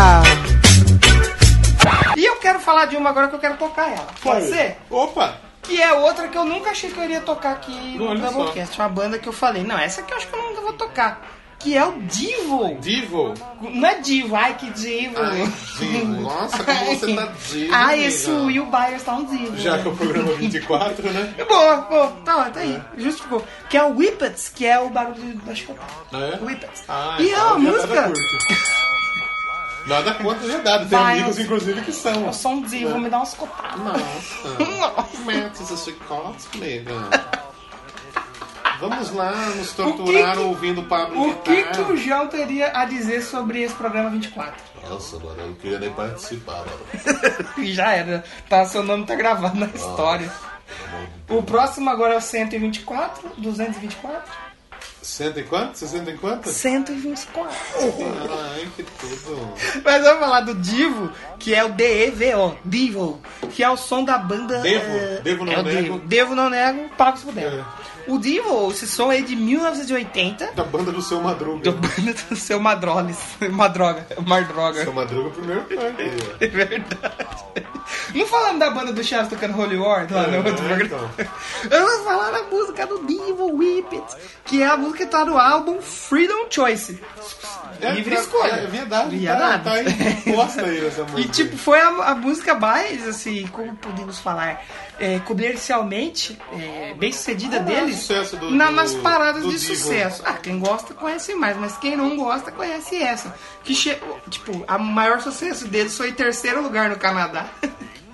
[SPEAKER 1] E eu quero falar de uma agora que eu quero tocar ela. Pode ser?
[SPEAKER 2] Opa!
[SPEAKER 1] Que é outra que eu nunca achei que eu iria tocar aqui no
[SPEAKER 2] Olha só.
[SPEAKER 1] Doublecast. Uma banda que eu falei, não, essa aqui eu acho que eu nunca vou tocar. Que é o Divo.
[SPEAKER 2] Divo!
[SPEAKER 1] Não é Divo, ai que Divo.
[SPEAKER 2] Ai, Divo. Nossa, como você
[SPEAKER 1] <laughs>
[SPEAKER 2] tá Divo,
[SPEAKER 1] Ai, Ah, esse
[SPEAKER 2] amiga.
[SPEAKER 1] Will Byers tá um Divo. É
[SPEAKER 2] Já que é o programa 24, né?
[SPEAKER 1] Boa, boa, tá, ó, tá aí, justificou. Que é o Whippets, que é o barulho da chicotada.
[SPEAKER 2] Ah, é?
[SPEAKER 1] Whippets.
[SPEAKER 2] Ah,
[SPEAKER 1] e é
[SPEAKER 2] então
[SPEAKER 1] uma
[SPEAKER 2] já Nada
[SPEAKER 1] música.
[SPEAKER 2] curto. Nada contra já dado. Tem
[SPEAKER 1] Vai,
[SPEAKER 2] amigos,
[SPEAKER 1] eu-
[SPEAKER 2] inclusive, que são.
[SPEAKER 1] Eu sou um Divo,
[SPEAKER 2] É.
[SPEAKER 1] me dá umas copadas.
[SPEAKER 2] Nossa. Metas a chicote, nega. Vamos lá nos
[SPEAKER 1] O que
[SPEAKER 2] torturar
[SPEAKER 1] que-
[SPEAKER 2] ouvindo o Pablo
[SPEAKER 1] O que,
[SPEAKER 2] Vittar.
[SPEAKER 1] que o João teria a dizer sobre esse programa 24?
[SPEAKER 2] Nossa, mano, eu não queria nem participar, mano.
[SPEAKER 1] <laughs> Já era, tá, seu nome tá gravado
[SPEAKER 2] Ah,
[SPEAKER 1] na história.
[SPEAKER 2] tá
[SPEAKER 1] O próximo agora é o 124, 224,
[SPEAKER 2] Senta em quanto? 60 em quanto?
[SPEAKER 1] 124.
[SPEAKER 2] Ai, que tudo.
[SPEAKER 1] <laughs> Mas vamos falar do Divo, que é o D-E-V-O, Divo, que é o som da banda...
[SPEAKER 2] Devo,
[SPEAKER 1] eh,
[SPEAKER 2] Devo Não
[SPEAKER 1] é o
[SPEAKER 2] Nego. É.
[SPEAKER 1] Devo, Devo não nego, pago se puder. O Divo, esse som é de 1980,
[SPEAKER 2] Da banda do seu Madruga.
[SPEAKER 1] da banda <laughs> do seu Madroles, Madroga, Mardroga.
[SPEAKER 2] Seu Madruga, é primeiro plano.
[SPEAKER 1] É <laughs> verdade. Não falando da banda do Chaves tocando Holy War lá no
[SPEAKER 2] É,
[SPEAKER 1] outro programa. <laughs> Eu vou falar da música do Divo Whippet, que é a música que tá no álbum Freedom Choice. Livre escolha.
[SPEAKER 2] É verdade.
[SPEAKER 1] Viadado.
[SPEAKER 2] Tá, tá aí posta aí nessa música.
[SPEAKER 1] <laughs> E tipo, foi a, a música mais, assim, como podemos falar, é, comercialmente é, bem sucedida deles
[SPEAKER 2] Ah, sucesso do-
[SPEAKER 1] na-
[SPEAKER 2] do-
[SPEAKER 1] nas paradas
[SPEAKER 2] do
[SPEAKER 1] de
[SPEAKER 2] Divo.
[SPEAKER 1] sucesso. Ah, quem gosta conhece mais, mas quem não gosta conhece essa. Que che- tipo, a maior sucesso deles foi em terceiro lugar no Canadá. <laughs>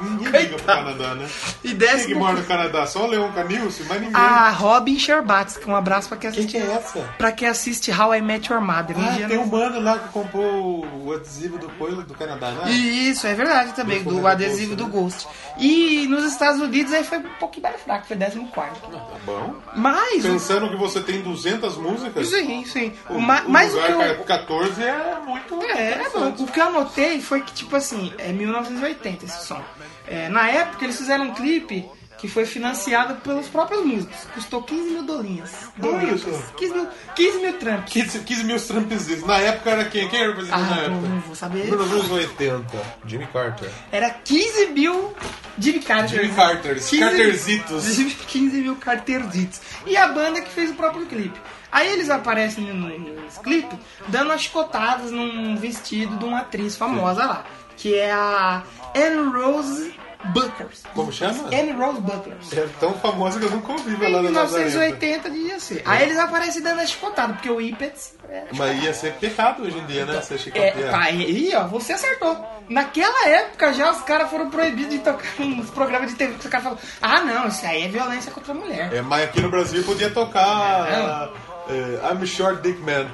[SPEAKER 2] ninguém liga pro Canadá, né?
[SPEAKER 1] E
[SPEAKER 2] Quem que
[SPEAKER 1] décimo
[SPEAKER 2] mora no Canadá? Só o Leon Canilson, mas ninguém.
[SPEAKER 1] A Robin Sherbatsky, um abraço pra quem
[SPEAKER 2] Quem
[SPEAKER 1] assiste.
[SPEAKER 2] que é essa?
[SPEAKER 1] Pra quem assiste How I Met Your Mother. Um
[SPEAKER 2] Ah,
[SPEAKER 1] dia
[SPEAKER 2] tem
[SPEAKER 1] nós-
[SPEAKER 2] um mano lá que comprou o adesivo do coelho do Canadá, né?
[SPEAKER 1] E Isso, é verdade também,
[SPEAKER 2] Do
[SPEAKER 1] do,
[SPEAKER 2] Ghost,
[SPEAKER 1] adesivo
[SPEAKER 2] né?
[SPEAKER 1] do Ghost. E nos Estados Unidos aí foi um pouquinho mais fraco, foi 14.
[SPEAKER 2] Tá bom.
[SPEAKER 1] Mas. o-
[SPEAKER 2] Pensando que você tem 200 músicas.
[SPEAKER 1] Sim, sim.
[SPEAKER 2] O,
[SPEAKER 1] O ma- mas o que
[SPEAKER 2] lugar
[SPEAKER 1] eu.
[SPEAKER 2] 14 é muito.
[SPEAKER 1] É, é bom.
[SPEAKER 2] interessante.
[SPEAKER 1] O que eu anotei foi que, tipo assim, é 1980 esse som. É, na época eles fizeram um clipe que foi financiado pelos próprios músicos. Custou 15 mil dolinhas. Dolinhas.
[SPEAKER 2] só.
[SPEAKER 1] 15 mil, 15 mil trampos.
[SPEAKER 2] 15, 15 mil trampezinhos. Na época era quem? Quem era o presidente na
[SPEAKER 1] Ah, não, não
[SPEAKER 2] época?
[SPEAKER 1] vou saber.
[SPEAKER 2] 1980. Jimmy Carter.
[SPEAKER 1] Era 15 mil Jimmy Carter.
[SPEAKER 2] Jimmy Carters,
[SPEAKER 1] <laughs>
[SPEAKER 2] carterzitos.
[SPEAKER 1] 15 mil carterzitos. E a banda que fez o próprio clipe. Aí eles aparecem no, no- nesse clipe dando as chicotadas num vestido de uma atriz famosa lá. Que é a Anne Rose Buckers.
[SPEAKER 2] Como chama?
[SPEAKER 1] Anne Rose Buckers.
[SPEAKER 2] É tão famosa que eu nunca ouvi falar
[SPEAKER 1] Em
[SPEAKER 2] na Nazareta.
[SPEAKER 1] 1980 devia ser. Aí eles aparecem dando as chicotadas, porque o Ippets é
[SPEAKER 2] Mas ia ser pecado hoje em dia, né? Ser
[SPEAKER 1] É,
[SPEAKER 2] chicoteado.
[SPEAKER 1] pá, aí, ó, você acertou. Naquela época já os caras foram proibidos de tocar <laughs> nos programas de TV. porque Os caras falaram, ah, não, isso aí é violência contra a mulher.
[SPEAKER 2] É, mas aqui no Brasil podia tocar é, I'm a Short Dick Man.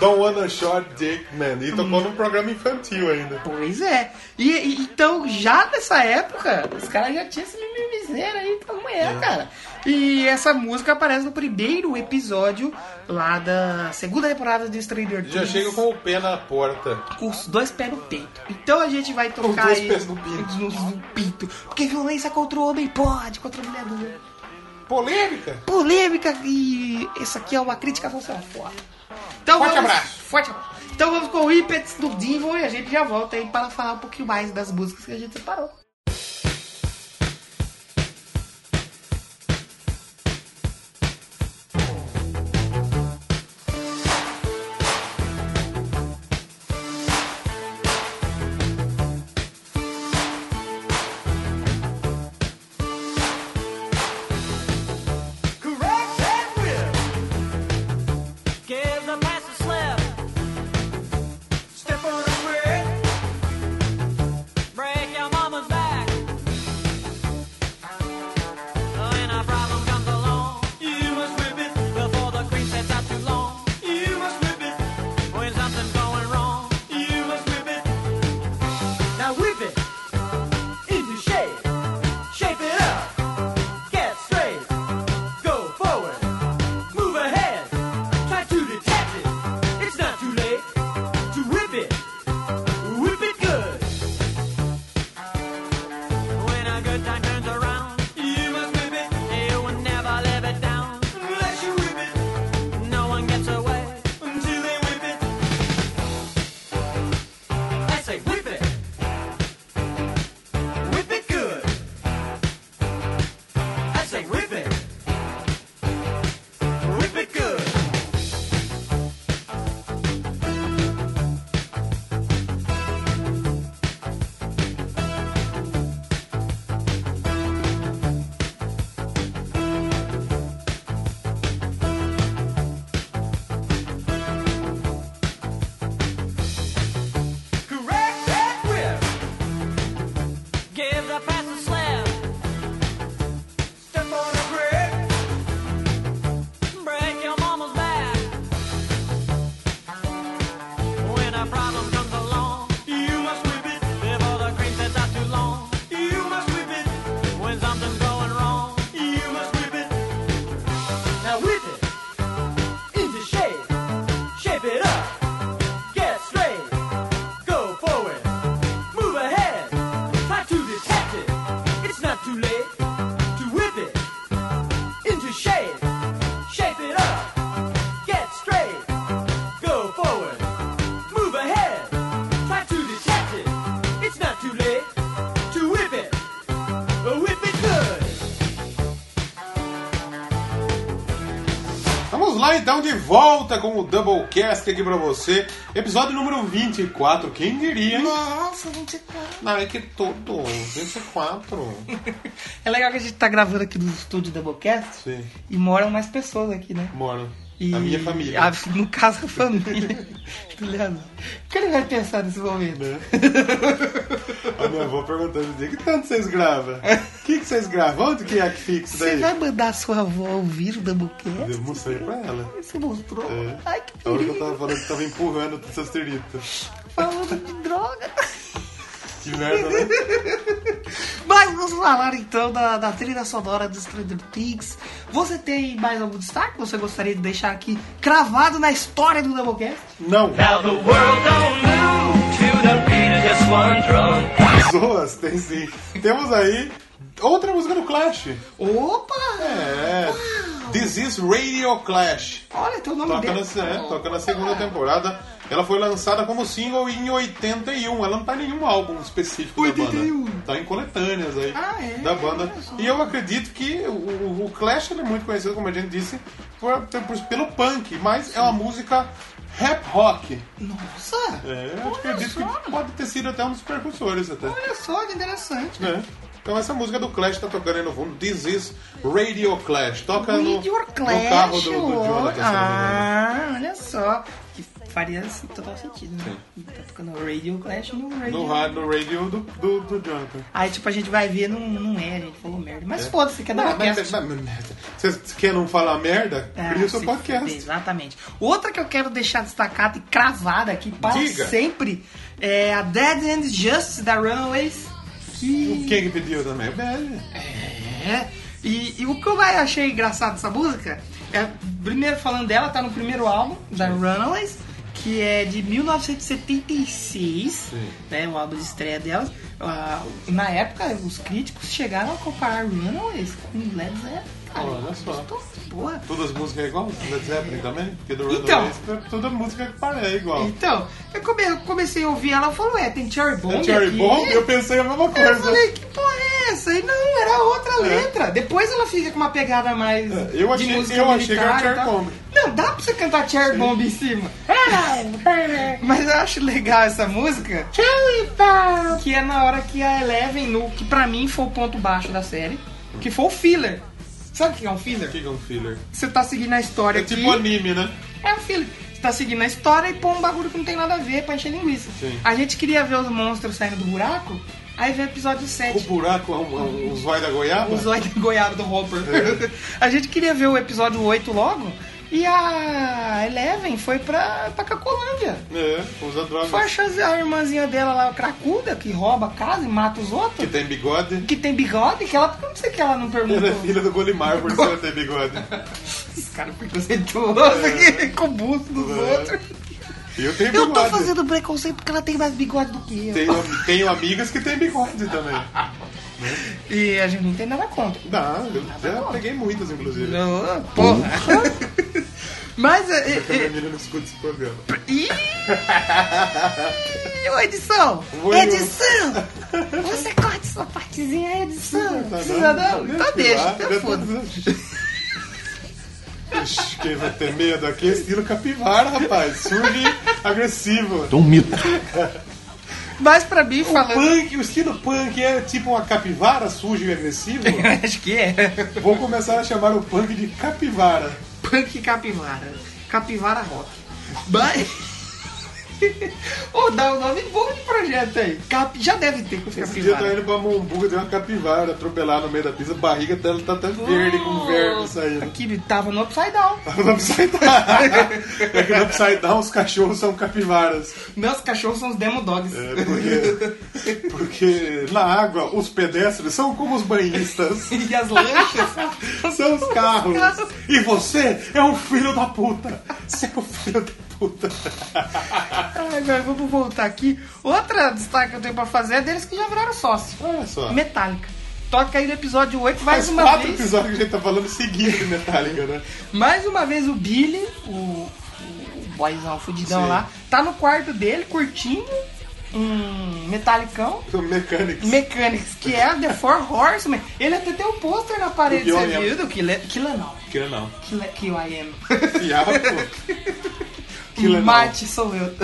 [SPEAKER 2] Don't wanna short dick man. E tocou num programa infantil ainda.
[SPEAKER 1] Pois é. E, e- então, já nessa época, os caras já tinham esse mimimizeiro aí pra
[SPEAKER 2] É.
[SPEAKER 1] mulher, cara. E essa música aparece no primeiro episódio lá da segunda temporada de Stranger Things.
[SPEAKER 2] Já chega com o pé na porta.
[SPEAKER 1] com os dois pés no peito. Então a gente vai tocar
[SPEAKER 2] dois
[SPEAKER 1] aí
[SPEAKER 2] pés no pinto.
[SPEAKER 1] nos- no pinto. Porque violência contra o homem pode, contra a mulher não.
[SPEAKER 2] Polêmica!
[SPEAKER 1] polêmica e isso aqui é uma crítica social forte. Então,
[SPEAKER 2] Forte
[SPEAKER 1] vamos,
[SPEAKER 2] abraço.
[SPEAKER 1] Forte abraço. Então vamos com o Whippets do Divo e a gente já volta aí para falar um pouquinho mais das músicas que a gente separou.
[SPEAKER 4] Correct and will. Give the pass a slip. Step on the bridge. Break your mama's back. Oh,
[SPEAKER 2] lá então de volta com o Doublecast aqui pra você. Episódio número 24. Quem diria, hein?
[SPEAKER 1] Nossa, 24.
[SPEAKER 2] Ai, que todo. 24.
[SPEAKER 1] É legal que a gente tá gravando aqui do estúdio Doublecast
[SPEAKER 2] Sim,
[SPEAKER 1] e moram mais pessoas aqui, né?
[SPEAKER 2] mora.
[SPEAKER 1] E
[SPEAKER 2] A minha família.
[SPEAKER 1] a- no caso, a família <laughs> do Leandro. O que ele vai pensar nesse momento?
[SPEAKER 2] A minha avó perguntando dia, que tanto vocês gravam? O que, que vocês gravam? Onde que é que fixa
[SPEAKER 1] É. Você
[SPEAKER 2] daí?
[SPEAKER 1] vai mandar a sua avó ouvir o Doublecast?
[SPEAKER 2] Eu mostrei pra ela.
[SPEAKER 1] Você mostrou?
[SPEAKER 2] É.
[SPEAKER 1] Ai, que
[SPEAKER 2] A hora que eu
[SPEAKER 1] perigo.
[SPEAKER 2] tava falando que tava empurrando todas essas teritas.
[SPEAKER 1] Falando de droga.
[SPEAKER 2] Que merda, né?
[SPEAKER 1] Mas vamos falar então da, da trilha sonora do Stranger Things. Você tem mais algum destaque que você gostaria de deixar aqui cravado na história do Doublecast?
[SPEAKER 2] Não,
[SPEAKER 9] Now the world don't move to the beat of just one drum.
[SPEAKER 2] pessoas, tem sim. Temos aí outra música do Clash.
[SPEAKER 1] Opa!
[SPEAKER 2] É. This is Radio Clash.
[SPEAKER 1] Olha, tem o nome
[SPEAKER 2] Toca
[SPEAKER 1] dele.
[SPEAKER 2] na, é, toca na segunda temporada. Ela foi lançada como single em 81. Ela não tá em nenhum álbum específico
[SPEAKER 1] 81.
[SPEAKER 2] da banda. Tá em coletâneas aí
[SPEAKER 1] Ah, é?
[SPEAKER 2] da banda.
[SPEAKER 1] Olha só.
[SPEAKER 2] E eu acredito que o- o, o Clash ele é muito conhecido, como a gente disse, por- por- pelo punk, mas é uma música rap rock.
[SPEAKER 1] Nossa!
[SPEAKER 2] É, eu
[SPEAKER 1] Olha
[SPEAKER 2] acredito
[SPEAKER 1] só.
[SPEAKER 2] que pode ter sido até um dos precursores até.
[SPEAKER 1] Olha só que interessante.
[SPEAKER 2] É. Então essa música do Clash tá tocando aí no fundo. This is Radio Clash. Toca no,
[SPEAKER 1] Meteor
[SPEAKER 2] no
[SPEAKER 1] Clash.
[SPEAKER 2] carro do, do
[SPEAKER 1] ó.
[SPEAKER 2] Jonathan. se não me engano.
[SPEAKER 1] ah, olha só. Que faria assim, total sentido, né? Tá ficando Radio Clash no Radio.
[SPEAKER 2] No rádio, no radio do, do, do Jonathan.
[SPEAKER 1] Aí, tipo, a gente vai ver, não, não é, a gente falou merda. Mas foda-se, que é
[SPEAKER 2] Não, mas-
[SPEAKER 1] Doublecast.
[SPEAKER 2] mas- mas- Você quer não falar merda?
[SPEAKER 1] Ah,
[SPEAKER 2] Cria o seu
[SPEAKER 1] se fuder,
[SPEAKER 2] podcast.
[SPEAKER 1] exatamente. Outra que eu quero deixar destacada e cravada aqui para
[SPEAKER 2] Diga.
[SPEAKER 1] sempre é a Dead and Justice da Runaways. Que.
[SPEAKER 2] Quem que pediu também? Velho.
[SPEAKER 1] É. E, e o que eu mais achei engraçado dessa música é, primeiro falando dela, tá no primeiro álbum da Runaways, que é de 1976, né, o álbum de estreia dela. Ah, na época, os críticos chegaram a comparar Runaways com Led Zeppelin. cara.
[SPEAKER 2] Olha só.
[SPEAKER 1] Tô- Porra.
[SPEAKER 2] Todas as músicas é igual? Led Zeppelin também? Porque do
[SPEAKER 1] Então.
[SPEAKER 2] Runaways toda música que parece é igual.
[SPEAKER 1] Então, eu come- eu comecei a ouvir ela e falou, é, tem Cherry Bomb
[SPEAKER 2] É Cherry
[SPEAKER 1] aqui.
[SPEAKER 2] Bomb? Eu pensei a mesma
[SPEAKER 1] Aí <laughs> eu
[SPEAKER 2] coisa.
[SPEAKER 1] falei, que porra é essa? E não, era outra letra. Depois ela fica com uma pegada mais
[SPEAKER 2] É, eu achei-
[SPEAKER 1] de música
[SPEAKER 2] eu achei que era
[SPEAKER 1] militar e
[SPEAKER 2] Cherry
[SPEAKER 1] tal.
[SPEAKER 2] Bomb.
[SPEAKER 1] Não, dá pra você cantar Cherry Bomb em cima.
[SPEAKER 2] É.
[SPEAKER 1] <laughs> Mas eu acho legal essa música. Cherry Bomb! Que é na hora que a Eleven, no, que pra mim foi o ponto baixo da série, que foi o filler. Sabe o que é um filler?
[SPEAKER 2] O que que é um filler?
[SPEAKER 1] Você tá seguindo a história
[SPEAKER 2] É
[SPEAKER 1] aqui.
[SPEAKER 2] tipo anime, né?
[SPEAKER 1] É, filho, você tá seguindo a história e põe um bagulho que não tem nada a ver pra encher linguiça.
[SPEAKER 2] Sim.
[SPEAKER 1] A gente queria ver os monstros saindo do buraco, aí vem o episódio
[SPEAKER 2] O
[SPEAKER 1] 7.
[SPEAKER 2] buraco, um- um- os vai da goiaba?
[SPEAKER 1] O zóio goiado do Hopper.
[SPEAKER 2] É.
[SPEAKER 1] <laughs> a gente queria ver o episódio 8 logo, e a Eleven foi pra, pra Cacolândia.
[SPEAKER 2] É, usa drogas.
[SPEAKER 1] Foi achar a irmãzinha dela lá, a cracuda, que rouba a casa e mata os
[SPEAKER 2] Que
[SPEAKER 1] outros.
[SPEAKER 2] tem bigode.
[SPEAKER 1] Que tem bigode, que ela. Por que não sei que ela não
[SPEAKER 2] Ela é
[SPEAKER 1] perguntou?
[SPEAKER 2] filha do Golimar, por isso ela tem bigode.
[SPEAKER 1] Esse cara é preconceituoso aqui, com o busto dos
[SPEAKER 2] É.
[SPEAKER 1] outros.
[SPEAKER 2] E eu tenho
[SPEAKER 1] Eu
[SPEAKER 2] bigode.
[SPEAKER 1] tô fazendo preconceito porque ela tem mais bigode do que eu.
[SPEAKER 2] Tenho, tenho amigas que tem bigode também.
[SPEAKER 1] E a gente não tem nada contra.
[SPEAKER 2] Não, eu já peguei muitas, inclusive.
[SPEAKER 1] Tá Não, porra. <laughs> Mas. é,
[SPEAKER 2] A minha
[SPEAKER 1] é, é,
[SPEAKER 2] menina não escuta esse programa.
[SPEAKER 1] Ih! Ô, edição!
[SPEAKER 2] Vou-
[SPEAKER 1] Edição! Você corta sua partezinha,
[SPEAKER 2] Tá,
[SPEAKER 1] edição! Precisa não? Então deixa, então foda-se.
[SPEAKER 2] Ixi, Quem vai ter medo aqui é estilo capivara, rapaz. Surge agressivo.
[SPEAKER 1] Mas pra mim, <laughs> falando.
[SPEAKER 2] Punk, o estilo punk é tipo uma capivara sujo e agressivo?
[SPEAKER 1] Acho que é.
[SPEAKER 2] Vou começar a chamar o punk de capivara.
[SPEAKER 1] Punk capivara. Capivara rock. Mas. <laughs> Ô, dá um nome bom de projeto aí. Cap... Já deve ter com
[SPEAKER 2] Esse dia eu tô
[SPEAKER 1] capivara.
[SPEAKER 2] indo pra Mombuca, tem uma capivara atropelada no meio da pista, a barriga dela tá até verde né? com verme saindo.
[SPEAKER 1] Aqui tava no Upside Down.
[SPEAKER 2] No Upside Down. É que no Upside Down os cachorros são capivaras.
[SPEAKER 1] Meus cachorros são os Demo Dogs.
[SPEAKER 2] É, porque, porque na água os pedestres são como os banhistas.
[SPEAKER 1] <laughs> E as lanchas
[SPEAKER 2] São os carros. E você é um filho da puta. Você é um filho da puta.
[SPEAKER 1] Ai, velho, vamos voltar aqui. Outra destaque que eu tenho pra fazer é deles que já viraram sócio.
[SPEAKER 2] Olha só.
[SPEAKER 1] Metallica. Toca aí no episódio 8 mais
[SPEAKER 2] Faz
[SPEAKER 1] uma
[SPEAKER 2] quatro
[SPEAKER 1] vez.
[SPEAKER 2] episódios que a gente tá falando seguido de Metallica, né?
[SPEAKER 1] Mais uma vez o Billy, o, o boyzão fudidão
[SPEAKER 2] Sim.
[SPEAKER 1] lá, tá no quarto dele curtindo um metalicão
[SPEAKER 2] O Mechanics.
[SPEAKER 1] Mechanics, que é The Four Horsemen. Ele até tem um pôster na parede,
[SPEAKER 2] Do
[SPEAKER 1] você
[SPEAKER 2] Kill I Am.
[SPEAKER 1] viu? Do Killer, Killer não.
[SPEAKER 2] Queira não.
[SPEAKER 1] Killer, Kill I Am.
[SPEAKER 2] Fiar, pô. Killer não. É.
[SPEAKER 1] Mate sou eu.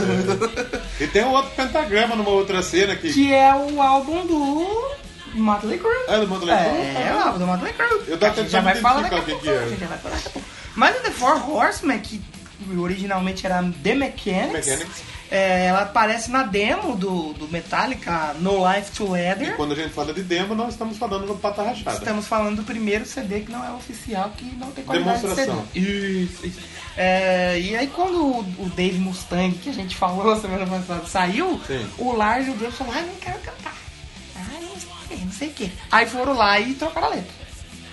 [SPEAKER 2] E tem um outro pentagrama numa outra cena que.
[SPEAKER 1] Que é o álbum do Motley Crue.
[SPEAKER 2] Ah, do Motley Crue?
[SPEAKER 1] É, é o álbum do Motley Crue.
[SPEAKER 2] Eu tô
[SPEAKER 1] A gente já
[SPEAKER 2] tentando
[SPEAKER 1] vai falar
[SPEAKER 2] identificar
[SPEAKER 1] daqui a
[SPEAKER 2] o que
[SPEAKER 1] pouco.
[SPEAKER 2] que é.
[SPEAKER 1] a gente já vai falar daqui a pouco. Mas o The Four Horsemen, que originalmente era The Mechanics,
[SPEAKER 2] Mechanics.
[SPEAKER 1] é, ela aparece na demo do, do Metallica, No Life to
[SPEAKER 2] E
[SPEAKER 1] Leather.
[SPEAKER 2] quando a gente fala de demo, nós estamos falando do Pata Rachada.
[SPEAKER 1] Estamos falando do primeiro CD que não é oficial, que não tem qualidade de CD.
[SPEAKER 2] Demonstração.
[SPEAKER 1] Isso, isso. É, e aí quando o, o Dave Mustang, que a gente falou semana passada, saiu,
[SPEAKER 2] Sim.
[SPEAKER 1] o Lars e o Dave falaram, ai, não quero cantar. Ai, não sei, não sei o quê. Aí foram lá e trocaram a letra.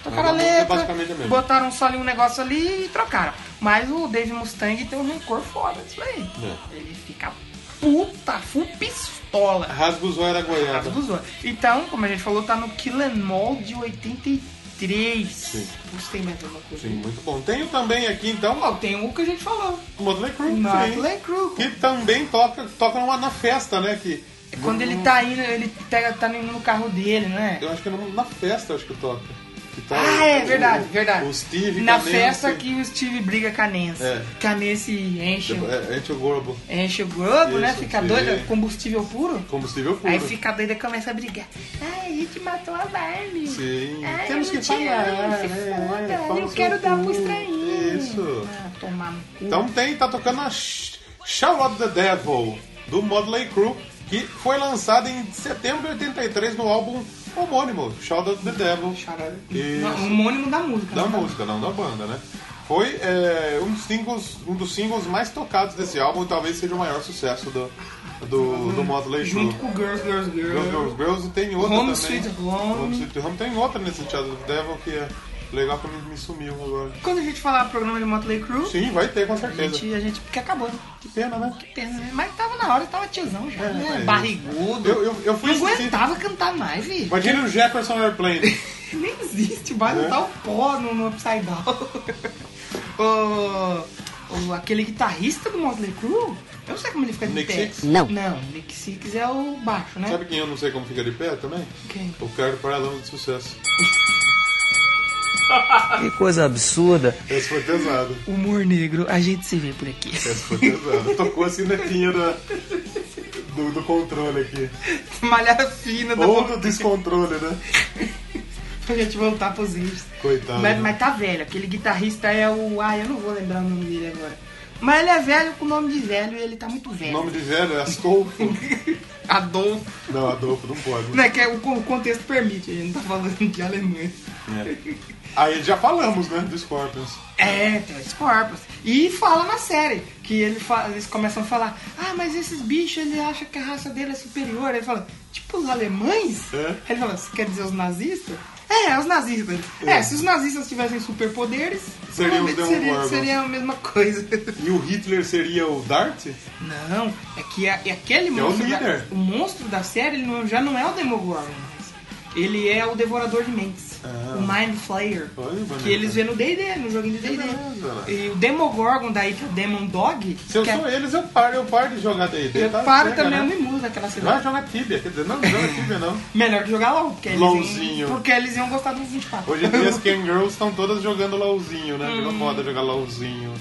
[SPEAKER 1] Trocaram a
[SPEAKER 2] Mas a música é
[SPEAKER 1] letra,
[SPEAKER 2] basicamente a mesma.
[SPEAKER 1] botaram só ali um negócio ali e trocaram. Mas o Dave Mustang tem um rancor foda disso aí.
[SPEAKER 2] É.
[SPEAKER 1] Ele fica puta, full pistola.
[SPEAKER 2] Rasga o zóio da
[SPEAKER 1] Casa
[SPEAKER 2] goiaba.
[SPEAKER 1] dos outros. Então, como a gente falou, tá no Killemol de 83. Sim. tem mais alguma coisa?
[SPEAKER 2] Sim, muito bom. Tenho também aqui, então,
[SPEAKER 1] Ó, tem um que a gente falou.
[SPEAKER 2] o Motley Crue. sim.
[SPEAKER 1] Motley Crue.
[SPEAKER 2] Que também toca, toca numa, na festa, né? Que,
[SPEAKER 1] É Quando ele tá indo, ele pega, tá indo no carro dele, né?
[SPEAKER 2] eu acho que é numa- na festa, acho que toca. Que tá
[SPEAKER 1] Ah, é
[SPEAKER 2] o-
[SPEAKER 1] verdade,
[SPEAKER 2] o-
[SPEAKER 1] verdade.
[SPEAKER 2] O Steve
[SPEAKER 1] Na
[SPEAKER 2] com a Nancy.
[SPEAKER 1] festa que o Steve briga com a Nancy.
[SPEAKER 2] É.
[SPEAKER 1] Que a Nancy enche, o-
[SPEAKER 2] É, Anti Gorbo.
[SPEAKER 1] enche o globo, né?
[SPEAKER 2] Isso,
[SPEAKER 1] Fica
[SPEAKER 2] sim.
[SPEAKER 1] doida, combustível puro.
[SPEAKER 2] Combustível puro.
[SPEAKER 1] Aí fica doida e começa a brigar. Ai, a gente matou a Barbie.
[SPEAKER 2] Sim.
[SPEAKER 1] Ai,
[SPEAKER 2] Temos
[SPEAKER 1] É, eu
[SPEAKER 2] que
[SPEAKER 1] não te
[SPEAKER 2] falar,
[SPEAKER 1] amo, se
[SPEAKER 2] né?
[SPEAKER 1] foda.
[SPEAKER 2] Fala
[SPEAKER 1] eu
[SPEAKER 2] seu
[SPEAKER 1] quero dar
[SPEAKER 2] cu.
[SPEAKER 1] pro estranho.
[SPEAKER 2] Isso.
[SPEAKER 1] Ah, tomar no cu.
[SPEAKER 2] Então tem, tá tocando a Sh- Shout Out the Devil, do Motley Crue, que foi lançada em setembro de 83 no álbum homônimo, Shout Out the Devil.
[SPEAKER 1] Charada.
[SPEAKER 2] Isso.
[SPEAKER 1] Não, Um homônimo da música.
[SPEAKER 2] Da
[SPEAKER 1] né?
[SPEAKER 2] música, não da banda, né? Foi é, um, dos singles, um dos singles mais tocados desse álbum e talvez seja o maior sucesso do, do, do Motley Crue.
[SPEAKER 1] Junto com Girls, Girls, Girls.
[SPEAKER 2] Girls, Girls, Girls e tem outra
[SPEAKER 1] Home
[SPEAKER 2] também.
[SPEAKER 1] Sweet Home.
[SPEAKER 2] Home Sweet Home. Tem outra nesse Shadow of the Devil que é legal que me, me sumiu agora.
[SPEAKER 1] Quando a gente falar do programa de Motley Crue,
[SPEAKER 2] Sim, vai ter, com
[SPEAKER 1] a
[SPEAKER 2] certeza.
[SPEAKER 1] gente, a gente... Porque acabou, né?
[SPEAKER 2] Que pena, né?
[SPEAKER 1] Pena, né? Mas tava na hora, tava tiozão já,
[SPEAKER 2] É,
[SPEAKER 1] né?
[SPEAKER 2] mas-
[SPEAKER 1] Barrigudo.
[SPEAKER 2] Eu, eu, eu fui
[SPEAKER 1] Não
[SPEAKER 2] assistir-
[SPEAKER 1] aguentava cantar mais, velho.
[SPEAKER 2] Imagina o Jefferson Airplane.
[SPEAKER 1] <laughs> Nem existe, vai
[SPEAKER 2] É.
[SPEAKER 1] botar o pó no, no Upside Down. <laughs> o, o- aquele guitarrista do Motley Crue, eu não sei como ele fica de
[SPEAKER 2] Nick
[SPEAKER 1] pé.
[SPEAKER 2] Six?
[SPEAKER 1] Não. Não, Nick Six é o baixo, né?
[SPEAKER 2] Sabe quem eu não sei como fica de pé também?
[SPEAKER 1] Quem?
[SPEAKER 2] O cara do Paralama de Sucesso.
[SPEAKER 10] Que coisa absurda.
[SPEAKER 2] Esse foi pesado.
[SPEAKER 1] Humor negro, a gente se vê por aqui.
[SPEAKER 2] Esse foi pesado. Tocou a sinetinha da, do, do controle aqui.
[SPEAKER 1] <laughs> Malha fina da
[SPEAKER 2] Ou
[SPEAKER 1] boca.
[SPEAKER 2] do descontrole, né?
[SPEAKER 1] Pra gente voltar pros vídeos.
[SPEAKER 2] Coitado.
[SPEAKER 1] Mas,
[SPEAKER 2] né?
[SPEAKER 1] mas tá velho, aquele guitarrista é o. Ah, eu não vou lembrar o nome dele agora. Mas ele é velho com o nome de velho e ele tá muito
[SPEAKER 2] O
[SPEAKER 1] velho.
[SPEAKER 2] nome de velho é Astolfo.
[SPEAKER 1] Adolfo.
[SPEAKER 2] não, Adolfo, não pode.
[SPEAKER 1] Não é que é- o, o contexto permite, a gente não tá falando de Alemanha.
[SPEAKER 2] Aí já falamos, né? Do Scorpions.
[SPEAKER 1] É, tem os corpos. E fala na série, que ele fa- eles começam a falar, ah, mas esses bichos, ele acha que a raça dele é superior. Ele fala, tipo os alemães?
[SPEAKER 2] É.
[SPEAKER 1] Ele fala, você quer dizer os nazistas? É, os nazistas. É, se os nazistas tivessem superpoderes,
[SPEAKER 2] Seriam os
[SPEAKER 1] provavelmente
[SPEAKER 2] Demogorgons.
[SPEAKER 1] seria a mesma coisa.
[SPEAKER 2] E o Hitler seria o Dart?
[SPEAKER 1] Não, é que a- é aquele
[SPEAKER 2] É o
[SPEAKER 1] monstro.
[SPEAKER 2] líder.
[SPEAKER 1] da- o monstro da série ele não- já não é o Demogorgon mais. Ele é o Devorador de Mentes. O Mind Flayer.
[SPEAKER 2] Ah. Olha, mano.
[SPEAKER 1] que eles vê no DD, no joguinho do DD.
[SPEAKER 2] beleza. né?
[SPEAKER 1] E o Demogorgon daí, que é o Demon Dog.
[SPEAKER 2] Se eu
[SPEAKER 1] que é-
[SPEAKER 2] sou eles, eu paro. Eu paro de jogar daí.
[SPEAKER 1] eu
[SPEAKER 2] Tá
[SPEAKER 1] paro
[SPEAKER 2] cega,
[SPEAKER 1] também, eu
[SPEAKER 2] né?
[SPEAKER 1] me mudo daquela cidade.
[SPEAKER 2] Vai jogar Tibia. Quer dizer, não, não joga Tibia, não.
[SPEAKER 1] Melhor que jogar LOL, porque eles,
[SPEAKER 2] LOLzinho.
[SPEAKER 1] iam, porque eles iam gostar do 24.
[SPEAKER 2] Hoje em dia as Ken Girls estão todas jogando LOLzinho, né?
[SPEAKER 1] Hum.
[SPEAKER 2] Virou moda jogar LOLzinho.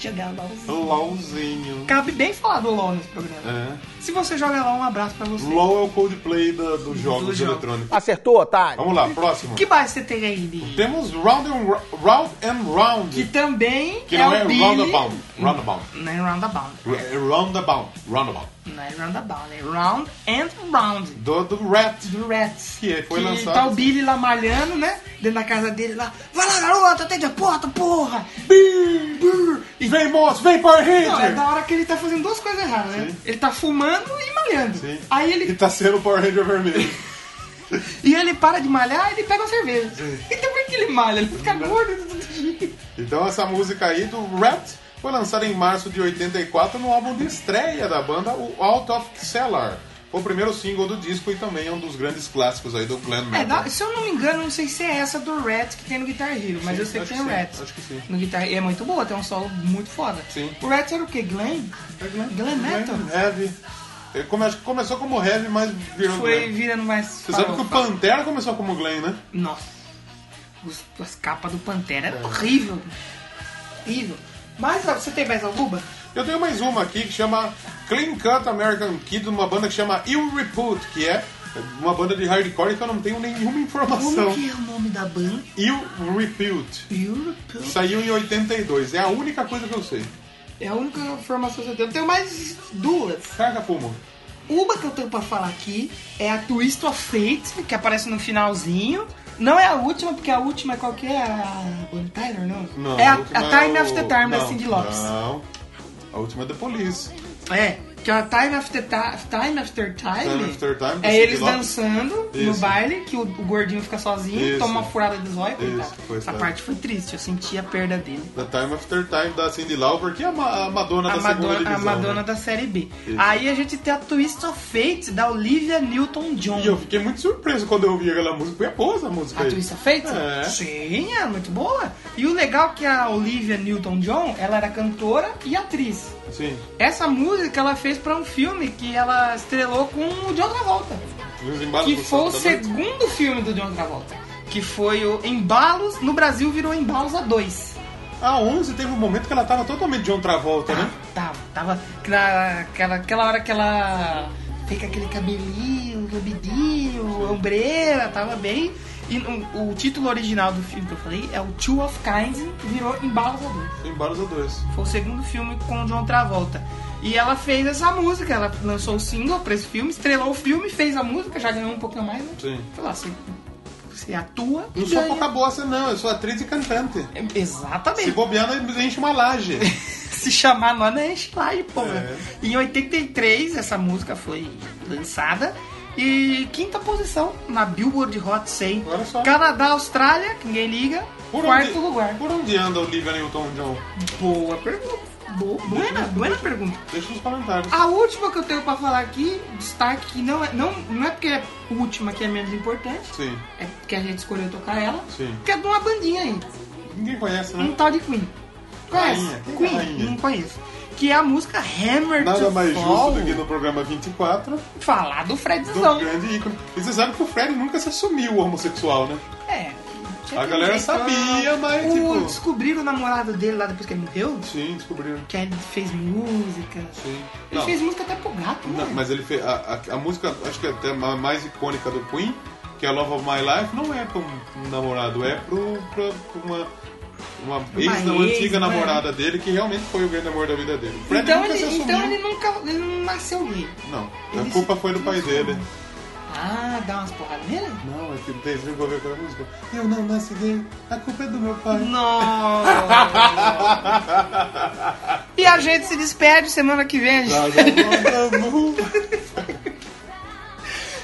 [SPEAKER 1] Jogar um LOLzinho.
[SPEAKER 2] LOLzinho.
[SPEAKER 1] Cabe bem falar do LOL nesse programa.
[SPEAKER 2] É.
[SPEAKER 1] Se você joga LOL, um abraço pra você.
[SPEAKER 2] LOL é o Coldplay da, dos jogos
[SPEAKER 1] jogo.
[SPEAKER 2] eletrônicos.
[SPEAKER 10] Acertou, otário.
[SPEAKER 2] Vamos lá, próximo.
[SPEAKER 1] Que bairro você tem aí, Bi?
[SPEAKER 2] Temos Round and, Ro- round, and round.
[SPEAKER 1] Que também
[SPEAKER 2] que não
[SPEAKER 1] o
[SPEAKER 2] é,
[SPEAKER 1] Billy...
[SPEAKER 2] Roundabout. Roundabout.
[SPEAKER 1] Não é Roundabout.
[SPEAKER 2] R- É Roundabout. Roundabout.
[SPEAKER 1] Não é Roundabout, é Round and Round.
[SPEAKER 2] Do, do Rat.
[SPEAKER 1] Do Rats.
[SPEAKER 2] Que foi lançado-
[SPEAKER 1] tá o Billy lá malhando, né? Dentro da casa dele lá. Vai lá, garoto, atende a porta, porra! Brrr, brrr. E
[SPEAKER 2] Vem, moço, vem, Power
[SPEAKER 1] Não, é
[SPEAKER 2] Ranger!
[SPEAKER 1] da hora que ele tá fazendo duas coisas erradas, né? Ele tá fumando e malhando.
[SPEAKER 2] Sim.
[SPEAKER 1] Aí
[SPEAKER 2] E
[SPEAKER 1] ele.
[SPEAKER 2] tá sendo o Power Ranger vermelho.
[SPEAKER 1] E ele para de malhar e ele pega uma cerveja. Então por que ele malha? Ele fica gordo e tudo jeito.
[SPEAKER 2] Então essa música aí do Rat foi lançada em março de 84 no álbum de estreia da banda, o Out of Cellar. Foi o primeiro single do disco e também é um dos grandes clássicos aí do Glenn
[SPEAKER 1] É,
[SPEAKER 2] Metal.
[SPEAKER 1] da- se eu não me engano, não sei se é essa do Rats que tem no Guitar Hero, mas
[SPEAKER 2] Sim,
[SPEAKER 1] eu sei que
[SPEAKER 2] acho
[SPEAKER 1] tem o
[SPEAKER 2] que sim,
[SPEAKER 1] Rats.
[SPEAKER 2] acho que sim.
[SPEAKER 1] No Guitar e é muito boa, tem um solo muito foda.
[SPEAKER 2] Sim.
[SPEAKER 1] O Rats era o quê? Glenn?
[SPEAKER 2] É Glenn,
[SPEAKER 1] Glenn Metal.
[SPEAKER 2] Heavy. Ele come- acho que começou como heavy, mas virou
[SPEAKER 1] Foi
[SPEAKER 2] glam.
[SPEAKER 1] virando mais.
[SPEAKER 2] né? Você sabe que o
[SPEAKER 1] farofa.
[SPEAKER 2] Pantera começou como glam, né?
[SPEAKER 1] Nossa. Os- as capas do Pantera
[SPEAKER 2] É.
[SPEAKER 1] era horrível. Horrível. Mas ó, você tem mais alguma?
[SPEAKER 2] Eu tenho mais uma aqui que chama Clean Cut American Kid, de uma banda que chama Ill Repute, que é uma banda de hardcore que eu não tenho nenhuma
[SPEAKER 1] Como
[SPEAKER 2] informação.
[SPEAKER 1] que é o nome da banda?
[SPEAKER 2] Ill Repute.
[SPEAKER 1] Europe.
[SPEAKER 2] Saiu em 82, é a única coisa que eu sei.
[SPEAKER 1] É a única informação que eu tenho. Eu tenho mais duas.
[SPEAKER 2] Carga fumo.
[SPEAKER 1] Uma que eu tenho pra falar aqui é a Twist of Fate, que aparece no finalzinho. Não é a última, porque a última é qual que é? A Bonnie Tyler, não?
[SPEAKER 2] Não,
[SPEAKER 1] é a,
[SPEAKER 2] última
[SPEAKER 1] a Time
[SPEAKER 2] é o-
[SPEAKER 1] After Time, da
[SPEAKER 2] não,
[SPEAKER 1] Cindy Lopes.
[SPEAKER 2] Não, a última é The Police.
[SPEAKER 1] É, que é a Time After Time, Time After Time.
[SPEAKER 2] Time After Time, da
[SPEAKER 1] é eles
[SPEAKER 2] Cyndi Lauper.
[SPEAKER 1] dançando no
[SPEAKER 2] Isso.
[SPEAKER 1] baile, que o, o gordinho fica sozinho,
[SPEAKER 2] Isso.
[SPEAKER 1] toma uma furada de zóio.
[SPEAKER 2] Isso,
[SPEAKER 1] coitado. Essa
[SPEAKER 2] coitado.
[SPEAKER 1] parte foi triste, eu senti a perda dele.
[SPEAKER 2] The Time After Time, da Cindy Lauper, que é a, Ma- a Madonna
[SPEAKER 1] A
[SPEAKER 2] da segunda
[SPEAKER 1] Madonna,
[SPEAKER 2] divisão.
[SPEAKER 1] a Madonna
[SPEAKER 2] né?
[SPEAKER 1] da série B.
[SPEAKER 2] Isso.
[SPEAKER 1] Aí a gente tem a Twist of Fate da Olivia Newton John.
[SPEAKER 2] E eu fiquei muito surpreso quando eu ouvi aquela música. Foi boa essa música
[SPEAKER 1] A
[SPEAKER 2] aí.
[SPEAKER 1] Twist of Fate?
[SPEAKER 2] É.
[SPEAKER 1] Sim, é muito boa. E o legal é que a Olivia Newton John, ela era cantora e atriz.
[SPEAKER 2] Sim.
[SPEAKER 1] Essa música ela fez pra um filme que ela estrelou com o John Travolta.
[SPEAKER 2] Os embalos
[SPEAKER 1] que
[SPEAKER 2] do
[SPEAKER 1] foi o
[SPEAKER 2] Sábado à Noite.
[SPEAKER 1] segundo filme do John Travolta, que foi o Embalos, no Brasil virou Embalos a 2.
[SPEAKER 2] A 11 teve um momento que ela tava totalmente de outra volta,
[SPEAKER 1] Tá,
[SPEAKER 2] né?
[SPEAKER 1] tava, tava na- aquela, aquela hora que ela fica aquele cabelinho, lobidinho, ombreira, tava bem. E o, o título original do filme que eu falei é o Two of Kinds, virou Embalos a 2.
[SPEAKER 2] Embalos a 2.
[SPEAKER 1] Foi o segundo filme com o John Travolta. E ela fez essa música, ela lançou o single pra esse filme, estrelou o filme, fez a música, já ganhou um pouquinho mais, né?
[SPEAKER 2] Sim.
[SPEAKER 1] Sei lá, você, você atua e
[SPEAKER 2] Não sou
[SPEAKER 1] ganha.
[SPEAKER 2] pouca bossa, não. Eu sou atriz e cantante. Se
[SPEAKER 1] Exatamente.
[SPEAKER 2] bobear, nós enche
[SPEAKER 1] <laughs>
[SPEAKER 2] uma laje.
[SPEAKER 1] Se chamar nós, não é enchilagem, porra.
[SPEAKER 2] É.
[SPEAKER 1] Em 83, essa música foi lançada. E quinta posição na Billboard Hot 100.
[SPEAKER 2] Olha só.
[SPEAKER 1] Canadá, Austrália, que ninguém liga. quarto lugar.
[SPEAKER 2] Por onde anda Olivia Newton-John?
[SPEAKER 1] Boa pergunta. Boa, buena, buena pergunta.
[SPEAKER 2] Deixa nos comentários.
[SPEAKER 1] A última que eu tenho pra falar aqui, destaque, que não é, não, não é porque é a última que é menos importante,
[SPEAKER 2] Sim.
[SPEAKER 1] é porque a gente escolheu tocar ela,
[SPEAKER 2] Sim.
[SPEAKER 1] que é de uma bandinha aí.
[SPEAKER 2] Ninguém conhece,
[SPEAKER 1] um
[SPEAKER 2] né?
[SPEAKER 1] tal de Queen. Conhece?
[SPEAKER 2] Rainha. Quem é
[SPEAKER 1] Queen?
[SPEAKER 2] Rainha?
[SPEAKER 1] Não conheço. Que é a música Hammer
[SPEAKER 2] Nada
[SPEAKER 1] to
[SPEAKER 2] mais
[SPEAKER 1] Fall.
[SPEAKER 2] justo do que no programa 24
[SPEAKER 1] Falar do
[SPEAKER 2] do
[SPEAKER 1] Fredzão.
[SPEAKER 2] grande ícone. E você sabe que o Fred nunca se assumiu homossexual, né?
[SPEAKER 1] É. tinha
[SPEAKER 2] A
[SPEAKER 1] que
[SPEAKER 2] galera
[SPEAKER 1] ver,
[SPEAKER 2] sabia, mas,
[SPEAKER 1] o,
[SPEAKER 2] tipo-
[SPEAKER 1] Descobriram o namorado dele lá depois que ele morreu.
[SPEAKER 2] Sim, descobriram.
[SPEAKER 1] Que ele fez música.
[SPEAKER 2] Sim.
[SPEAKER 1] Ele
[SPEAKER 2] Não.
[SPEAKER 1] fez música até pro gato, né?
[SPEAKER 2] Não, mas ele fez. A, a- a música, acho que é até a mais icônica do Queen, que é Love of My Life, não é pra um, um namorado, é pro, pra, pra uma. Uma ex, não,
[SPEAKER 1] ex,
[SPEAKER 2] antiga
[SPEAKER 1] né?
[SPEAKER 2] namorada dele, que realmente foi o grande amor da vida dele. O Fred
[SPEAKER 1] Então,
[SPEAKER 2] nunca se
[SPEAKER 1] ele,
[SPEAKER 2] assumiu.
[SPEAKER 1] então ele nunca ele não nasceu gay.
[SPEAKER 2] Não,
[SPEAKER 1] ele
[SPEAKER 2] a culpa
[SPEAKER 1] se-
[SPEAKER 2] foi do pai dele.
[SPEAKER 1] Ah, dá umas porradas nele?
[SPEAKER 2] Não, é que tem você envolveu com a música. Eu não nasci gay, a culpa é do meu
[SPEAKER 1] <laughs>
[SPEAKER 2] pai.
[SPEAKER 1] Nossa! e a gente se despede semana que vem. A gente
[SPEAKER 2] Lá, lá, lá, lá, lá.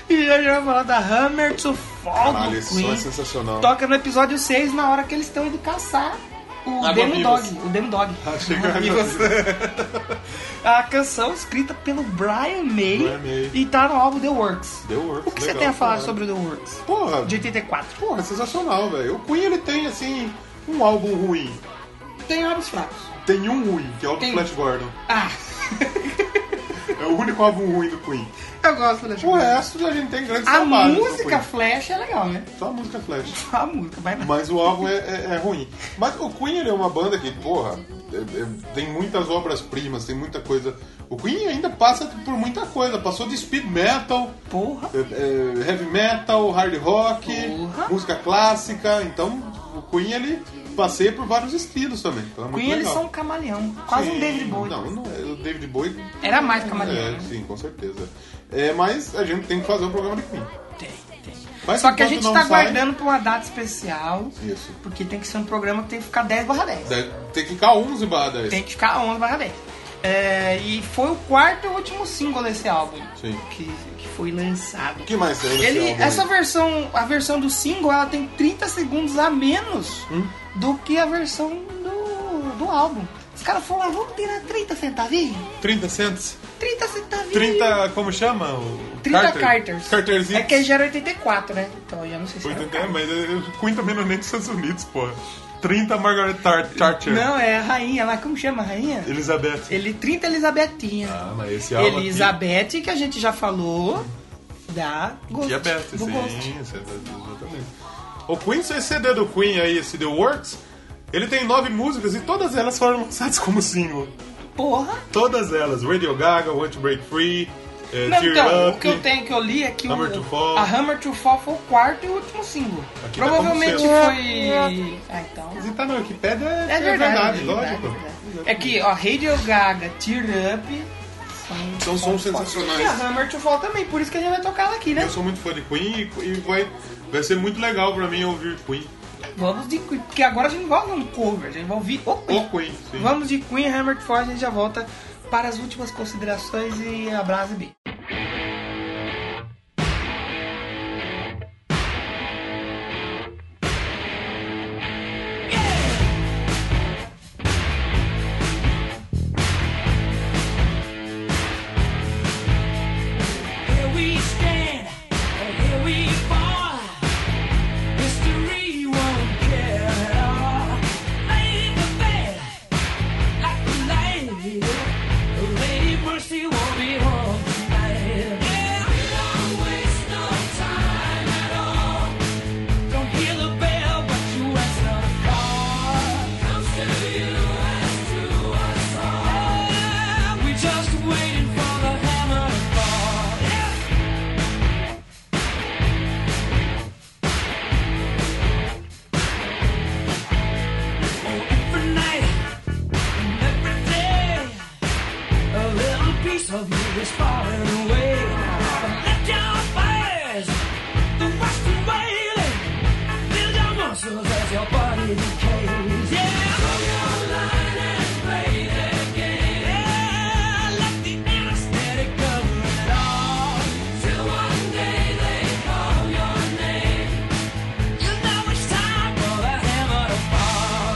[SPEAKER 1] E hoje a gente vai falar da Hammer to Fall
[SPEAKER 2] Caralho,
[SPEAKER 1] do
[SPEAKER 2] esse som é
[SPEAKER 1] Queen. Tá
[SPEAKER 2] sensacional.
[SPEAKER 1] Toca no episódio 6, na hora que eles estão indo caçar o
[SPEAKER 2] Água
[SPEAKER 1] Demo
[SPEAKER 2] vivas.
[SPEAKER 1] Dog. O Demo Dog.
[SPEAKER 2] Achei que
[SPEAKER 1] Água
[SPEAKER 2] era
[SPEAKER 1] vivas. a canção escrita pelo Brian May,
[SPEAKER 2] Brian May.
[SPEAKER 1] e tá no álbum The Works.
[SPEAKER 2] The Works,
[SPEAKER 1] O que você
[SPEAKER 2] legal,
[SPEAKER 1] tem a falar
[SPEAKER 2] caralho.
[SPEAKER 1] sobre o The Works?
[SPEAKER 2] Porra,
[SPEAKER 1] De 84.
[SPEAKER 2] porra, é sensacional, velho. O Queen ele tem, assim, um álbum ruim.
[SPEAKER 1] Tem álbuns fracos.
[SPEAKER 2] Tem um ruim, que é o do
[SPEAKER 1] Tem.
[SPEAKER 2] Flash Gordon.
[SPEAKER 1] Ah,
[SPEAKER 2] É o único álbum ruim do Queen.
[SPEAKER 1] <laughs> eu gosto da
[SPEAKER 2] O resto a gente tem grandes
[SPEAKER 1] A
[SPEAKER 2] trabalhos. do
[SPEAKER 1] música
[SPEAKER 2] Queen.
[SPEAKER 1] Flash é legal, né?
[SPEAKER 2] Só a música Flash.
[SPEAKER 1] A música vai na...
[SPEAKER 2] Mas o álbum é, é- é ruim. Mas o Queen ele é uma banda que, porra, é- é- tem muitas obras-primas, tem muita coisa. O Queen ainda passa por muita coisa. Passou de speed metal,
[SPEAKER 1] Porra.
[SPEAKER 2] é- é, heavy metal, hard rock,
[SPEAKER 1] Porra.
[SPEAKER 2] música clássica. Então o Queen ele passeia por vários estilos também. Então é muito
[SPEAKER 1] Queen, eles
[SPEAKER 2] legal.
[SPEAKER 1] são um camaleão. Quase um
[SPEAKER 2] Sim.
[SPEAKER 1] David Bowie.
[SPEAKER 2] Não, não é. o David Bowie
[SPEAKER 1] Era mais camaleão. né?
[SPEAKER 2] É, sim, com certeza. É, mas a gente tem que fazer um programa de Queen.
[SPEAKER 1] Tem, tem.
[SPEAKER 2] Mas
[SPEAKER 1] Só que a
[SPEAKER 2] enquanto
[SPEAKER 1] gente
[SPEAKER 2] não
[SPEAKER 1] tá
[SPEAKER 2] sai-
[SPEAKER 1] guardando pra uma data especial.
[SPEAKER 2] Isso.
[SPEAKER 1] Porque tem que ser um programa que tem que ficar 10 barra 10.
[SPEAKER 2] Deve- Tem que ficar 11 barra 10.
[SPEAKER 1] Tem que ficar 11 barra 10. É, e foi o quarto e último single desse álbum.
[SPEAKER 2] Sim.
[SPEAKER 1] Que, que foi lançado.
[SPEAKER 2] O que mais tem nesse
[SPEAKER 1] Ele,
[SPEAKER 2] álbum aí?
[SPEAKER 1] essa versão, a versão do single, ela tem 30 segundos a menos
[SPEAKER 2] Hum?
[SPEAKER 1] do que a versão né, do, do álbum. Os caras falaram, vamos tirar 30 centavinhos?
[SPEAKER 2] 30 centos?
[SPEAKER 1] 30 centavinhos.
[SPEAKER 2] 30, como chama? O
[SPEAKER 1] 30
[SPEAKER 2] Carter?
[SPEAKER 1] Carters.
[SPEAKER 2] Carterzinho.
[SPEAKER 1] É que já era 84, né? Então eu não sei se era o
[SPEAKER 2] 80,
[SPEAKER 1] Carter.
[SPEAKER 2] mas é, o Queen também não é nem dos Estados Unidos, porra. 30 Margaret Tar- Thatcher.
[SPEAKER 1] Não, é a rainha lá, como chama a rainha?
[SPEAKER 2] Elizabeth.
[SPEAKER 1] Ele 30 Elisabetinha.
[SPEAKER 2] Ah, mas esse álbum aqui-
[SPEAKER 1] Elizabeth, que a gente já falou da Ghost.
[SPEAKER 2] Diabetes,
[SPEAKER 1] do
[SPEAKER 2] sim,
[SPEAKER 1] Ghost.
[SPEAKER 2] você- exatamente. O Queen, esse CD do Queen aí, esse The Works, ele tem nove músicas e todas elas foram <laughs> lançadas como single.
[SPEAKER 1] Porra!
[SPEAKER 2] Todas elas. Radio Gaga, Want to Break Free, eh,
[SPEAKER 1] Não,
[SPEAKER 2] Tear
[SPEAKER 1] então,
[SPEAKER 2] Up.
[SPEAKER 1] o que eu tenho que eu li é que
[SPEAKER 2] Hammer
[SPEAKER 1] o,
[SPEAKER 2] to Fall.
[SPEAKER 1] a Hammer to Fall foi o quarto e último single.
[SPEAKER 2] Aqui tá como
[SPEAKER 1] Provavelmente
[SPEAKER 2] sexto.
[SPEAKER 1] foi. Ah, então.
[SPEAKER 2] Mas tá na Wikipédia, é,
[SPEAKER 1] É verdade, é verdade,
[SPEAKER 2] lógico.
[SPEAKER 1] é verdade. É que, ó, Radio Gaga, Tear Up.
[SPEAKER 2] Então São sons sensacionais.
[SPEAKER 1] E a Hammer to Fall também, por isso que a gente vai tocar ela aqui, né?
[SPEAKER 2] Eu sou muito fã de Queen e, e vai, vai ser muito legal pra mim ouvir Queen.
[SPEAKER 1] Vamos de Queen, porque agora a gente não vai ouvir um cover, a gente vai ouvir o Queen.
[SPEAKER 2] O Queen, sim.
[SPEAKER 1] Vamos de Queen Hammer to Fall, a gente já volta para as últimas considerações e abraço e beijo.
[SPEAKER 4] Here we stand, and here we fall. History won't care at all. Made the bed, like the lady. The Lady Mercy won't be home tonight. Yeah, we don't waste no time at all. Don't hear the bell, but you answer the call. Comes to you as to us all. Yeah, we just waiting for the hammer to fall. Yeah. Oh, every night and every day, a little piece of you is falling away. Let your fires, the western wailing, build your muscles as your body decays. Yeah, throw your line and play the game. Yeah, let the anesthetic cover it all. Till one day they call your name, you know it's time for the hammer to fall.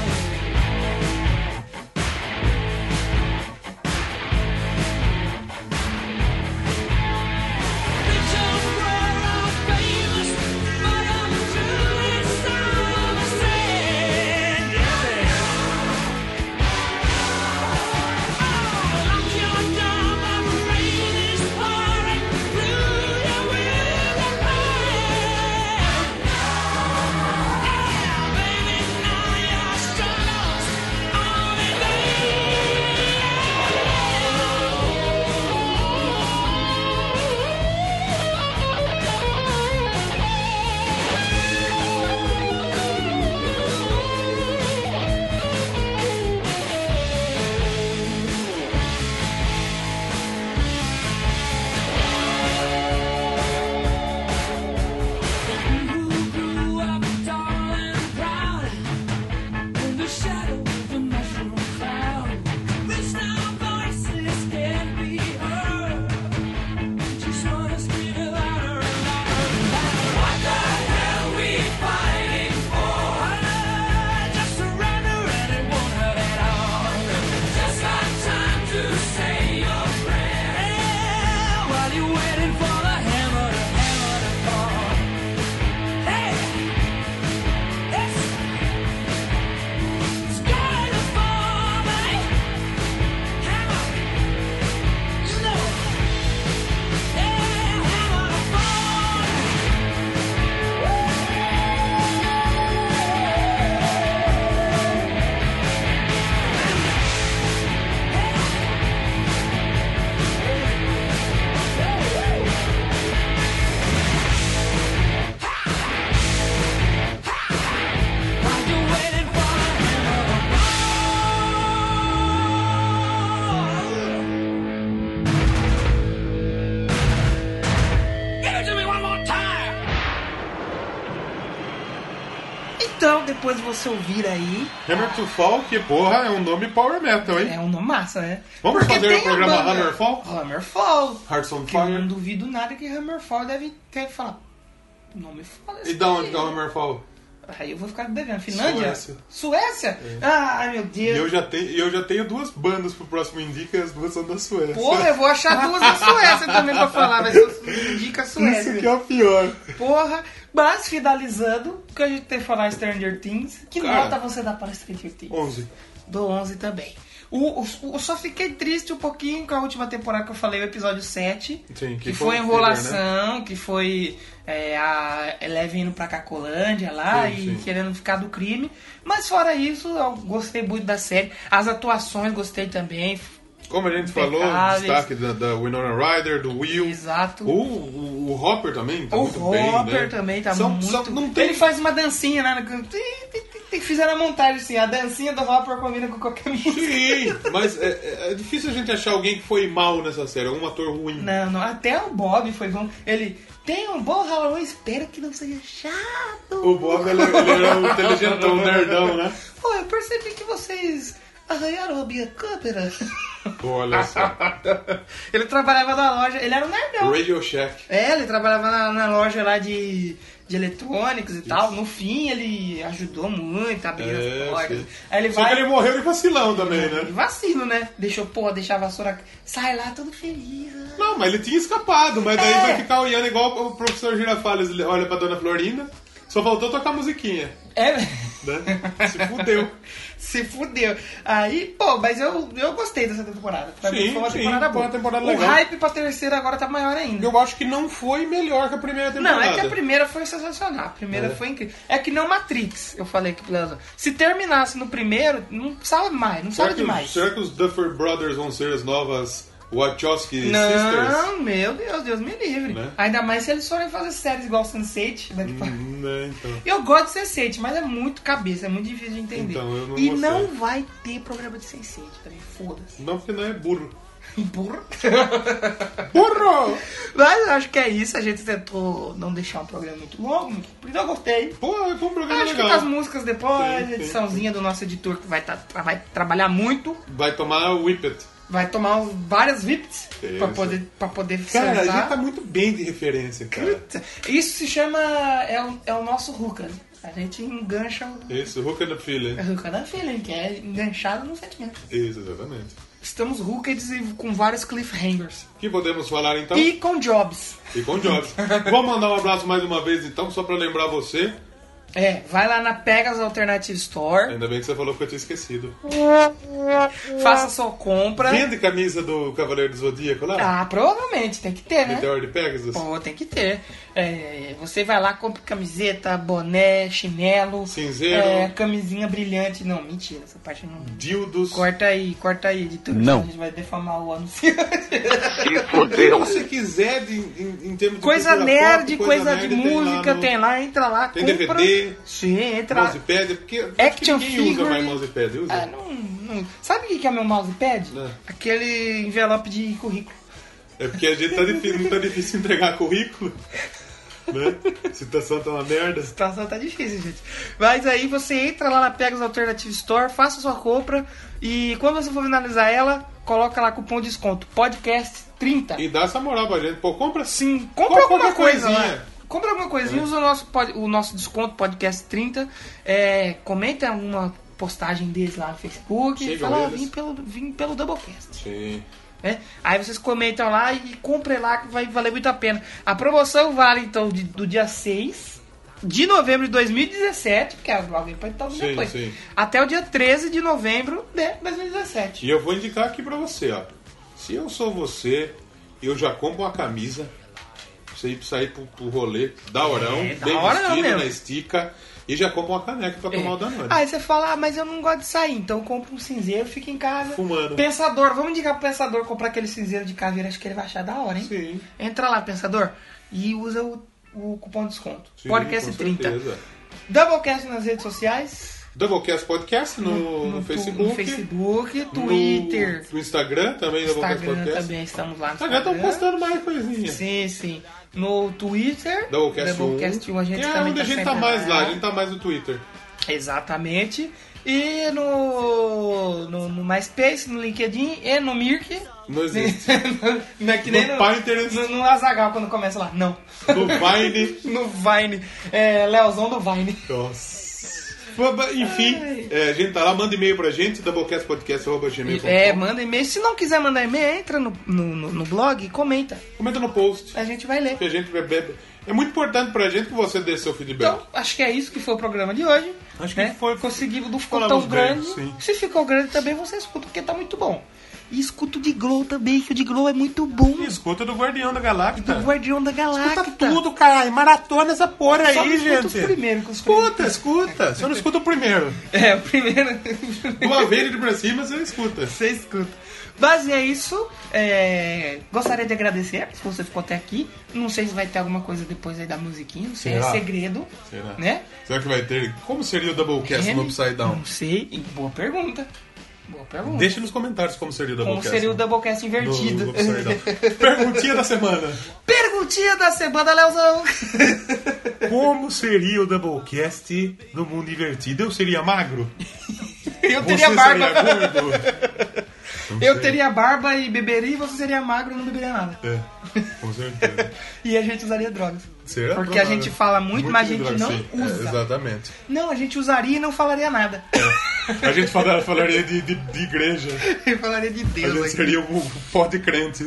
[SPEAKER 4] Waiting for the hammer, to- hammer to fall. Hey!
[SPEAKER 1] Então, depois de você ouvir aí,
[SPEAKER 2] Hammer to Fall, que porra, é um nome power metal, hein?
[SPEAKER 1] é um nome massa, né?
[SPEAKER 2] Vamos fazer
[SPEAKER 1] tem
[SPEAKER 2] o programa
[SPEAKER 1] a banda
[SPEAKER 2] Hammerfall?
[SPEAKER 1] Hammerfall.
[SPEAKER 2] Hearts on
[SPEAKER 1] É. Que eu não
[SPEAKER 2] Fire.
[SPEAKER 1] duvido nada que Hammerfall deve ter falado. Nome foda
[SPEAKER 2] E
[SPEAKER 1] esse
[SPEAKER 2] da onde que é
[SPEAKER 1] daí.
[SPEAKER 2] o Hammerfall?
[SPEAKER 1] Aí eu vou ficar devendo. Finlândia?
[SPEAKER 2] Suécia.
[SPEAKER 1] Suécia? Ai, meu
[SPEAKER 2] E
[SPEAKER 1] Deus.
[SPEAKER 2] eu já, tenho, e eu já tenho duas bandas pro próximo Indica e as duas são da Suécia.
[SPEAKER 1] Porra, eu vou achar duas na Suécia também pra falar, mas eu indico a Suécia.
[SPEAKER 2] <laughs> Isso que é o pior.
[SPEAKER 1] Porra. Mas, finalizando, o que a gente tem que falar em Stranger Things, que
[SPEAKER 2] Cara.
[SPEAKER 1] nota você dá para Stranger Things?
[SPEAKER 2] 11.
[SPEAKER 1] Dou 11 também. O, o- eu só fiquei triste um pouquinho com a última temporada que eu falei, o episódio 7.
[SPEAKER 2] Sim,
[SPEAKER 1] que,
[SPEAKER 2] que
[SPEAKER 1] foi
[SPEAKER 2] foi um
[SPEAKER 1] enrolação, que foi é, a Eleven indo pra Cacolândia lá
[SPEAKER 2] Sim,
[SPEAKER 1] e
[SPEAKER 2] sim.
[SPEAKER 1] querendo ficar do crime. Mas fora isso, eu gostei muito da série. As atuações gostei também.
[SPEAKER 2] Como a gente falou,
[SPEAKER 1] Impecáveis.
[SPEAKER 2] destaque da, da Winona Ryder, do Will.
[SPEAKER 1] Exato.
[SPEAKER 2] O, o, o Hopper também tá
[SPEAKER 1] O
[SPEAKER 2] muito bem, né?
[SPEAKER 1] Hopper também tá
[SPEAKER 2] São-
[SPEAKER 1] muito...
[SPEAKER 2] são- não tem...
[SPEAKER 1] Ele faz uma dancinha, né? no- Fizeram a montagem, assim. A dancinha do Hopper combina com qualquer música.
[SPEAKER 2] Sim, mas é- é, é difícil a gente achar alguém que foi mal nessa série, algum ator ruim.
[SPEAKER 1] Não, não, até o Bob foi bom. Ele tem um bom Halloween, espero que não seja chato.
[SPEAKER 2] O Bob, ele, ele era um inteligentão, <laughs> um nerdão, né?
[SPEAKER 1] Pô, eu percebi que vocês arranharam a minha câmera. <laughs>
[SPEAKER 2] Olha <laughs> só.
[SPEAKER 1] ele trabalhava na loja, ele era um nerdão.
[SPEAKER 2] Radio Shack.
[SPEAKER 1] É, ele trabalhava na, na loja lá de, de eletrônicos e tal. No fim, ele ajudou muito, abriu
[SPEAKER 2] É,
[SPEAKER 1] as portas.
[SPEAKER 2] sim.
[SPEAKER 1] Aí ele
[SPEAKER 2] Só que
[SPEAKER 1] vai...
[SPEAKER 2] ele morreu de vacilão também,
[SPEAKER 1] E
[SPEAKER 2] né?
[SPEAKER 1] vacilo, né? Deixou, porra, deixar a vassoura... Sai lá todo feliz. ah.
[SPEAKER 2] Não, mas ele tinha escapado, mas daí
[SPEAKER 1] É.
[SPEAKER 2] vai ficar olhando igual o professor Girafales ele olha pra Dona Florinda, só faltou tocar musiquinha,
[SPEAKER 1] É...
[SPEAKER 2] né? Se fudeu.
[SPEAKER 1] <laughs> Se fudeu. Aí, pô, mas eu, eu gostei dessa temporada. Pra mim
[SPEAKER 2] Sim,
[SPEAKER 1] foi uma
[SPEAKER 2] sim,
[SPEAKER 1] temporada
[SPEAKER 2] foi
[SPEAKER 1] boa.
[SPEAKER 2] uma temporada
[SPEAKER 1] o
[SPEAKER 2] legal.
[SPEAKER 1] hype pra terceira agora tá maior ainda.
[SPEAKER 2] <laughs> Eu acho que não foi melhor que a primeira temporada.
[SPEAKER 1] Não, é que a primeira foi sensacional. A primeira foi incrível. É que não Matrix, eu falei que Se terminasse no primeiro, não precisava mais, não
[SPEAKER 2] Será
[SPEAKER 1] precisava
[SPEAKER 2] que,
[SPEAKER 1] de mais.
[SPEAKER 2] será que os Duffer Brothers vão ser as novas Wachowski Sisters?
[SPEAKER 1] Não, meu Deus, Deus me livre.
[SPEAKER 2] Né?
[SPEAKER 1] Ainda mais se eles forem fazer séries igual Sunset tipo, daqui pra
[SPEAKER 2] Hum, né, então.
[SPEAKER 1] Eu gosto de Sense8, mas é muito cabeça, é muito difícil de entender.
[SPEAKER 2] Então, eu não
[SPEAKER 1] e
[SPEAKER 2] gostei.
[SPEAKER 1] não vai ter programa de Sense8 também, foda-se.
[SPEAKER 2] Não, porque não é <laughs> burro.
[SPEAKER 1] Burro.
[SPEAKER 2] Burro!
[SPEAKER 1] Mas eu acho que é isso, a gente tentou não deixar um programa muito longo, muito comprido, eu gostei.
[SPEAKER 2] Pô, foi um programa
[SPEAKER 1] Acho que tá-
[SPEAKER 2] legal.
[SPEAKER 1] com as músicas depois,
[SPEAKER 2] Sim,
[SPEAKER 1] a
[SPEAKER 2] sim,
[SPEAKER 1] ediçãozinha do nosso editor que vai, tá- tra- vai trabalhar muito,
[SPEAKER 2] Vai tomar o Whippet.
[SPEAKER 1] vai tomar um- várias VIPs
[SPEAKER 2] Isso.
[SPEAKER 1] pra poder, pra poder
[SPEAKER 2] Cara, a
[SPEAKER 1] sentar.
[SPEAKER 2] gente tá muito bem de referência, cara.
[SPEAKER 1] Puta, Isso se chama. É o, é o nosso Ruka. A gente engancha o.
[SPEAKER 2] Isso, Hook and the Feeling.
[SPEAKER 1] É o Ruka da Feeling, que é enganchado no sentimento.
[SPEAKER 2] Isso, exatamente.
[SPEAKER 1] Estamos hooked e com vários cliffhangers.
[SPEAKER 2] O que podemos falar então?
[SPEAKER 1] E com jobs.
[SPEAKER 2] E com <laughs> Jobs. Vamos mandar um abraço mais uma vez então, só pra lembrar você.
[SPEAKER 1] É, vai lá na Pegas Alternative Store,
[SPEAKER 2] Ainda bem que você falou que eu tinha esquecido. É.
[SPEAKER 1] faça sua compra.
[SPEAKER 2] Vende camisa do Cavaleiro do Zodíaco lá?
[SPEAKER 1] Ah, provavelmente, tem que ter, né?
[SPEAKER 2] Meteor de Pegasus?
[SPEAKER 1] Pô, tem que ter. É, você vai lá, compra camiseta, boné, chinelo.
[SPEAKER 2] Cinzeiro.
[SPEAKER 1] é, camisinha brilhante. Não, mentira, essa parte não.
[SPEAKER 2] Dildos.
[SPEAKER 1] Corta aí, corta aí, editor. Não. A gente vai defamar o anunciante.
[SPEAKER 2] O que você quiser de, em, em termos de
[SPEAKER 1] <laughs> Coisa
[SPEAKER 2] cultura
[SPEAKER 1] nerd,
[SPEAKER 2] pop,
[SPEAKER 1] coisa, de
[SPEAKER 2] nerd,
[SPEAKER 1] música, tem
[SPEAKER 2] lá
[SPEAKER 1] lá, entra lá,
[SPEAKER 2] Tem
[SPEAKER 1] compra.
[SPEAKER 2] DVD,
[SPEAKER 1] Sim, entra
[SPEAKER 2] no
[SPEAKER 1] lá.
[SPEAKER 2] mousepad, é porque
[SPEAKER 1] Action
[SPEAKER 2] quem usa
[SPEAKER 1] figure.
[SPEAKER 2] mais mousepad? Usa?
[SPEAKER 1] Ah, não, não- Sabe o que que é meu mousepad?
[SPEAKER 2] É.
[SPEAKER 1] Aquele envelope de currículo.
[SPEAKER 2] É porque a gente tá difícil, não tá difícil
[SPEAKER 1] <laughs>
[SPEAKER 2] entregar currículo. Né? Citação tá uma merda.
[SPEAKER 1] A situação tá difícil, gente. Mas aí você entra lá na Pegas Alternative Store, faça sua compra e quando você for finalizar ela, coloca lá cupom de desconto podcast 30.
[SPEAKER 2] E dá essa moral pra gente. Pô, compra
[SPEAKER 1] Sim, compra
[SPEAKER 2] Compra
[SPEAKER 1] alguma
[SPEAKER 2] qualquer
[SPEAKER 1] coisa
[SPEAKER 2] coisinha.
[SPEAKER 1] lá. Compra alguma coisinha, usa o nosso, pod- o nosso desconto podcast 30. É, comenta alguma postagem deles lá no Facebook.
[SPEAKER 2] Chega
[SPEAKER 1] e fala, ah,
[SPEAKER 2] neles.
[SPEAKER 1] vim pelo, vim pelo Doublecast.
[SPEAKER 2] Sim.
[SPEAKER 1] né? Aí vocês comentam lá e comprem lá que vai valer muito a pena. A promoção vale então de- do dia 6 de novembro de 2017, porque alguém pode estar
[SPEAKER 2] Sim,
[SPEAKER 1] usando depois,
[SPEAKER 2] sim.
[SPEAKER 1] até o dia 13 de novembro de 2017.
[SPEAKER 2] E eu vou indicar aqui pra você, ó. Se eu sou você, eu já compro uma camisa. pra Você ir sair pro, pro rolê, da orão,
[SPEAKER 1] É, da
[SPEAKER 2] bem
[SPEAKER 1] hora
[SPEAKER 2] vestido,
[SPEAKER 1] mesmo. É.
[SPEAKER 2] na estica. E já compro uma caneca pra tomar o Danone.
[SPEAKER 1] Aí você fala, ah, mas eu não gosto de sair, então compra um cinzeiro, fica em casa.
[SPEAKER 2] Fumando.
[SPEAKER 1] Pensador, vamos indicar pro Pensador comprar aquele cinzeiro de caveira, acho que ele vai achar da hora, hein?
[SPEAKER 2] Sim.
[SPEAKER 1] Entra lá, Pensador, e usa o, o cupom de desconto.
[SPEAKER 2] Sim,
[SPEAKER 1] Podcast
[SPEAKER 2] com
[SPEAKER 1] 30.
[SPEAKER 2] certeza.
[SPEAKER 1] Doublecast nas redes sociais.
[SPEAKER 2] Doublecast Podcast no, no,
[SPEAKER 1] tu-
[SPEAKER 2] Facebook.
[SPEAKER 1] no Facebook, Twitter,
[SPEAKER 2] No, no Instagram também, Doublecast
[SPEAKER 1] Instagram
[SPEAKER 2] Podcast.
[SPEAKER 1] também, estamos lá no
[SPEAKER 2] Instagram tá um estão postando mais coisinha.
[SPEAKER 1] Sim, sim. No Twitter,
[SPEAKER 2] Doublecast 1.
[SPEAKER 1] Doublecast 1, a gente
[SPEAKER 2] que é
[SPEAKER 1] também
[SPEAKER 2] onde
[SPEAKER 1] tá
[SPEAKER 2] a gente tá
[SPEAKER 1] sempre
[SPEAKER 2] mais lá,
[SPEAKER 1] lá.
[SPEAKER 2] a gente tá mais no Twitter.
[SPEAKER 1] Exatamente. E no, no, no MySpace, no LinkedIn e no
[SPEAKER 2] <laughs>
[SPEAKER 1] Mirk.
[SPEAKER 2] Não existe.
[SPEAKER 1] não é que nem
[SPEAKER 2] No
[SPEAKER 1] no,
[SPEAKER 2] Pinterest.
[SPEAKER 1] no, no Azagal quando começa lá. Não. <laughs>
[SPEAKER 2] No Vine.
[SPEAKER 1] no Vine. É, Leozão do Vine.
[SPEAKER 2] Nossa. Enfim, é, a gente tá lá, manda e-mail pra gente, doublecastpodcast.gmail.com
[SPEAKER 1] É, manda e-mail. Se não quiser mandar e-mail, entra no, no, no- no blog e comenta.
[SPEAKER 2] Comenta no post.
[SPEAKER 1] A gente vai ler.
[SPEAKER 2] Que a gente bebe. É muito importante pra gente que você dê seu feedback.
[SPEAKER 1] Então, acho que é isso que foi o programa de hoje.
[SPEAKER 2] Acho que
[SPEAKER 1] né?
[SPEAKER 2] foi.
[SPEAKER 1] Conseguimos, não ficou
[SPEAKER 2] Falamos
[SPEAKER 1] tão
[SPEAKER 2] bem,
[SPEAKER 1] grande.
[SPEAKER 2] sim.
[SPEAKER 1] Se ficou grande também, você escuta, porque tá muito bom. E escuta o de Glow também, que o de Glow é muito bom.
[SPEAKER 2] Então, Escuta do Guardião da Galacta.
[SPEAKER 1] Do Guardião da Galáxia.
[SPEAKER 2] caralho. Maratona essa porra
[SPEAKER 1] Só não escuta os primeiros, que os
[SPEAKER 2] Escuta, escuta. Só não escuta o <laughs> primeiro.
[SPEAKER 1] É, o primeiro.
[SPEAKER 2] Uma vez de pra cima, <laughs> você escuta.
[SPEAKER 1] você escuta. Mas é isso. é, Gostaria de agradecer se você ficou até aqui. Não sei se vai ter alguma coisa depois aí da musiquinha. Não sei,
[SPEAKER 2] Será?
[SPEAKER 1] é segredo.
[SPEAKER 2] Será?
[SPEAKER 1] Né?
[SPEAKER 2] Será que vai ter? Como seria o Doublecast no
[SPEAKER 1] É,
[SPEAKER 2] Upside Down?
[SPEAKER 1] Não sei. E Boa pergunta. Boa pergunta.
[SPEAKER 2] Deixa nos comentários como seria o
[SPEAKER 1] Como
[SPEAKER 2] Doublecast. né?
[SPEAKER 1] seria o
[SPEAKER 2] no-
[SPEAKER 1] Doublecast invertido?
[SPEAKER 2] no Upside Down. Perguntinha da semana.
[SPEAKER 1] <laughs> Perguntinha da semana,
[SPEAKER 2] <laughs>
[SPEAKER 1] Leozão.
[SPEAKER 2] Como seria o Doublecast no mundo invertido? Eu seria magro?
[SPEAKER 1] Eu teria
[SPEAKER 2] você
[SPEAKER 1] barba.
[SPEAKER 2] <laughs> seria gordo? Não
[SPEAKER 1] <laughs> Eu
[SPEAKER 2] sei.
[SPEAKER 1] teria barba e beberia e você seria magro e não beberia nada.
[SPEAKER 2] É, com certeza.
[SPEAKER 1] E a gente usaria drogas.
[SPEAKER 2] Será?
[SPEAKER 1] Porque a
[SPEAKER 2] Provável.
[SPEAKER 1] gente fala muito, mas a
[SPEAKER 2] de
[SPEAKER 1] gente
[SPEAKER 2] droga,
[SPEAKER 1] não
[SPEAKER 2] sim. É,
[SPEAKER 1] usa.
[SPEAKER 2] exatamente.
[SPEAKER 1] Não, a gente usaria e não falaria nada. <laughs>
[SPEAKER 2] A gente fala- falaria de, de, de igreja.
[SPEAKER 1] Eu falaria de
[SPEAKER 2] A
[SPEAKER 1] Deus
[SPEAKER 2] gente
[SPEAKER 1] aqui.
[SPEAKER 2] seria o pó de crente.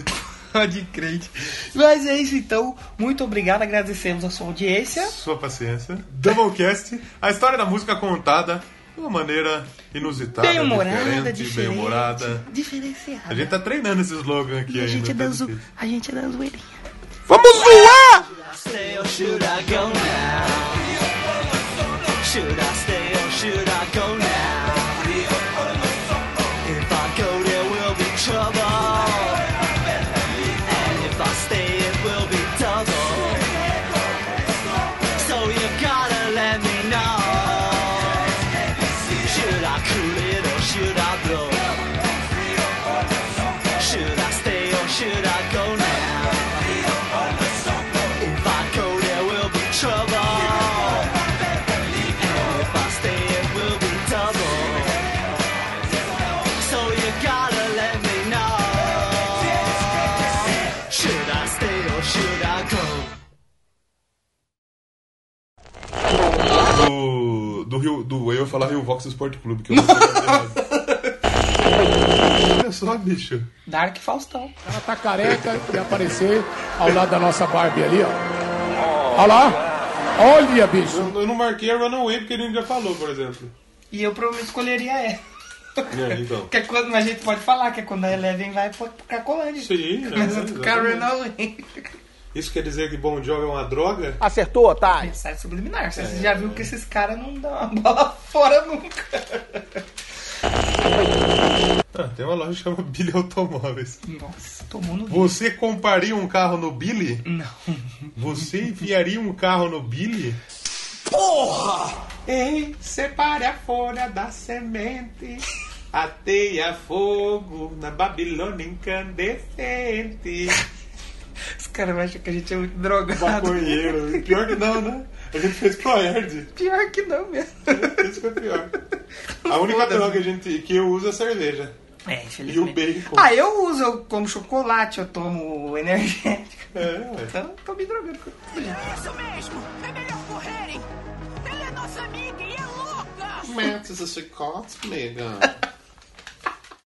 [SPEAKER 1] De crente. Mas é isso então. Muito obrigado, agradecemos a sua audiência.
[SPEAKER 2] Sua paciência. Doublecast. A história da música contada de uma maneira inusitada,
[SPEAKER 1] Bem-humorada,
[SPEAKER 2] diferente,
[SPEAKER 1] diferente.
[SPEAKER 2] bem-humorada.
[SPEAKER 1] Diferenciada.
[SPEAKER 2] A gente tá treinando esse slogan aqui
[SPEAKER 1] A
[SPEAKER 2] ainda.
[SPEAKER 1] gente é
[SPEAKER 2] tá
[SPEAKER 1] da zo-
[SPEAKER 2] difícil.
[SPEAKER 1] a gente é da zoeirinha.
[SPEAKER 2] Vamos zoar!
[SPEAKER 9] stay or should I go now? Should I stay or should I go now? If I go, there will be trouble. And if I stay, it will be double. So you gotta let me know. Should I cool it or should I blow? Should I stay or should I go now? If I go, there will be trouble. And if I stay, it will be double. So you gotta let me know. Should I stay or should I
[SPEAKER 2] Do,
[SPEAKER 9] go?
[SPEAKER 2] do, Rio, do eu ia falar Rio Vox Sport Clube, que eu não sei o nome errado. Olha só, bicho.
[SPEAKER 1] Dark Faustão.
[SPEAKER 11] Ela tá careca de aparecer ao lado da nossa Barbie ali, ó. Olha lá. Olha, bicho.
[SPEAKER 2] Eu, eu não marquei a Runaway porque ele já falou, por exemplo.
[SPEAKER 1] E eu provavelmente escolheria ela.
[SPEAKER 2] E aí,
[SPEAKER 1] <laughs>
[SPEAKER 2] então?
[SPEAKER 1] Que é quando a gente pode falar, que é quando a Eleven vai pra Cracolândia. <laughs>
[SPEAKER 2] Sim, é,
[SPEAKER 1] Começa a tocar
[SPEAKER 2] exatamente.
[SPEAKER 1] <laughs> Runaway.
[SPEAKER 2] Isso quer dizer que Bon Jovi é uma droga?
[SPEAKER 10] Acertou, otário?
[SPEAKER 1] Mensagem subliminar. Você
[SPEAKER 2] É.
[SPEAKER 1] já viu que esses caras não dão uma bola <laughs> fora nunca.
[SPEAKER 2] Ah, tem uma loja que chama <laughs> Billy Automóveis.
[SPEAKER 1] Nossa, tomou no cu.
[SPEAKER 2] Você compraria um carro no Billy?
[SPEAKER 1] Não.
[SPEAKER 2] Você enfiaria um carro no Billy?
[SPEAKER 1] Ei, separe a folha da semente.
[SPEAKER 2] Ateia fogo na Babilônia incandescente.
[SPEAKER 1] Os caras acham que a gente é muito drogado.
[SPEAKER 2] Maconheiro. Pior que não, né? A gente fez Proerd.
[SPEAKER 1] Pior que não
[SPEAKER 2] <laughs>
[SPEAKER 1] mesmo.
[SPEAKER 2] Isso foi pior. A única droga que, a gente, que eu uso é cerveja.
[SPEAKER 1] É,
[SPEAKER 2] E o
[SPEAKER 1] infelizmente.
[SPEAKER 2] bacon.
[SPEAKER 1] Ah, eu uso, eu como chocolate, eu tomo energético.
[SPEAKER 2] É, ué.
[SPEAKER 1] Então, tô me drogando.
[SPEAKER 4] Isso mesmo! É melhor correrem! Ela é nossa amiga e é louca!
[SPEAKER 2] Mete esse chicote, nega.